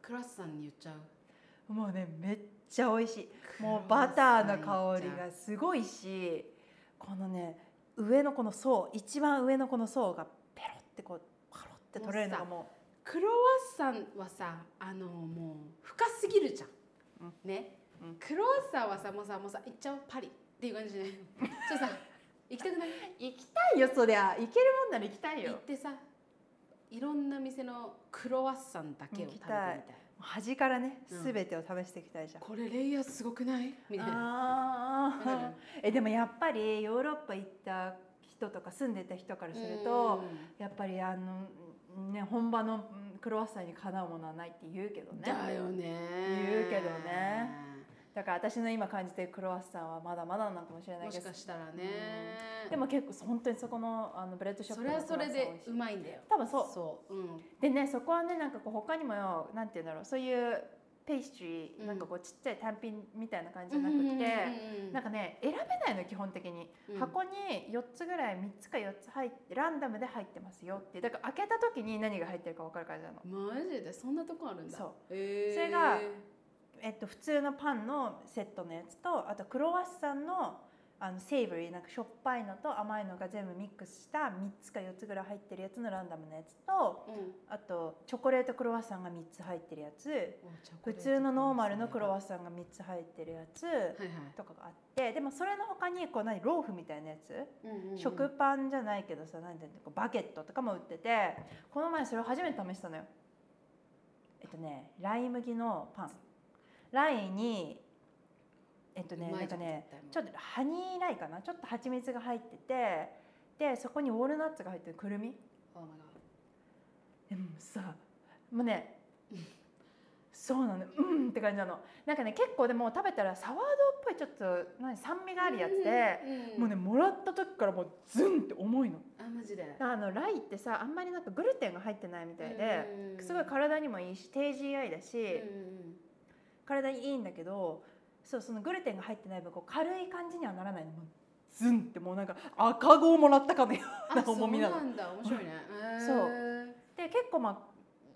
[SPEAKER 2] クロワッサン言っちゃう
[SPEAKER 1] もうねめっちゃ美味しいもう
[SPEAKER 2] クロワ
[SPEAKER 1] バ
[SPEAKER 2] ッ
[SPEAKER 1] タ
[SPEAKER 2] サン
[SPEAKER 1] ーの香りがすごいしこのね上のこの層一番上のこの層がペロってこうパロって取れるのがも
[SPEAKER 2] クロワッサンはさあのもう深すぎるじゃん、
[SPEAKER 1] うん
[SPEAKER 2] ね、
[SPEAKER 1] うん
[SPEAKER 2] クロワッサンはさもうさもうさ行っちゃおうパリっていう感じでち ょっとさ行きたくないう
[SPEAKER 1] 行きたいよそりゃ行けるもんなら行きたい
[SPEAKER 2] 行
[SPEAKER 1] よ
[SPEAKER 2] ってさいろんな店のクロワッサンだけを食べてみたい
[SPEAKER 1] 行き端からね
[SPEAKER 2] うん
[SPEAKER 1] 全てを試していきたいじゃん
[SPEAKER 2] これレイヤーすごくないみたいな
[SPEAKER 1] あ
[SPEAKER 2] わか
[SPEAKER 1] あ
[SPEAKER 2] る
[SPEAKER 1] えでもやっぱりヨーロッパ行った人とか住んでた人からするとやっぱりあのね本場のうんクロワッサンにかなうものはないって言うけど
[SPEAKER 2] うん
[SPEAKER 1] ね
[SPEAKER 2] だよね
[SPEAKER 1] 言うけどねだから私の今感じてるクロワッサンはまだまだなのかもしれない
[SPEAKER 2] も
[SPEAKER 1] け
[SPEAKER 2] し
[SPEAKER 1] ど
[SPEAKER 2] かしたらね
[SPEAKER 1] でも結構本当にそこのあのブレッドショッ
[SPEAKER 2] そ
[SPEAKER 1] プ
[SPEAKER 2] れ
[SPEAKER 1] のクロワ
[SPEAKER 2] は
[SPEAKER 1] ッサン
[SPEAKER 2] そ
[SPEAKER 1] 美味
[SPEAKER 2] れ
[SPEAKER 1] しい
[SPEAKER 2] でうまいんだよ
[SPEAKER 1] 多分そう
[SPEAKER 2] そう、うん、
[SPEAKER 1] でねそこはねなんかこう他にもよなんて言うんだろうそういうペイストリ
[SPEAKER 2] う
[SPEAKER 1] ー
[SPEAKER 2] ん
[SPEAKER 1] なんかこうちっちゃい単品みたいな感じじゃなくて、なん
[SPEAKER 2] か
[SPEAKER 1] かね選べないの基本的に、箱に4つぐらい3つか4つ入ってランダムで入ってますよってだから開けた時に何が入ってるか分かるからじゃの、
[SPEAKER 2] マジでそんなとこあるんだ
[SPEAKER 1] そう
[SPEAKER 2] へー
[SPEAKER 1] それがえっと、普通のパンのセットのやつとあとクロワッサンのあのセイブリーなんかしょっぱいのと甘いのが全部ミックスした3つか4つぐらい入ってるやつのランダムのやつと
[SPEAKER 2] うん
[SPEAKER 1] あとチョコレートクロワッサンが3つ入ってるやつ
[SPEAKER 2] おチョコ
[SPEAKER 1] 普
[SPEAKER 2] レート
[SPEAKER 1] 通のノーマルのクロ
[SPEAKER 2] ッ
[SPEAKER 1] ワッサンが3つ入ってるやつ
[SPEAKER 2] サンはい
[SPEAKER 1] とかがあってでもそれの他にこう何ローフみたいなやつ、
[SPEAKER 2] はいうんうんうん
[SPEAKER 1] 食パンじゃないけどさ何ていうのこうバゲットとかも売っててこの前それを初めて試したのよえっとねライ麦のパンライにえっとね
[SPEAKER 2] うま
[SPEAKER 1] ないん
[SPEAKER 2] じ
[SPEAKER 1] か
[SPEAKER 2] ゃん
[SPEAKER 1] ね
[SPEAKER 2] 絶対もう
[SPEAKER 1] ちょっとハニーライかなちょっと蜂蜜が入っててでそこにウォールナッツが入ってるくるみ
[SPEAKER 2] お前が
[SPEAKER 1] でもさもうねそうなのうんって感じなのなんかね結構でも食べたらサワードっぽいちょっと何酸味があるやつで、
[SPEAKER 2] うん
[SPEAKER 1] もうねもらった時からもうズンって重いの
[SPEAKER 2] あマジで
[SPEAKER 1] あのライってさあんまりなんかグルテンが入ってないみたいで、
[SPEAKER 2] うん
[SPEAKER 1] すごい体にもいいし低 GI だし、
[SPEAKER 2] うんうん
[SPEAKER 1] 体にいいんだけどそうそのグルテンが入ってない分こう軽い感じにはならないのもうズンってもうなんか赤子をもらったかのよ
[SPEAKER 2] あそ
[SPEAKER 1] 重
[SPEAKER 2] う
[SPEAKER 1] みなの
[SPEAKER 2] なんだ面白い ね
[SPEAKER 1] そう
[SPEAKER 2] へ
[SPEAKER 1] で結構まあ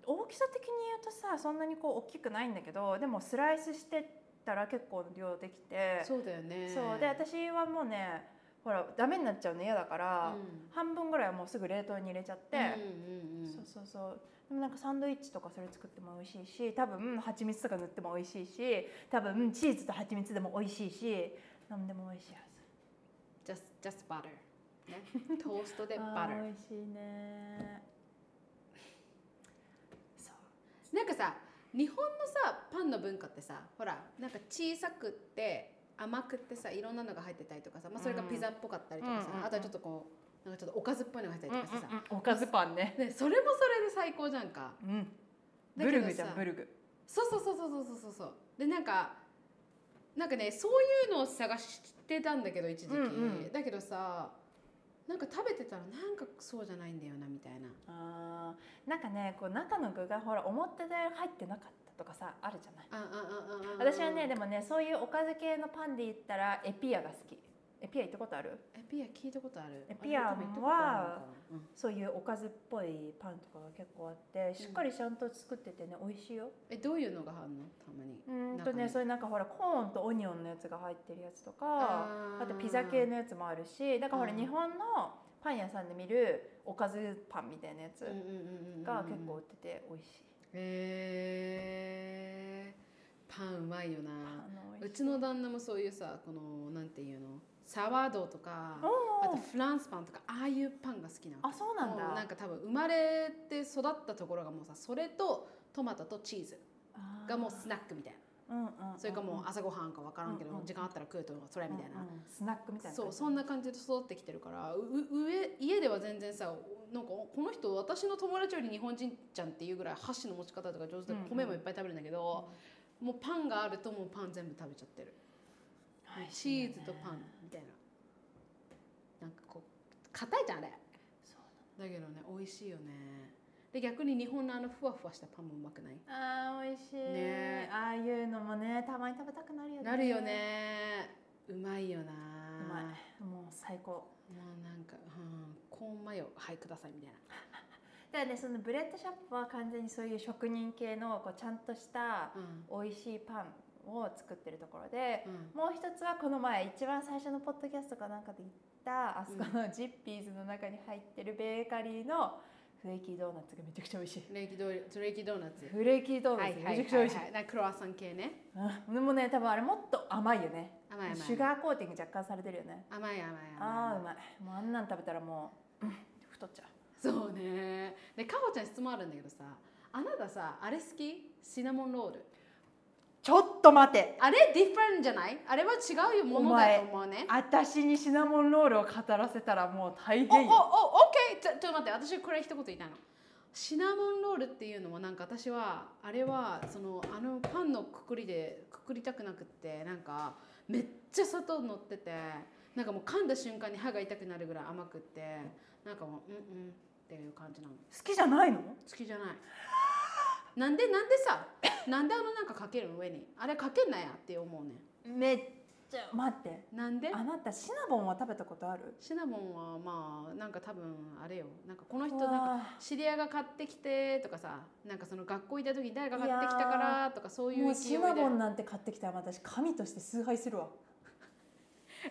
[SPEAKER 1] 大きさ的に言うとさそんなにこう大きくないんだけどでもスライスしてったら結構量できて
[SPEAKER 2] ーそうだよね
[SPEAKER 1] そうで私はもうねほらダメになっちゃうの嫌だから、
[SPEAKER 2] うん
[SPEAKER 1] 半分ぐらいはもうすぐ冷凍に入れちゃって。
[SPEAKER 2] うんうんうん
[SPEAKER 1] そうそうそうでもなんかサンドイッチとかそれ作っても美味しいし多分蜂蜜とか塗っても美味しいし多分チーズと蜂蜜でも美味しいし何でも美味しいはず
[SPEAKER 2] just just butter ねトーストで
[SPEAKER 1] あ
[SPEAKER 2] butter
[SPEAKER 1] ー美味しいねそう
[SPEAKER 2] なんかさ日本のさパンの文化ってさほらなんか小さくって甘くってさいろんなのが入ってたりとかさ、まあ、それがピザっぽかったりとか
[SPEAKER 1] うん
[SPEAKER 2] さ、
[SPEAKER 1] うんうん
[SPEAKER 2] あとはちょっとこうなんかちょっとおかずっぽいのが入ったりとかしてさ、
[SPEAKER 1] おかずパンね
[SPEAKER 2] ね、それもそれで最高じゃんか
[SPEAKER 1] うん
[SPEAKER 2] だ
[SPEAKER 1] ブ
[SPEAKER 2] けどさ
[SPEAKER 1] ルグじゃんブルグ
[SPEAKER 2] そうそうそうそうそうそうそうでなんかなんかねそういうのを探してたんだけど一時期、
[SPEAKER 1] うんうん
[SPEAKER 2] だけどさなんか食べてたらなんかそうじゃないんだよなみたいな
[SPEAKER 1] あーなんかねこう中の具がほら思ってたより入ってなかったとかさあるじゃない
[SPEAKER 2] うんうんうんうん
[SPEAKER 1] 私はねでもねそういうおかず系のパンで言ったらエピアが好きエピア行ったことある
[SPEAKER 2] エピア聞いたことある
[SPEAKER 1] エピア
[SPEAKER 2] あれ多分行ったことあるのかなうん
[SPEAKER 1] そういうおかずっぽいパンとかが結構あってしっかりちゃんと作っててね美味しいよ
[SPEAKER 2] えどういうのがあるのたまに
[SPEAKER 1] うんと
[SPEAKER 2] 中に
[SPEAKER 1] ねそういうなんかほらコーンとオニオンのやつが入ってるやつとかあとピザ系のやつもあるしだからほら
[SPEAKER 2] うん
[SPEAKER 1] 日本のパン屋さんで見るおかずパンみたいなやつ
[SPEAKER 2] うんうんうんうん
[SPEAKER 1] が結構売ってて美味しい
[SPEAKER 2] へえパンうまいよ
[SPEAKER 1] パ
[SPEAKER 2] な
[SPEAKER 1] ンの美味
[SPEAKER 2] う
[SPEAKER 1] しい
[SPEAKER 2] ちの旦那もそういうさこのなんていうのサワードとか
[SPEAKER 1] お
[SPEAKER 2] あ
[SPEAKER 1] ー
[SPEAKER 2] とフランスパンとかああいうパンが好きなの
[SPEAKER 1] あそうなんだ
[SPEAKER 2] もうなんか多分生まれて育ったところがもうさそれとトマトとチーズ
[SPEAKER 1] あー
[SPEAKER 2] がもうスナックみたい
[SPEAKER 1] うんうん
[SPEAKER 2] なそれかもう朝ごはんか分からんけど
[SPEAKER 1] うんうん
[SPEAKER 2] 時間あったら食うとそれみたいな
[SPEAKER 1] うんうんスナックみたいな
[SPEAKER 2] そう
[SPEAKER 1] 感じ
[SPEAKER 2] そんな感じで育ってきてるからうう上家では全然さなんかこの人私の友達より日本人じゃんっていうぐらい箸の持ち方とか上手で
[SPEAKER 1] うんうん
[SPEAKER 2] 米もいっぱい食べるんだけど、もうパンがあるともうパン全部食べちゃってる、
[SPEAKER 1] はい
[SPEAKER 2] チーズとパンみたいななんかこう硬いじゃんあれ
[SPEAKER 1] そ
[SPEAKER 2] だけどね美味しいよねで逆に日本のあのふわふわしたパンもうまくない
[SPEAKER 1] あー美味しい、
[SPEAKER 2] ね
[SPEAKER 1] ああいうのもねたまに食べたくなるよね
[SPEAKER 2] なるよねうまいよな
[SPEAKER 1] うまいもう最高
[SPEAKER 2] もうなんか、うん、コーンマヨはいくださいみたいな
[SPEAKER 1] だからねそのブレッドショップは完全にそういう職人系のこうちゃんとした
[SPEAKER 2] うん
[SPEAKER 1] 美味しいパンを作ってるところで
[SPEAKER 2] うん
[SPEAKER 1] もう一つはこの前一番最初のポッドキャストかなんかで言ったあそこのジッピーズの中に入ってるベーカリーのフレーキードーナツがめちゃくちゃ美味しい
[SPEAKER 2] フレーキドーフレーキドーナツ。
[SPEAKER 1] フレーキードー
[SPEAKER 2] は
[SPEAKER 1] ナ
[SPEAKER 2] い
[SPEAKER 1] ツ
[SPEAKER 2] はい
[SPEAKER 1] が
[SPEAKER 2] は
[SPEAKER 1] めち
[SPEAKER 2] い
[SPEAKER 1] ゃくちゃ美
[SPEAKER 2] はい
[SPEAKER 1] 味しい、
[SPEAKER 2] なんかクロワッサン系ね。
[SPEAKER 1] うんでもね多分あれもっと甘いよね
[SPEAKER 2] 甘い甘い。
[SPEAKER 1] シュガーコーティング若干されてるよね
[SPEAKER 2] 甘い甘い甘い。
[SPEAKER 1] あーうまいもうあんなん食べたらもう、うん太っちゃう
[SPEAKER 2] そうね。で、かほちゃん質問あるんだけどさ、あなたさ、あれ好きシナモンロール。
[SPEAKER 1] ちょっと待て
[SPEAKER 2] あれディフェンじゃないあれは違うよものだと思うね。
[SPEAKER 1] 私にシナモンロールを語らせたらもう大
[SPEAKER 2] おおお
[SPEAKER 1] 変よ
[SPEAKER 2] オッケーちょちょっと待って私これ一言言いたいのシナモンロールっていうのはなんか私はあれはそのあのパンのくくりでくくりたくなくってなんかめっちゃ砂糖乗っててなんかもう噛んだ瞬間に歯が痛くなるぐらい甘くってなんかもううんうんっていう感じなの
[SPEAKER 1] 好きじゃないの
[SPEAKER 2] 好きじゃないなんでなんでさ なんであのなんかかけるの上にあれかけんなやって思うね
[SPEAKER 1] めっちゃ待って
[SPEAKER 2] なんで
[SPEAKER 1] あなたシナモンは食べたことある
[SPEAKER 2] シナモンはまあなんか多分あれよなんかこの人なんか
[SPEAKER 1] わ
[SPEAKER 2] 知り合いが買ってきてとかさなんかその学校行った時に誰か買ってきたからとかそう
[SPEAKER 1] あ
[SPEAKER 2] い
[SPEAKER 1] も
[SPEAKER 2] う
[SPEAKER 1] う
[SPEAKER 2] 勢
[SPEAKER 1] シ
[SPEAKER 2] いで
[SPEAKER 1] ナモンなんて買ってきたら私神として崇拝するわ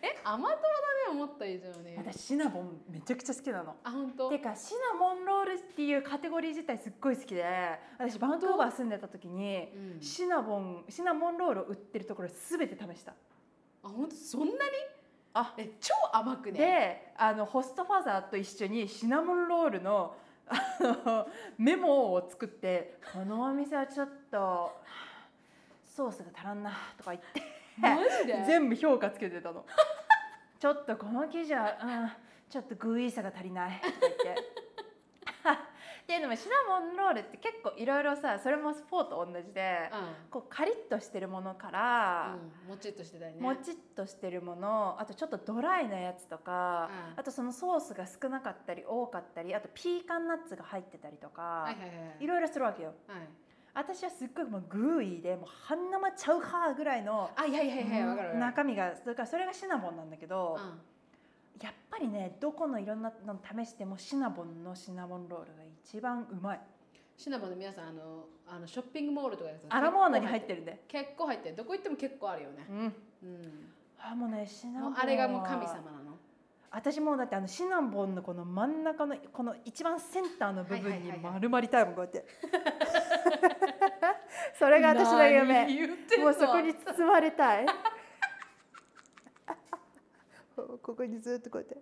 [SPEAKER 2] え甘党だね思った以上に
[SPEAKER 1] 私シナモンめちゃくちゃ好きなの
[SPEAKER 2] あ本当
[SPEAKER 1] てかシナモンロールっていうカテゴリー自体すっごい好きで私バンクーバー住んでた時に
[SPEAKER 2] うん、
[SPEAKER 1] シナモンシナモンロールを売ってるところすべて試した
[SPEAKER 2] あ本当そんなに
[SPEAKER 1] あ
[SPEAKER 2] え超甘くね
[SPEAKER 1] であのホストファザーと一緒にシナモンロールのあのメモを作って「このお店はちょっとソースが足らんな」とか言って
[SPEAKER 2] マジで
[SPEAKER 1] 全部評価つけてたのちょっとこの生地は、うん、ちょっとグイーさが足りないとか言って っていうのもシナモンロールって結構いろいろさそれもスポーツと同じでこうカリッとしてるものから、
[SPEAKER 2] うん、うん、もちっとしてたよね
[SPEAKER 1] もちっとしてるものあとちょっとドライなやつとか、
[SPEAKER 2] うん
[SPEAKER 1] あとそのソースが少なかったり多かったりあとピーカンナッツが入ってたりとか、
[SPEAKER 2] はいはい
[SPEAKER 1] い
[SPEAKER 2] はいはい
[SPEAKER 1] ろいろするわけよ
[SPEAKER 2] はい
[SPEAKER 1] 私はすっごいもうグーイーでもう半生ちゃうはーぐらいの、
[SPEAKER 2] あいやいやいやいやわかるわかる
[SPEAKER 1] 中身がそれからそれがシナモンなんだけど、やっぱりねどこのいろんなの試してもシナモンのシナモンロールが一番うまい
[SPEAKER 2] うん、シナモンの皆さんあのあのショッピングモールとかでさ
[SPEAKER 1] アラモーナに入っ
[SPEAKER 2] 結
[SPEAKER 1] てるんで、
[SPEAKER 2] 構入って結構入ってるどこ行っても結構あるよね
[SPEAKER 1] うん、
[SPEAKER 2] うん
[SPEAKER 1] あもうねシナモ
[SPEAKER 2] も
[SPEAKER 1] ン
[SPEAKER 2] う
[SPEAKER 1] は
[SPEAKER 2] あれがもう神様なの
[SPEAKER 1] 私もうだってあのシナモンのこの真ん中のこの一番センターの部分に
[SPEAKER 2] はいはいはいはい
[SPEAKER 1] 丸まりたいもんこうや ってそれが私の夢
[SPEAKER 2] 何言ってんの
[SPEAKER 1] もうそこに包まれ たいここにずっとこうやって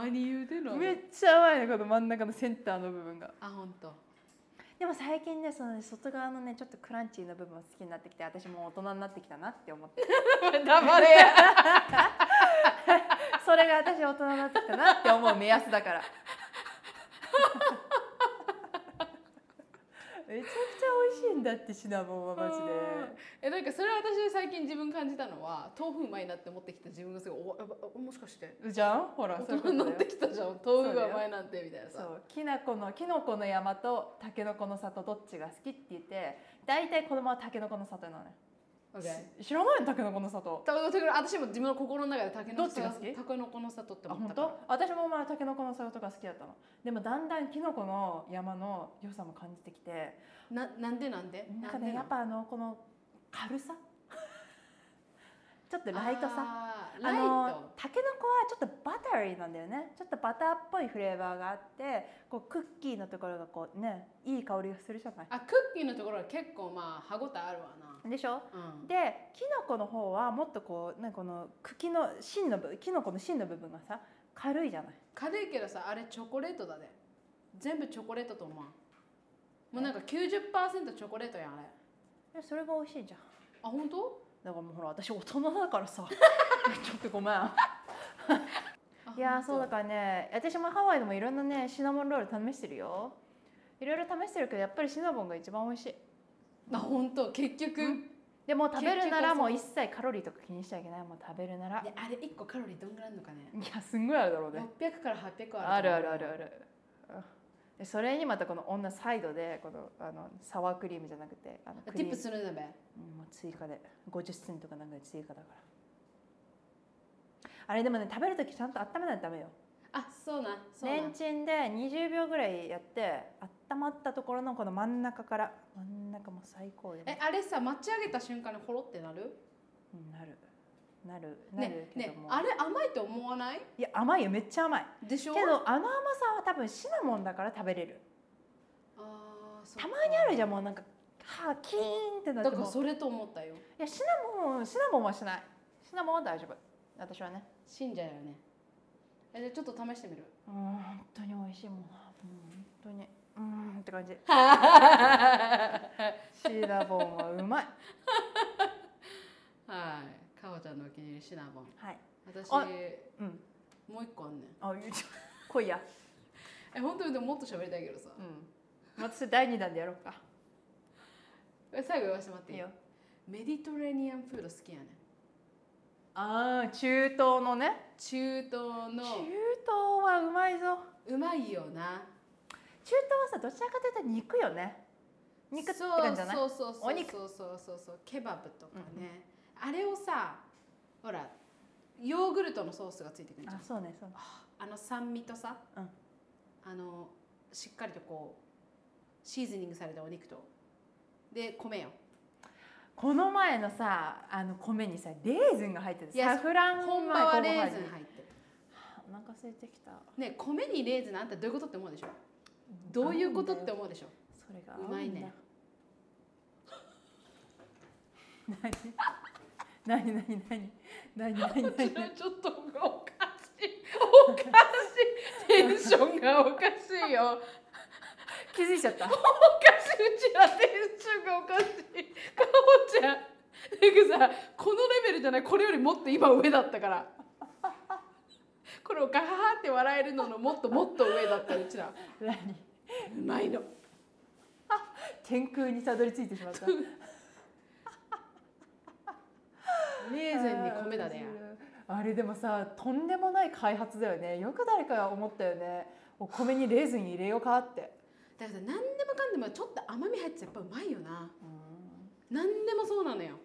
[SPEAKER 2] 何言うてんの
[SPEAKER 1] めっちゃ甘いねこの真ん中のセンターの部分が
[SPEAKER 2] あ本当。
[SPEAKER 1] でも最近ねその外側のねちょっとクランチーな部分を好きになってきて私もう大人になってきたなって思って
[SPEAKER 2] 黙れや。
[SPEAKER 1] それが私大人になってきたな って思う目安だからめちゃくちゃ美味しいんだってシナモンはマジで
[SPEAKER 2] えなんかそれは私最近自分感じたのは豆腐うまいなって持ってきた自分がすごいおやばおもしかして
[SPEAKER 1] じゃんほらそうい
[SPEAKER 2] 大
[SPEAKER 1] うこと
[SPEAKER 2] 人に
[SPEAKER 1] だよ
[SPEAKER 2] なってきたじゃん豆腐がうまいなんてみたいな
[SPEAKER 1] そ
[SPEAKER 2] さ
[SPEAKER 1] うきなこのきのこの山とたけのこの里どっちが好きって言って大体子供はたけのこの里なのよ
[SPEAKER 2] OK
[SPEAKER 1] し知らないのたけのこの里
[SPEAKER 2] ただから私も自分の心の中でタケノコ
[SPEAKER 1] どっちが好き
[SPEAKER 2] タケノコの里って
[SPEAKER 1] あ
[SPEAKER 2] 思っ
[SPEAKER 1] 本
[SPEAKER 2] たから
[SPEAKER 1] 当私もまあたけのこの里が好きだったのでもだんだんきのこの山の良さも感じてきて
[SPEAKER 2] ななんでなんで
[SPEAKER 1] なん
[SPEAKER 2] な
[SPEAKER 1] か
[SPEAKER 2] んで
[SPEAKER 1] ねやっぱあのこの軽さ ちょっとライトさ
[SPEAKER 2] あー
[SPEAKER 1] あ
[SPEAKER 2] ライ
[SPEAKER 1] の
[SPEAKER 2] ト
[SPEAKER 1] たけのこはちょっとバタリーなんだよねちょっとバターっぽいフレーバーがあってこうクッキーのところがこうねいい香りがするじゃない
[SPEAKER 2] あクッキーのところは結構まあ歯ごたえあるわな
[SPEAKER 1] でしょ
[SPEAKER 2] うん
[SPEAKER 1] でキノコの方はもっとこうなんかこの茎の芯の部分キノコの芯の部分がさ軽いじゃない
[SPEAKER 2] 軽いけどさあれチョコレートだね全部チョコレートと思わんもうなんか90%チョコレートやんあれ
[SPEAKER 1] でそれが美味しいじゃん
[SPEAKER 2] あ本当
[SPEAKER 1] だからもうほら私大人だからさ ちょっとごめん
[SPEAKER 2] あ
[SPEAKER 1] いやーそうだ
[SPEAKER 2] 本
[SPEAKER 1] からね私もハワイでもいろんなねシナモンロール試してるよいろいろ試してるけどやっぱりシナモンが一番美味しい
[SPEAKER 2] 当あ本当結局、
[SPEAKER 1] うんでもう食べるなら
[SPEAKER 2] 結局
[SPEAKER 1] もう一切カロリーとか気にしちゃいけないもう食べるならい
[SPEAKER 2] であれ1個カロリーどんぐらいあるのかね
[SPEAKER 1] やすんごいあるだろうね
[SPEAKER 2] 600から800は
[SPEAKER 1] あ
[SPEAKER 2] ある
[SPEAKER 1] るあるあるあるうんでそれにまたこの女サイドでこのあのサワークリームじゃなくてあの
[SPEAKER 2] あ
[SPEAKER 1] ク
[SPEAKER 2] テ
[SPEAKER 1] リ
[SPEAKER 2] ィ
[SPEAKER 1] ー
[SPEAKER 2] ッ
[SPEAKER 1] ム
[SPEAKER 2] プするんだべ
[SPEAKER 1] うんもう追加で50セントかなんかで追加だからあれでもね食べる時ちゃんと温めないとダメよ
[SPEAKER 2] あそうなそうな
[SPEAKER 1] レンチンで20秒ぐらいやって温まったところのこの真ん中から真ん中も最高よ
[SPEAKER 2] えあれさ待ち上げた瞬間にほろってなる
[SPEAKER 1] うんなるなるな
[SPEAKER 2] ね
[SPEAKER 1] るけど
[SPEAKER 2] ね
[SPEAKER 1] も、
[SPEAKER 2] あれ甘いと思わない
[SPEAKER 1] いや甘いよめっちゃ甘い
[SPEAKER 2] でし
[SPEAKER 1] け
[SPEAKER 2] ょ
[SPEAKER 1] どあの甘さは多分シナモンだから食べれる
[SPEAKER 2] あーそっか
[SPEAKER 1] たまにあるじゃんもうなんか歯キーンってなって
[SPEAKER 2] だから
[SPEAKER 1] もう
[SPEAKER 2] それと思ったよ
[SPEAKER 1] いやシナモンシナモンはしないシナモンは大丈夫私はね
[SPEAKER 2] 信者だよねえじゃあちょっと試してみる
[SPEAKER 1] うん本当に美味しいもんなうん本当にうーんって 感じシナボンはうまい
[SPEAKER 2] はいかおちゃんのお気に入りシナモン
[SPEAKER 1] はい
[SPEAKER 2] 私
[SPEAKER 1] あうん
[SPEAKER 2] もう一個あんねん
[SPEAKER 1] あ言うちょ来いや
[SPEAKER 2] え本当にでももっと喋りたいけどさ
[SPEAKER 1] うん私第二弾でやろうか
[SPEAKER 2] え最後言わせてもらってい
[SPEAKER 1] いい
[SPEAKER 2] い
[SPEAKER 1] よ
[SPEAKER 2] メディトレーニアンフード好きやねん
[SPEAKER 1] ああ中東のね
[SPEAKER 2] 中東
[SPEAKER 1] 中
[SPEAKER 2] の
[SPEAKER 1] 東はうまいぞ
[SPEAKER 2] うまいよな
[SPEAKER 1] 中東はさどちらかというと肉よね肉って
[SPEAKER 2] そう
[SPEAKER 1] 感じじゃない
[SPEAKER 2] そうそうそう
[SPEAKER 1] お肉
[SPEAKER 2] そうそうそうそうケバブとかね、あれをさほらヨーグルトのソースがついてくるじゃん
[SPEAKER 1] あそうねそうね
[SPEAKER 2] あの酸味とさ、
[SPEAKER 1] うん
[SPEAKER 2] あのしっかりとこうシーズニングされたお肉とで米よ
[SPEAKER 1] この前のさあの米にさレーズンが入って
[SPEAKER 2] い
[SPEAKER 1] て
[SPEAKER 2] や
[SPEAKER 1] サフラン
[SPEAKER 2] 本場はレーズン入ってる
[SPEAKER 1] お腹空いてきた
[SPEAKER 2] ね米にレーズンあんたどういうことって思うでしょどういうことって思うでしょ
[SPEAKER 1] それが
[SPEAKER 2] うまいね
[SPEAKER 1] 何何何何何何
[SPEAKER 2] こ
[SPEAKER 1] 何
[SPEAKER 2] ちらちょっとおかしいおかしいテンションがおかしいよ
[SPEAKER 1] 気づいちゃった
[SPEAKER 2] おかしいうちらテンションがおかしいかおちゃんなんかさこのレベルじゃないこれよりもっと今上だったからこれをガハハって笑えるののもっともっと上だったうちらう
[SPEAKER 1] 何
[SPEAKER 2] まいの
[SPEAKER 1] 天空にたどり着いてしまった
[SPEAKER 2] レーズンに米だね
[SPEAKER 1] あれでもさとんでもない開発だよねよく誰かが思ったよねお米にレーズン入れようかって
[SPEAKER 2] だからさ何でもかんでもちょっと甘み入ってたらやっぱうまいよな何でもそうなのよ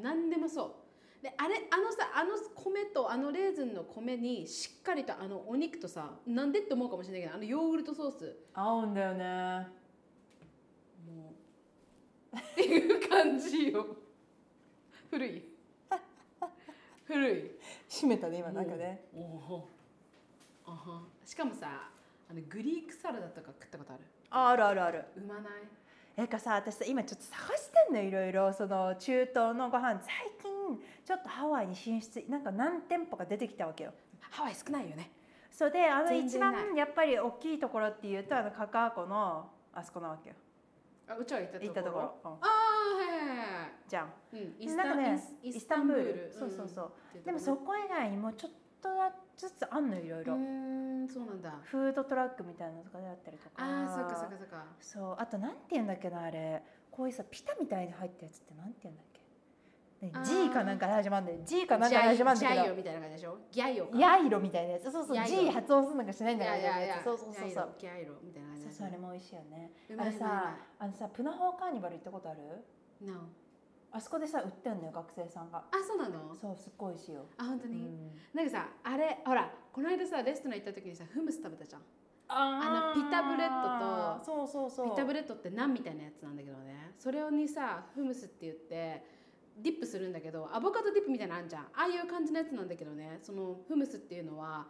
[SPEAKER 2] 何でもそうであれあのさあの米とあのレーズンの米にしっかりとあのお肉とさなんでって思うかもしれないけどあのヨーグルトソース
[SPEAKER 1] 合うんだよね
[SPEAKER 2] もうっていう感じよ古い古い
[SPEAKER 1] 締めたね今なんかね
[SPEAKER 2] おおあはしかもさあのグリークサラダとか食ったことある
[SPEAKER 1] ああるあるある
[SPEAKER 2] うまない
[SPEAKER 1] えかさ私さ今ちょっと探してんのいろいろその中東のご飯最近ちょっとハワイに進出なんか何店舗か出てきたわけよ
[SPEAKER 2] ハワイ少ないよね
[SPEAKER 1] そうであの
[SPEAKER 2] 全
[SPEAKER 1] 一
[SPEAKER 2] 然ない
[SPEAKER 1] 番やっぱり大きいところっていうとあのカカアコのあそこなわけよ
[SPEAKER 2] あうちは行ったとこ
[SPEAKER 1] 行
[SPEAKER 2] ろ
[SPEAKER 1] ったところ、うん
[SPEAKER 2] ああはいはいはいはい
[SPEAKER 1] じゃん
[SPEAKER 2] うん、
[SPEAKER 1] なんかね
[SPEAKER 2] イス
[SPEAKER 1] イスタンブール
[SPEAKER 2] イスタ
[SPEAKER 1] そうそうそう、
[SPEAKER 2] うん
[SPEAKER 1] でもそこ以外にもちょっとずつあんのよいろいろ、
[SPEAKER 2] んそうなんだ
[SPEAKER 1] フードトラックみたいなのとかであったりとか
[SPEAKER 2] あーそっかそっかそっか
[SPEAKER 1] そうあとなんて言うんだっけなあれこういうさピタみたいに入ったやつってなんて言うんだっけ、ね
[SPEAKER 2] あ、ー
[SPEAKER 1] G かなんかで始まるんだよ G かなんかで始まるんだ
[SPEAKER 2] ジャイ
[SPEAKER 1] け
[SPEAKER 2] ロ
[SPEAKER 1] ど
[SPEAKER 2] みたいな感じでしょギャイロか
[SPEAKER 1] ヤイロみたいなやつそうそう
[SPEAKER 2] ヤイロ
[SPEAKER 1] G 発音するなんかしないんだ
[SPEAKER 2] い
[SPEAKER 1] よ
[SPEAKER 2] や
[SPEAKER 1] ね
[SPEAKER 2] いやいや
[SPEAKER 1] そうそうそうそう
[SPEAKER 2] ギャイロギャイロみたいな感じ
[SPEAKER 1] そう
[SPEAKER 2] で
[SPEAKER 1] そうあれも美味しいよね
[SPEAKER 2] うま
[SPEAKER 1] あ
[SPEAKER 2] い
[SPEAKER 1] れ
[SPEAKER 2] うまいう
[SPEAKER 1] さ
[SPEAKER 2] ま
[SPEAKER 1] あのさプナホーカーニバル行ったことある
[SPEAKER 2] い No
[SPEAKER 1] あそこでさ売ってんのよ学生さんが
[SPEAKER 2] あそうなの
[SPEAKER 1] そうすっごい美味しいよ、
[SPEAKER 2] あ本当
[SPEAKER 1] う
[SPEAKER 2] に、
[SPEAKER 1] ん、
[SPEAKER 2] なんかさあれほらこの間さレストラン行った時にさフムス食べたじゃん
[SPEAKER 1] あ
[SPEAKER 2] あのピタブレッ
[SPEAKER 1] トとそうそうそう
[SPEAKER 2] ピタブレットってナンみたいなやつなんだけどねそれをにさフムスって言ってディップするんだけどアボカドディップみたいなのあんじゃんああいう感じのやつなんだけどねそのフムスっていうのは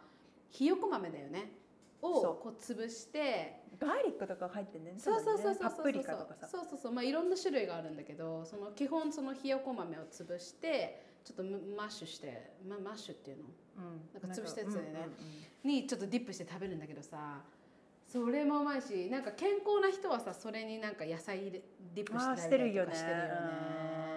[SPEAKER 2] ひよこ豆だよね
[SPEAKER 1] そ
[SPEAKER 2] を
[SPEAKER 1] う
[SPEAKER 2] こう潰して
[SPEAKER 1] ガーリックとか入ってんだよね
[SPEAKER 2] そうそうそうそ
[SPEAKER 1] 多分ね
[SPEAKER 2] う
[SPEAKER 1] パプリカ
[SPEAKER 2] そ
[SPEAKER 1] と
[SPEAKER 2] う
[SPEAKER 1] かさ
[SPEAKER 2] そうそうそうまあいろんな種類があるんだけどその基本そのひよこ豆を潰してちょっとむマッシュして、ま、マッシュっていうの
[SPEAKER 1] うん
[SPEAKER 2] なんか潰したやつだよね
[SPEAKER 1] うんうんうん
[SPEAKER 2] にちょっとディップして食べるんだけどさそれもうまいしなんか健康な人はさそれになんか野菜入れディップ
[SPEAKER 1] あー
[SPEAKER 2] してたりとか
[SPEAKER 1] して
[SPEAKER 2] して
[SPEAKER 1] る
[SPEAKER 2] る
[SPEAKER 1] よ
[SPEAKER 2] よ
[SPEAKER 1] ね
[SPEAKER 2] ね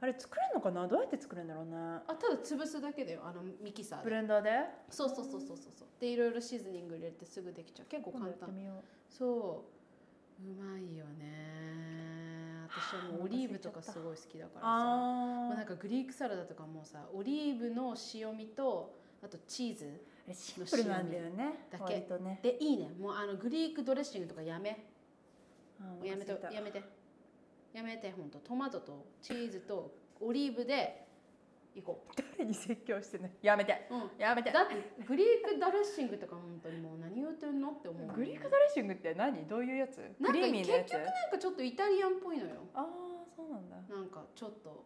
[SPEAKER 1] あれ作れるのかなどうやって作るんだろうね
[SPEAKER 2] あただ潰すだけだよあのミキサー
[SPEAKER 1] ブ
[SPEAKER 2] で
[SPEAKER 1] レンダーで
[SPEAKER 2] そうそうそうそうそうそうでいろいろシーズニング入れてすぐできちゃう結構
[SPEAKER 1] 今度
[SPEAKER 2] 簡
[SPEAKER 1] やって
[SPEAKER 2] 単
[SPEAKER 1] みよう
[SPEAKER 2] そううまいよね私はもうオリーブとかすごい好きだからさ
[SPEAKER 1] あ
[SPEAKER 2] もう
[SPEAKER 1] ー
[SPEAKER 2] なんかグリークサラダとかもさオリーブの塩味とあとチーズ
[SPEAKER 1] あれシンプルなんだよね
[SPEAKER 2] だけ
[SPEAKER 1] 割とね
[SPEAKER 2] でいいねもうあのグリークドレッシングとかやめ
[SPEAKER 1] うん
[SPEAKER 2] やめて
[SPEAKER 1] 忘れた
[SPEAKER 2] やめてやめて本当トマトとチーズとオリーブで行こ
[SPEAKER 1] 誰に説教してねやめて
[SPEAKER 2] う、うん、
[SPEAKER 1] やめて
[SPEAKER 2] だってグリークドレッシングとか本当にもう何言ってんのって思う
[SPEAKER 1] グリークド
[SPEAKER 2] な
[SPEAKER 1] レッシングって何どういうやつ
[SPEAKER 2] なん
[SPEAKER 1] ク
[SPEAKER 2] か
[SPEAKER 1] リーミーなやつ
[SPEAKER 2] 結んかちょっとイタリアンっぽいのよ
[SPEAKER 1] ああそうなんだ
[SPEAKER 2] なんかちょっと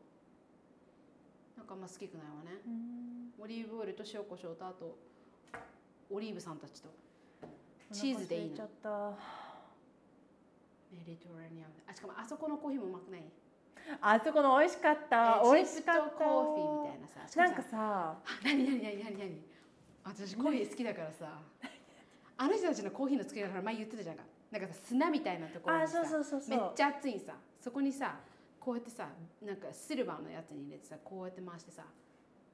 [SPEAKER 2] なんかあんま好きくないわね
[SPEAKER 1] うん
[SPEAKER 2] オリーブオイルと塩コショウとあとオリーブさんたちとチーズでいいの
[SPEAKER 1] お腹空ちゃった
[SPEAKER 2] メディトラニアンあしかもあそこのコーヒーもうまくない
[SPEAKER 1] あそこの美味しかった
[SPEAKER 2] エ
[SPEAKER 1] 美
[SPEAKER 2] ジ
[SPEAKER 1] 味し
[SPEAKER 2] プ
[SPEAKER 1] か
[SPEAKER 2] ト
[SPEAKER 1] った
[SPEAKER 2] コーヒーみたいなさしも
[SPEAKER 1] な
[SPEAKER 2] さ
[SPEAKER 1] んかさ
[SPEAKER 2] なになになになになに私コーヒー好きだからさあの人たちのコーヒーの作り方前言ってたじゃんかなんかさ砂みたいなところ
[SPEAKER 1] あ
[SPEAKER 2] にさ
[SPEAKER 1] そうそうそうそう
[SPEAKER 2] めっちゃ熱いんさそこにさこうやってさなんかシルバーのやつに入れてさこうやって回してさ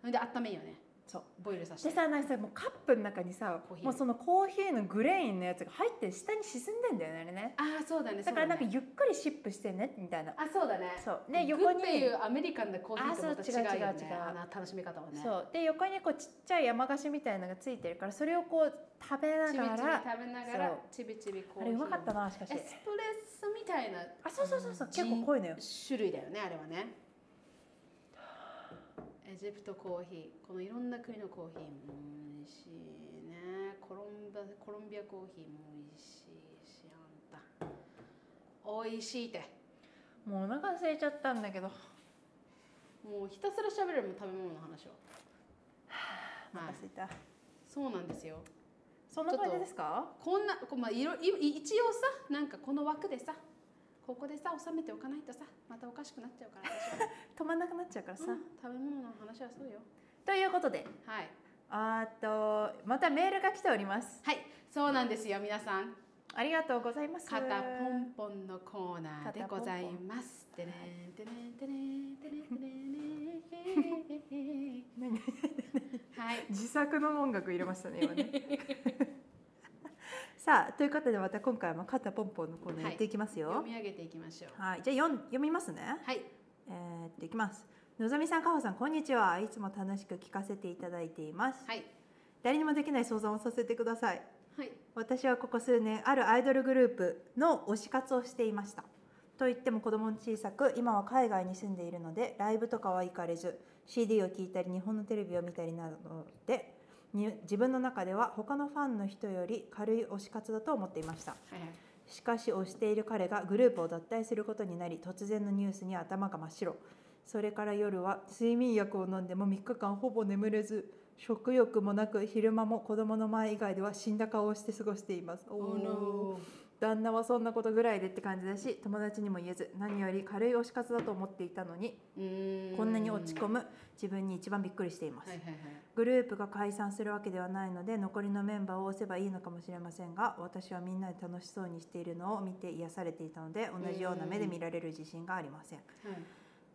[SPEAKER 2] それで温めんよね
[SPEAKER 1] そう
[SPEAKER 2] ボイルさせ
[SPEAKER 1] で
[SPEAKER 2] て
[SPEAKER 1] さなんかさもうカップの中にさ
[SPEAKER 2] コーヒー
[SPEAKER 1] もうそのコーヒーのグレインのやつが入って下に沈んでんだよねあれね
[SPEAKER 2] ああそうだね
[SPEAKER 1] だからなんか
[SPEAKER 2] そう
[SPEAKER 1] ゆっくりシップしてねみたいな
[SPEAKER 2] だねあそうだね
[SPEAKER 1] そうね
[SPEAKER 2] グ
[SPEAKER 1] 横
[SPEAKER 2] ッ
[SPEAKER 1] に
[SPEAKER 2] ていうアメリカンなコーヒーとま
[SPEAKER 1] あ
[SPEAKER 2] た
[SPEAKER 1] そう違
[SPEAKER 2] 違
[SPEAKER 1] う
[SPEAKER 2] うよね
[SPEAKER 1] 違う違う
[SPEAKER 2] あの楽しみ方はね
[SPEAKER 1] そうで横にこうちっちゃい山菓子みたいなのがついてるからそれをこう食べな
[SPEAKER 2] ちびちび
[SPEAKER 1] が
[SPEAKER 2] 食べ
[SPEAKER 1] ら
[SPEAKER 2] ながら
[SPEAKER 1] そう
[SPEAKER 2] ちびちびコー
[SPEAKER 1] あ
[SPEAKER 2] ヒ
[SPEAKER 1] れう
[SPEAKER 2] ー
[SPEAKER 1] まかったなしかし
[SPEAKER 2] エスプレッソみたいな
[SPEAKER 1] あそうそうそうそう
[SPEAKER 2] あの
[SPEAKER 1] 結構濃いのよ
[SPEAKER 2] 種類だよねあれはねエジプトコーヒーこのいろんな国のコーヒーも美味しいねコロンバコロンビアコーヒーも美味しいしあんた美味しいって
[SPEAKER 1] もうお腹空いちゃったんだけど
[SPEAKER 2] もうひたすら喋るもん食べ物の話を
[SPEAKER 1] お腹空いた
[SPEAKER 2] そうなんですよ
[SPEAKER 1] そんな感じですか
[SPEAKER 2] こんなこうまあいろい一応さなんかこの枠でさここでさ収めておかないとさまたおかしくなっちゃうから私は
[SPEAKER 1] 止まんなくなっちゃうからさ
[SPEAKER 2] うん食べ物の話はそうよ
[SPEAKER 1] ということで
[SPEAKER 2] はい
[SPEAKER 1] あーっとまたメールが来ております
[SPEAKER 2] はい、そうなんですよ皆さん。
[SPEAKER 1] ありがとうございます
[SPEAKER 2] 肩ポンポンのコーナーでございます。て
[SPEAKER 1] 肩ポンポン
[SPEAKER 2] ねんてねんてねんてねんてねんてね
[SPEAKER 1] 何
[SPEAKER 2] んはい。
[SPEAKER 1] 自作の音楽入れましたね今 ねさあということでまた今回も肩ポンポンのコーナーやっていきますよ、は
[SPEAKER 2] 読
[SPEAKER 1] い
[SPEAKER 2] み上げていきましょう。
[SPEAKER 1] じゃあ読ん読みますね、
[SPEAKER 2] はい。
[SPEAKER 1] えーっといきますのぞみさんかほさんこんにちはいつも楽しく聞かせていただいています、
[SPEAKER 2] はい。
[SPEAKER 1] 誰にもできない相談をさせてください
[SPEAKER 2] はい。
[SPEAKER 1] 私はここ数年あるアイドルグループの推し活をしていましたと言っても子供の小さく今は海外に住んでいるのでライブとかは行かれず CD を聴いたり日本のテレビを見たりなどでに自分の中では他のファンの人より軽い推し活だと思っていました
[SPEAKER 2] はいはい。
[SPEAKER 1] しかし推している彼がグループを脱退することになり突然のニュースに頭が真っ白それから夜は睡眠薬を飲んでも3日間ほぼ眠れず食欲もなく昼間も子供の前以外では死んだ顔をして過ごしています。
[SPEAKER 2] おの
[SPEAKER 1] 旦那はそんなことぐらいでって感じだし友達にも言えず何より軽い推し活だと思っていたのに
[SPEAKER 2] ー。
[SPEAKER 1] こんなに落ち込
[SPEAKER 2] む。
[SPEAKER 1] む自分に一番びっくりしています。
[SPEAKER 2] はいはいはい。
[SPEAKER 1] グループが解散するわけではないので残りのメンバーを押せばいいのかもしれませんが私はみんなで楽しそうにしているのを見て癒されていたので同じような目で見られる自信がありません
[SPEAKER 2] はい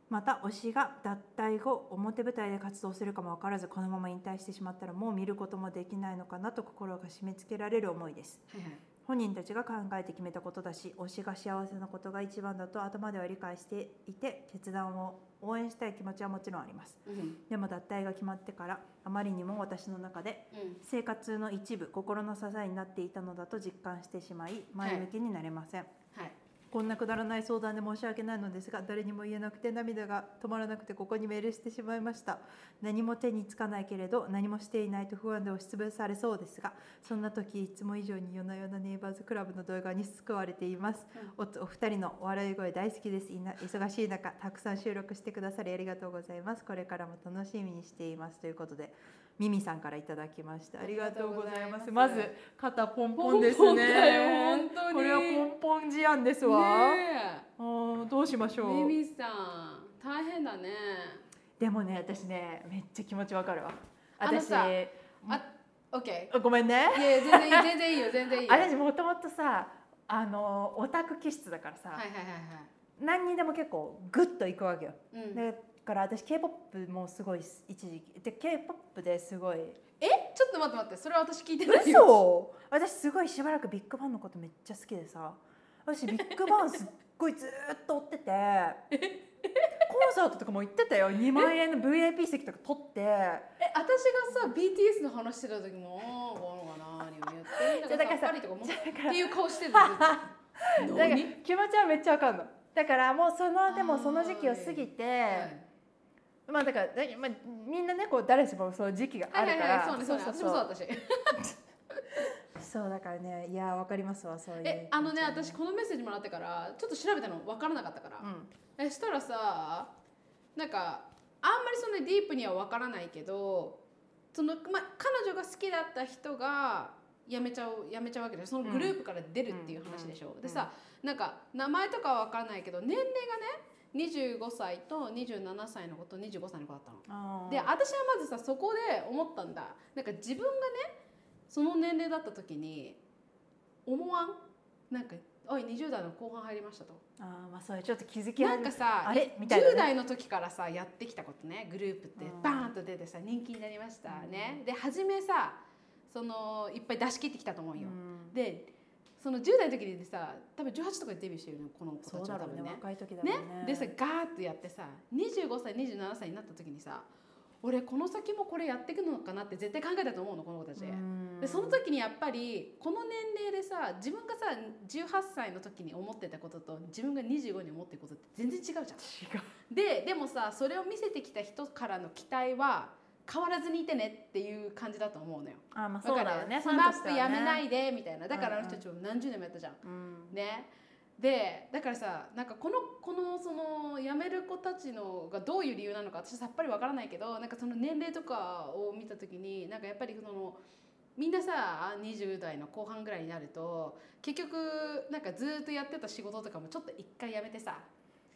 [SPEAKER 1] また推しが脱退後表舞台で活動するかも分からずこのまま引退してしまったらもう見ることもできないのかなと心が締め付けられる思いです
[SPEAKER 2] はいはい
[SPEAKER 1] 本人たちが考えて決めたことだし推しが幸せなことが一番だと頭では理解していて決断を応援したい気持ちはもちろんあります
[SPEAKER 2] うん
[SPEAKER 1] でも脱退が決まってからあまりにも私の中で
[SPEAKER 2] うん
[SPEAKER 1] 生活の一部心の支えになっていたのだと実感してしまい前向きになれません、
[SPEAKER 2] はい
[SPEAKER 1] こんなくだらない相談で申し訳ないのですが誰にも言えなくて涙が止まらなくてここにメールしてしまいました何も手につかないけれど何もしていないと不安で押しつぶされそうですがそんな時いつも以上に夜な夜なネイバーズクラブの動画に救われています、おつお二人のお笑い声大好きですいな忙しい中たくさん収録してくださりありがとうございますこれからも楽しみにしていますということでミミさんからいただきましたありがとうございますま
[SPEAKER 2] ありがとうございます
[SPEAKER 1] ず肩ポンポンですね
[SPEAKER 2] ポンポンだよ本当に
[SPEAKER 1] これはポンポン事案ですわ、
[SPEAKER 2] ね
[SPEAKER 1] あーどうしまし
[SPEAKER 2] え
[SPEAKER 1] ょう
[SPEAKER 2] ミミさん大変だね
[SPEAKER 1] でもね私ねめっちゃ気持ちわかるわ
[SPEAKER 2] あの
[SPEAKER 1] 私
[SPEAKER 2] さあ OK
[SPEAKER 1] ごめんね
[SPEAKER 2] いや全然いい全然いいよ全然いいよ
[SPEAKER 1] 私もともとさあのオタク気質だからさ、
[SPEAKER 2] はいはいは
[SPEAKER 1] 何にでも結構グッといくわけよ、
[SPEAKER 2] いはい、うん、
[SPEAKER 1] だから私 k p o p もすごい一時期で k p o p ですごい
[SPEAKER 2] えちょっと待って待ってそれは私聞いてないよ
[SPEAKER 1] 嘘私すごいしばらくビッグバンのことめっちゃ好きでさ私ビッグバンすっごいずーっと追っててコンサートとかも行ってたよ2万円の VIP 席とか取って
[SPEAKER 2] え私がさ BTS の話してた時も「おーこのかな」に言って
[SPEAKER 1] じゃ
[SPEAKER 2] だ
[SPEAKER 1] あ
[SPEAKER 2] か
[SPEAKER 1] だ
[SPEAKER 2] ら
[SPEAKER 1] から
[SPEAKER 2] さ
[SPEAKER 1] さ
[SPEAKER 2] っぱりとか思っ
[SPEAKER 1] だ
[SPEAKER 2] て
[SPEAKER 1] か
[SPEAKER 2] っ
[SPEAKER 1] ら
[SPEAKER 2] ていう顔して る
[SPEAKER 1] だ
[SPEAKER 2] の
[SPEAKER 1] から
[SPEAKER 2] 何
[SPEAKER 1] 気持ちはめっちゃわかんのだからもうそので
[SPEAKER 2] あ
[SPEAKER 1] も
[SPEAKER 2] ー
[SPEAKER 1] その時期を過ぎて、
[SPEAKER 2] はい
[SPEAKER 1] まあだから、だまあ、みんなねこう誰しもそう時期があ
[SPEAKER 2] は
[SPEAKER 1] る
[SPEAKER 2] い
[SPEAKER 1] か
[SPEAKER 2] はい
[SPEAKER 1] ら
[SPEAKER 2] はいそうねそうね私もそうだったし
[SPEAKER 1] そうだからねいやわかりますわそういう
[SPEAKER 2] えあのね私
[SPEAKER 1] う
[SPEAKER 2] このメッセージもらってからちょっと調べたの分からなかったから、
[SPEAKER 1] ん
[SPEAKER 2] えしたらさなんかあんまりそんなにディープには分からないけどその、ま、彼女が好きだった人が辞めちゃう辞めちゃうわけでそのグループから出るっていう話でしょ、
[SPEAKER 1] うん
[SPEAKER 2] でさなんか名前とかは分からないけど年齢がね25歳と27歳の子と25歳の子だったの。
[SPEAKER 1] あー
[SPEAKER 2] で私はまずさそこで思ったんだなんか自分がねその年齢だった時に思わんなんか「おい20代の後半入りました」と。
[SPEAKER 1] あーまあそういうちょっと気づき始め
[SPEAKER 2] なんかさ
[SPEAKER 1] あれみたいなね
[SPEAKER 2] 10代の時からさやってきたことねグループって
[SPEAKER 1] うん
[SPEAKER 2] バーンと出てさ人気になりましたね、で初めさそのいっぱい出し切ってきたと思うよ、
[SPEAKER 1] うん
[SPEAKER 2] でその10代の時にさ多分18とかでデビューしてるのよこの子た
[SPEAKER 1] そう
[SPEAKER 2] ちは
[SPEAKER 1] だろ
[SPEAKER 2] 多
[SPEAKER 1] う
[SPEAKER 2] 分
[SPEAKER 1] ね
[SPEAKER 2] ね
[SPEAKER 1] 若い時だろ
[SPEAKER 2] ね
[SPEAKER 1] うね
[SPEAKER 2] でさガーッとやってさ25歳27歳になった時にさ俺この先もこれやっていくのかなって絶対考えたと思うのこの子たち、
[SPEAKER 1] うん
[SPEAKER 2] でその時にやっぱりこの年齢でさ自分がさ18歳の時に思ってたことと自分が25に思ってることって全然違うじゃん
[SPEAKER 1] 違う
[SPEAKER 2] ででもさそれを見せてきた人からの期待は変わらずにいてねっていう感じだと思うのよ。
[SPEAKER 1] あーまあ
[SPEAKER 2] わ
[SPEAKER 1] そう
[SPEAKER 2] かる
[SPEAKER 1] だよね、
[SPEAKER 2] スマップやめないいでみたいなだからあ
[SPEAKER 1] うん
[SPEAKER 2] の
[SPEAKER 1] うん
[SPEAKER 2] 人たちも何十年もやったじゃん。
[SPEAKER 1] うん、
[SPEAKER 2] ねでだからさなんかこのこのその辞める子たちのがどういう理由なのか私はさっぱりわからないけどなんかその年齢とかを見た時になんかやっぱりそのみんなさ20代の後半ぐらいになると結局なんかずーっとやってた仕事とかもちょっと一回やめてさ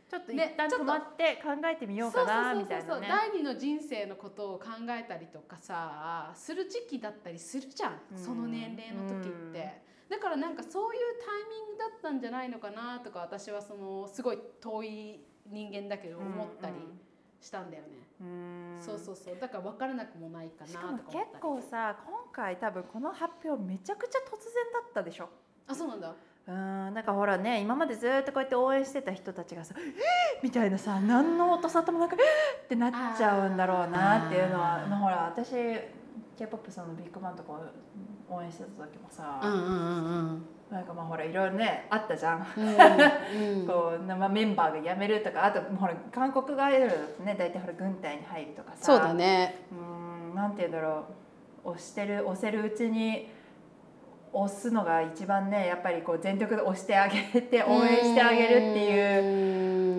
[SPEAKER 1] ちょっと一
[SPEAKER 2] ね
[SPEAKER 1] 旦
[SPEAKER 2] ちょっ
[SPEAKER 1] 止
[SPEAKER 2] と
[SPEAKER 1] まって考えてみようかな
[SPEAKER 2] そう
[SPEAKER 1] み
[SPEAKER 2] そうそ
[SPEAKER 1] たい
[SPEAKER 2] うそ
[SPEAKER 1] な
[SPEAKER 2] う
[SPEAKER 1] ね
[SPEAKER 2] 第二の人生のことを考えたりとかさする時期だったりするじゃん、
[SPEAKER 1] うん
[SPEAKER 2] その年齢の時って、
[SPEAKER 1] うん
[SPEAKER 2] だからなんかそういうタイミングだったんじゃないのかなとか私はそのすごい遠い人間だけど思ったりしたんだよね、
[SPEAKER 1] うんうん
[SPEAKER 2] そうそうそうだから分からなくもないか
[SPEAKER 1] しか
[SPEAKER 2] な
[SPEAKER 1] も
[SPEAKER 2] とか
[SPEAKER 1] 結
[SPEAKER 2] 思ったり
[SPEAKER 1] 構さ今回多分この発表めちゃくちゃ突然だったでしょ
[SPEAKER 2] あそうなんだ
[SPEAKER 1] うーんなんかほらね今までずっとこうやって応援してた人たちがさ「えーみたいなさ何の音沙汰もなく「えーってなっちゃうんだろうなっていうのは
[SPEAKER 2] あー
[SPEAKER 1] ほら私 k p o p さんのビッグバンとか応援してた時もさ、
[SPEAKER 2] んうんうん
[SPEAKER 1] なんかまあほらいろいろねあったじゃん。
[SPEAKER 2] うん
[SPEAKER 1] こうまあメンバーが辞めるとかあとほら韓国アイドルだとね大体ほら軍隊に入るとかさ
[SPEAKER 2] ね
[SPEAKER 1] うーんなんて言うんだろう押してる押せるうちに押すのが一番ねやっぱりこう全力で押してあげて応援してあげるってい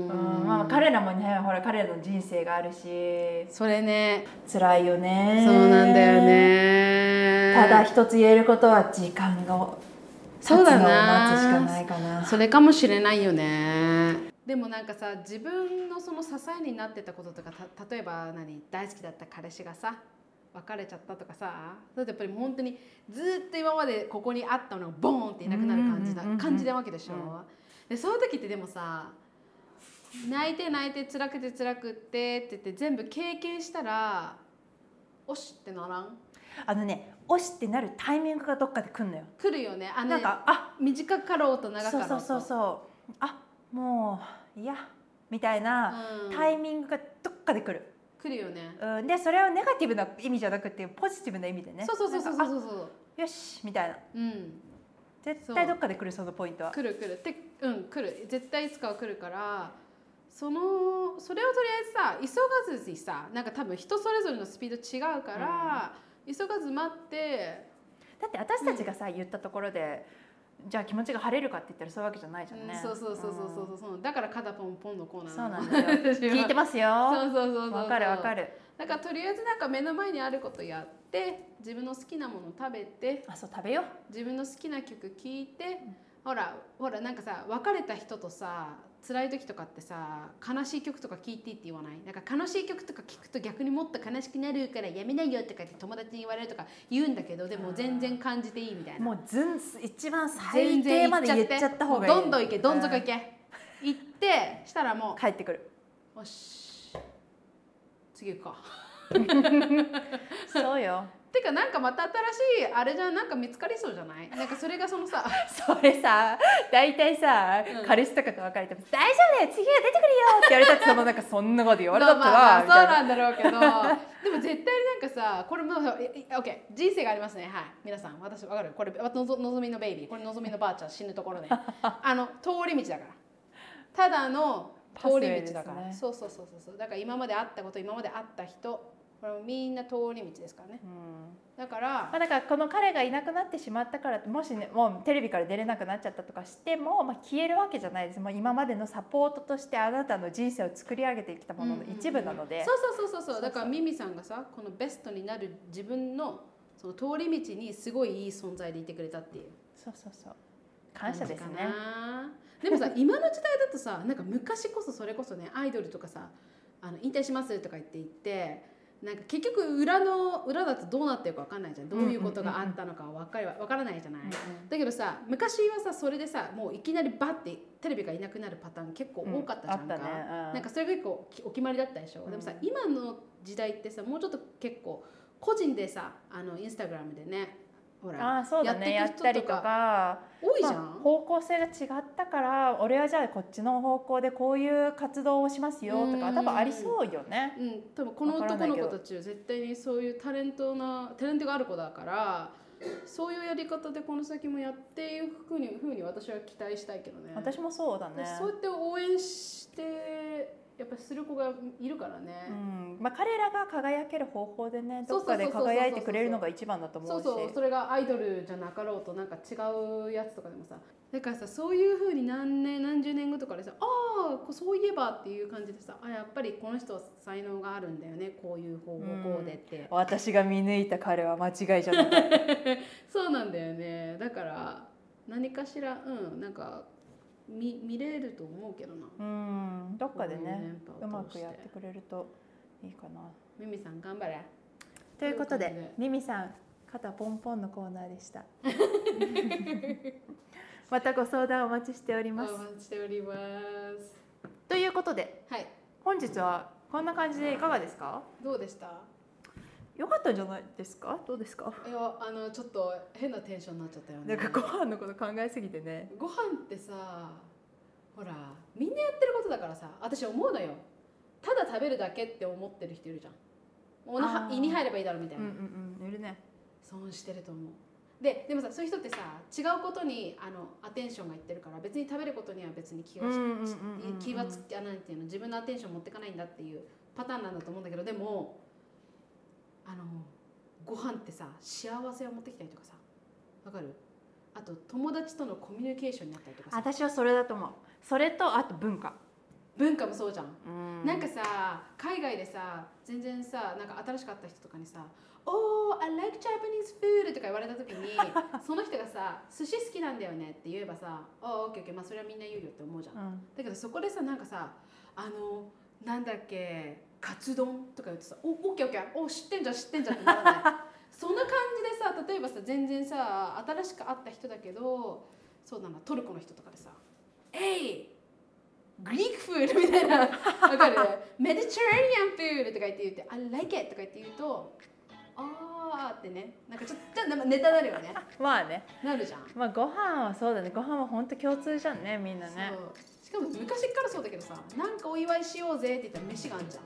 [SPEAKER 1] う
[SPEAKER 2] う
[SPEAKER 1] うんまあ、彼らもねほら彼らの人生があるし
[SPEAKER 2] それね
[SPEAKER 1] 辛いよね
[SPEAKER 2] ね
[SPEAKER 1] ただ一つ言えることは時間が経つ
[SPEAKER 2] そうだ
[SPEAKER 1] のを
[SPEAKER 2] な
[SPEAKER 1] 待つしかないかな
[SPEAKER 2] それかもしれないよねでもなんかさ自分のその支えになってたこととかた例えば何大好きだった彼氏がさ別れちゃったとかさだってやっぱり本当にずっと今までここにあったのがボーンっていなくなる感じだ
[SPEAKER 1] うんうんうんうん
[SPEAKER 2] 感じなわけでしょ、
[SPEAKER 1] うん
[SPEAKER 2] でそういう時ってでもさ泣いて泣いて辛くて辛くってって言って全部経験したらおしってならん
[SPEAKER 1] あのね押しってなるタイミングがどっかで来んのよ
[SPEAKER 2] 来るよねあの
[SPEAKER 1] なん
[SPEAKER 2] ね
[SPEAKER 1] かあ
[SPEAKER 2] 短かろうと長か
[SPEAKER 1] そ
[SPEAKER 2] ろ
[SPEAKER 1] う
[SPEAKER 2] うと
[SPEAKER 1] そうそうそうあもういやみたいな
[SPEAKER 2] うん
[SPEAKER 1] タイミングがどっかで来る、
[SPEAKER 2] 来るよね
[SPEAKER 1] うん、でそれはネガティブな意味じゃなくてポジティブな意味でね
[SPEAKER 2] そうそうそうそう
[SPEAKER 1] な
[SPEAKER 2] そ
[SPEAKER 1] ん
[SPEAKER 2] う
[SPEAKER 1] か
[SPEAKER 2] そうそう
[SPEAKER 1] あよしみたいな
[SPEAKER 2] うん
[SPEAKER 1] 絶
[SPEAKER 2] そう
[SPEAKER 1] 対どっかで来るそのポイントは
[SPEAKER 2] 来る来るってうん来る絶対いつかは来るからそのそれをとりあえずさ急がずにさなんか多分人それぞれのスピード違うから、急がず待って
[SPEAKER 1] だって私たちがさ、言ったところでじゃあ気持ちが晴れるかって言ったらそういうわけじゃないじゃんね、
[SPEAKER 2] そうそうそうそうそうそう、だから肩ポンポンのコーナー
[SPEAKER 1] そうなん
[SPEAKER 2] の
[SPEAKER 1] ですよ聞いてますよ
[SPEAKER 2] そうそうそうそう
[SPEAKER 1] わかるわか
[SPEAKER 2] る
[SPEAKER 1] る
[SPEAKER 2] だからとりあえずなんか目の前にあることやって自分の好きなもの食べて
[SPEAKER 1] あそう食べよう
[SPEAKER 2] 自分の好きな曲聴いて、ほらほらなんかさ別れた人とさ辛い時とかってさ悲しい曲とか聴いていいって言わないなんか悲しい曲とか聴くと逆にもっと悲しくなるからやめないよとかって友達に言われるとか言うんだけどでも全然感じていいみたいな
[SPEAKER 1] もうずん一番最
[SPEAKER 2] 全
[SPEAKER 1] 低
[SPEAKER 2] 然
[SPEAKER 1] まで言っちゃった方がいい
[SPEAKER 2] もうどんどん行けどん底行け、行ってしたらも
[SPEAKER 1] 帰ってくる
[SPEAKER 2] うよし次行くか
[SPEAKER 1] そうよ
[SPEAKER 2] てかなんかまた新しいあれじゃんなんか見つかりそうじゃないなんかそれがそのさ
[SPEAKER 1] それさ大体さ、
[SPEAKER 2] うん
[SPEAKER 1] 彼氏とかと別れても「大丈夫だよ次は出てくるよ」って言われたってそのなんかそんなこと言われたって
[SPEAKER 2] ま
[SPEAKER 1] は
[SPEAKER 2] あまあ
[SPEAKER 1] みたい
[SPEAKER 2] そう
[SPEAKER 1] な
[SPEAKER 2] なんだろうけどでも絶対なんかさこれもそういい OK 人生がありますねはい皆さん私わかるこれわのぞのぞみのベイビーこれのぞみのばあちゃん死ぬと ころねあの通り道だからただの通り道だか
[SPEAKER 1] パスウェイです
[SPEAKER 2] ら、
[SPEAKER 1] ね
[SPEAKER 2] そうそうそうそうそうだから今まで会ったこと今まで会った人これもみんな通り道ですからね
[SPEAKER 1] うん
[SPEAKER 2] だから
[SPEAKER 1] まあ、だからこの彼がいなくなってしまったからもしねもうテレビから出れなくなっちゃったとかしても、まあ、消えるわけじゃないです、まあ、今までのサポートとしてあなたの人生を作り上げてきたものの一部なので、
[SPEAKER 2] そうそうそうそう
[SPEAKER 1] そ
[SPEAKER 2] そうう
[SPEAKER 1] そ
[SPEAKER 2] だ
[SPEAKER 1] う
[SPEAKER 2] からミミさんがさこのベストになる自分のその通り道にすごいいい存在でいてくれたっていう
[SPEAKER 1] そうそうそう感謝ですね
[SPEAKER 2] 感じかなでもさ 今の時代だとさなんか昔こそそれこそねアイドルとかさあの引退しますとか言って言ってなんか結局裏の裏だとどうなってるか分かんないじゃんどういうことがあったのか分かりわからないじゃない、だけどさ昔はさそれでさもういきなりバッてテレビがいなくなるパターン結構多かったじゃんか、
[SPEAKER 1] うんあったねうん
[SPEAKER 2] なんかそれが結構きお決まりだったでしょ、
[SPEAKER 1] うん
[SPEAKER 2] でもさ今の時代ってさもうちょっと結構個人でさあのインスタグラムでねほら
[SPEAKER 1] ああそうだねや
[SPEAKER 2] や
[SPEAKER 1] っ
[SPEAKER 2] って
[SPEAKER 1] た
[SPEAKER 2] いく人とか
[SPEAKER 1] りとか
[SPEAKER 2] 多いじゃん、
[SPEAKER 1] まあ方向性が違ったから俺はじゃあこっちの方向でこういう活動をしますよとか
[SPEAKER 2] うん
[SPEAKER 1] 多分ありそうよね。
[SPEAKER 2] うん、多分この
[SPEAKER 1] わからな
[SPEAKER 2] 男
[SPEAKER 1] い
[SPEAKER 2] の
[SPEAKER 1] けど
[SPEAKER 2] 子たちは絶対にそういうタレントなタレントがある子だからそういうやり方でこの先もやっていくふうにふうに私は期待したいけどね
[SPEAKER 1] 私もそうだね。
[SPEAKER 2] そうやって応援してやっぱする子がいるからね、
[SPEAKER 1] うん、まあ彼らが輝ける方法でね、
[SPEAKER 2] そう
[SPEAKER 1] ど
[SPEAKER 2] そ
[SPEAKER 1] っ
[SPEAKER 2] うそ
[SPEAKER 1] か
[SPEAKER 2] うそう
[SPEAKER 1] で輝いてくれるのが一番だと
[SPEAKER 2] そ
[SPEAKER 1] 思う
[SPEAKER 2] う
[SPEAKER 1] し、
[SPEAKER 2] そうそれがアイドルじゃなかろうとなんか違うやつとかでもさだからさそういうふうに何年何十年後とかでさああこそういえばっていう感じでさあやっぱりこの人は才能があるんだよねこういう方法こうでって、
[SPEAKER 1] 私が見抜いた彼は間違いじゃなか った。
[SPEAKER 2] そうなんだよねだから何かしらうんなんか見見れると思うけどな
[SPEAKER 1] うん、どっかで
[SPEAKER 2] こういう
[SPEAKER 1] ね、
[SPEAKER 2] 連
[SPEAKER 1] う
[SPEAKER 2] 覇
[SPEAKER 1] ま
[SPEAKER 2] を通
[SPEAKER 1] く
[SPEAKER 2] して
[SPEAKER 1] やってくれるといいかな。
[SPEAKER 2] ミミさん頑張れ
[SPEAKER 1] ということ
[SPEAKER 2] というこ
[SPEAKER 1] で、ミミさん肩ポンポンのコーナーでした。 またご相談お待ちしており
[SPEAKER 2] お
[SPEAKER 1] ます。
[SPEAKER 2] 待ちしております
[SPEAKER 1] ということで。
[SPEAKER 2] はい
[SPEAKER 1] 本日はこんな感じでいかがですか
[SPEAKER 2] どうでした
[SPEAKER 1] 良かったんじゃないですかどうですか
[SPEAKER 2] いやあのちょっと変なテンションになっちゃったよ
[SPEAKER 1] な
[SPEAKER 2] ね
[SPEAKER 1] んかご飯のこと考えすぎてね
[SPEAKER 2] ご飯ってさほらみんなやってることだからさ私思うのよただ食べるだけって思ってる人いるじゃんお
[SPEAKER 1] あ
[SPEAKER 2] 腹
[SPEAKER 1] ー
[SPEAKER 2] 胃に入ればいいだろみたいな、
[SPEAKER 1] うんいるね
[SPEAKER 2] 損してると思うででもさそういう人ってさ違うことにあのアテンションがいってるから別に食べることには別に気がし、
[SPEAKER 1] うんうんうんうんうん
[SPEAKER 2] 気はつきあなんていうの自分のアテンション持ってかないんだっていうパターンなんだと思うんだけどでもあのご飯ってさ幸せを持ってきたりとかさわかるあと友達とのコミュニケーションになったりとかさ
[SPEAKER 1] 私はそれだと思うそれとあと文化
[SPEAKER 2] 文化もそうじゃん
[SPEAKER 1] うん
[SPEAKER 2] なんかさ海外でさ全然さなんか新しかった人とかにさ「Oh I like Japanese food」とか言われた 時にその人がさ「寿司好きなんだよね」って言えばさ「Oh OKOK、まあそれはみんな言うよ」って思うじゃんだ
[SPEAKER 1] うん
[SPEAKER 2] けどそこでさなんかさあのなんだっけカツ丼とか言ってさ「お OKOK お知ってんじゃん知ってんじゃん」ってならないその感じでさ例えばさ全然さ新しく会った人だけどそうだなトルコの人とかでさ「Hey グリークフードみたいなわかるメディテレーニアンフードとか言って言って I like it とか言って言うとあーってねなんかちょっとちょっとネタになるよね
[SPEAKER 1] まあね
[SPEAKER 2] なるじゃん、
[SPEAKER 1] まあご飯はそうだねご飯は本当共通じゃんねみんなね
[SPEAKER 2] そうしかも昔からそうだけどさなんかお祝いしようぜって言ったら飯があるじゃ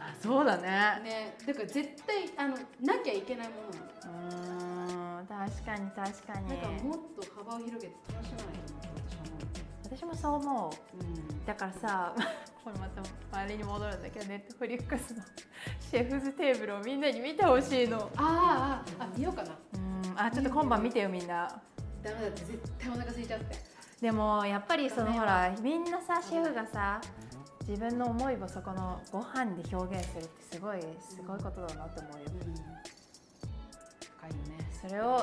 [SPEAKER 1] あそうだね
[SPEAKER 2] んねだから絶対あのなきゃいけないものなの
[SPEAKER 1] うーん確かに確かに
[SPEAKER 2] なんかもっと幅を広げて楽しまないと思って私
[SPEAKER 1] 私
[SPEAKER 2] は思
[SPEAKER 1] もそう思う
[SPEAKER 2] う、うん
[SPEAKER 1] だからさ これまた周りに戻るんだけどネットフリックスのシェフズテーブルをみんなに見てほしいの
[SPEAKER 2] あーあーあ見ようかな
[SPEAKER 1] うんあちょっと今晩見てよみんな
[SPEAKER 2] ダメだって絶対お腹空いちゃって
[SPEAKER 1] でもやっぱりその
[SPEAKER 2] ダメ
[SPEAKER 1] ほらみんなさシェフがさ自分の思いをそこのご飯で表現するってすごいすごいことだなと思うよ
[SPEAKER 2] うん深いよね
[SPEAKER 1] それを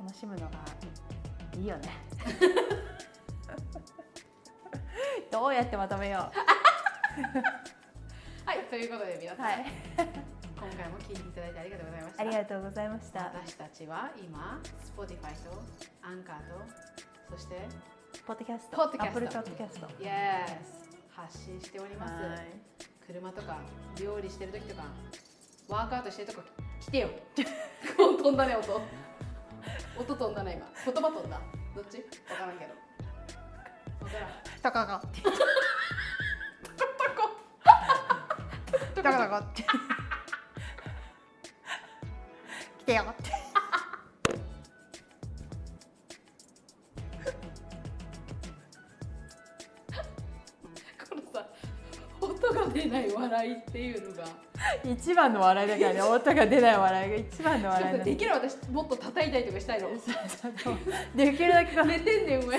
[SPEAKER 1] 楽しむのがいいよ ねどうやってまとめよ
[SPEAKER 2] はいということで皆
[SPEAKER 1] う
[SPEAKER 2] さん、
[SPEAKER 1] はい
[SPEAKER 2] 今回も聞いていただいてありがとうございました
[SPEAKER 1] ありがとうございました
[SPEAKER 2] 私たちは今 Spotify とアンカーとそして
[SPEAKER 1] ポッドキャスト
[SPEAKER 2] ポッドキ
[SPEAKER 1] アッ
[SPEAKER 2] ャスト
[SPEAKER 1] プルポッドキャスト
[SPEAKER 2] Yes 発信しております
[SPEAKER 1] はい
[SPEAKER 2] 車とか料理してる時とかワークアウトしてるとこ来てよ 飛んだね音音飛んだね今言葉飛んだどっち分からんけど分からん
[SPEAKER 1] たかがたかがって来てよって
[SPEAKER 2] このさ音が出ない笑いっていうのが
[SPEAKER 1] 一番の笑いだからね音が出ない笑いが一番の
[SPEAKER 2] ちょ
[SPEAKER 1] 笑
[SPEAKER 2] っ
[SPEAKER 1] い
[SPEAKER 2] と
[SPEAKER 1] な
[SPEAKER 2] できれば私もっと叩いたりとかしたいの
[SPEAKER 1] のできるだけこう
[SPEAKER 2] 寝てんねん上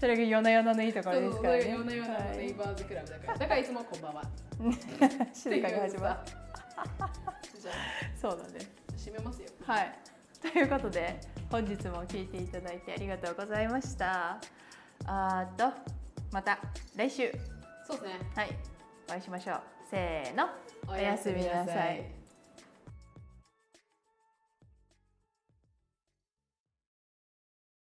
[SPEAKER 1] それが夜な夜なのいいところです
[SPEAKER 2] そう
[SPEAKER 1] からね
[SPEAKER 2] 夜な夜なのネイバーズクラブだからだからいつもこんばんは
[SPEAKER 1] はい静かに始 まる
[SPEAKER 2] っていうさじゃ
[SPEAKER 1] そうだね
[SPEAKER 2] あ閉めますよ
[SPEAKER 1] はいということで本日も聞いていただいてありがとうございましたあーっとまた来週
[SPEAKER 2] そうですね
[SPEAKER 1] はいお会いしましょうせーのおやすみなさい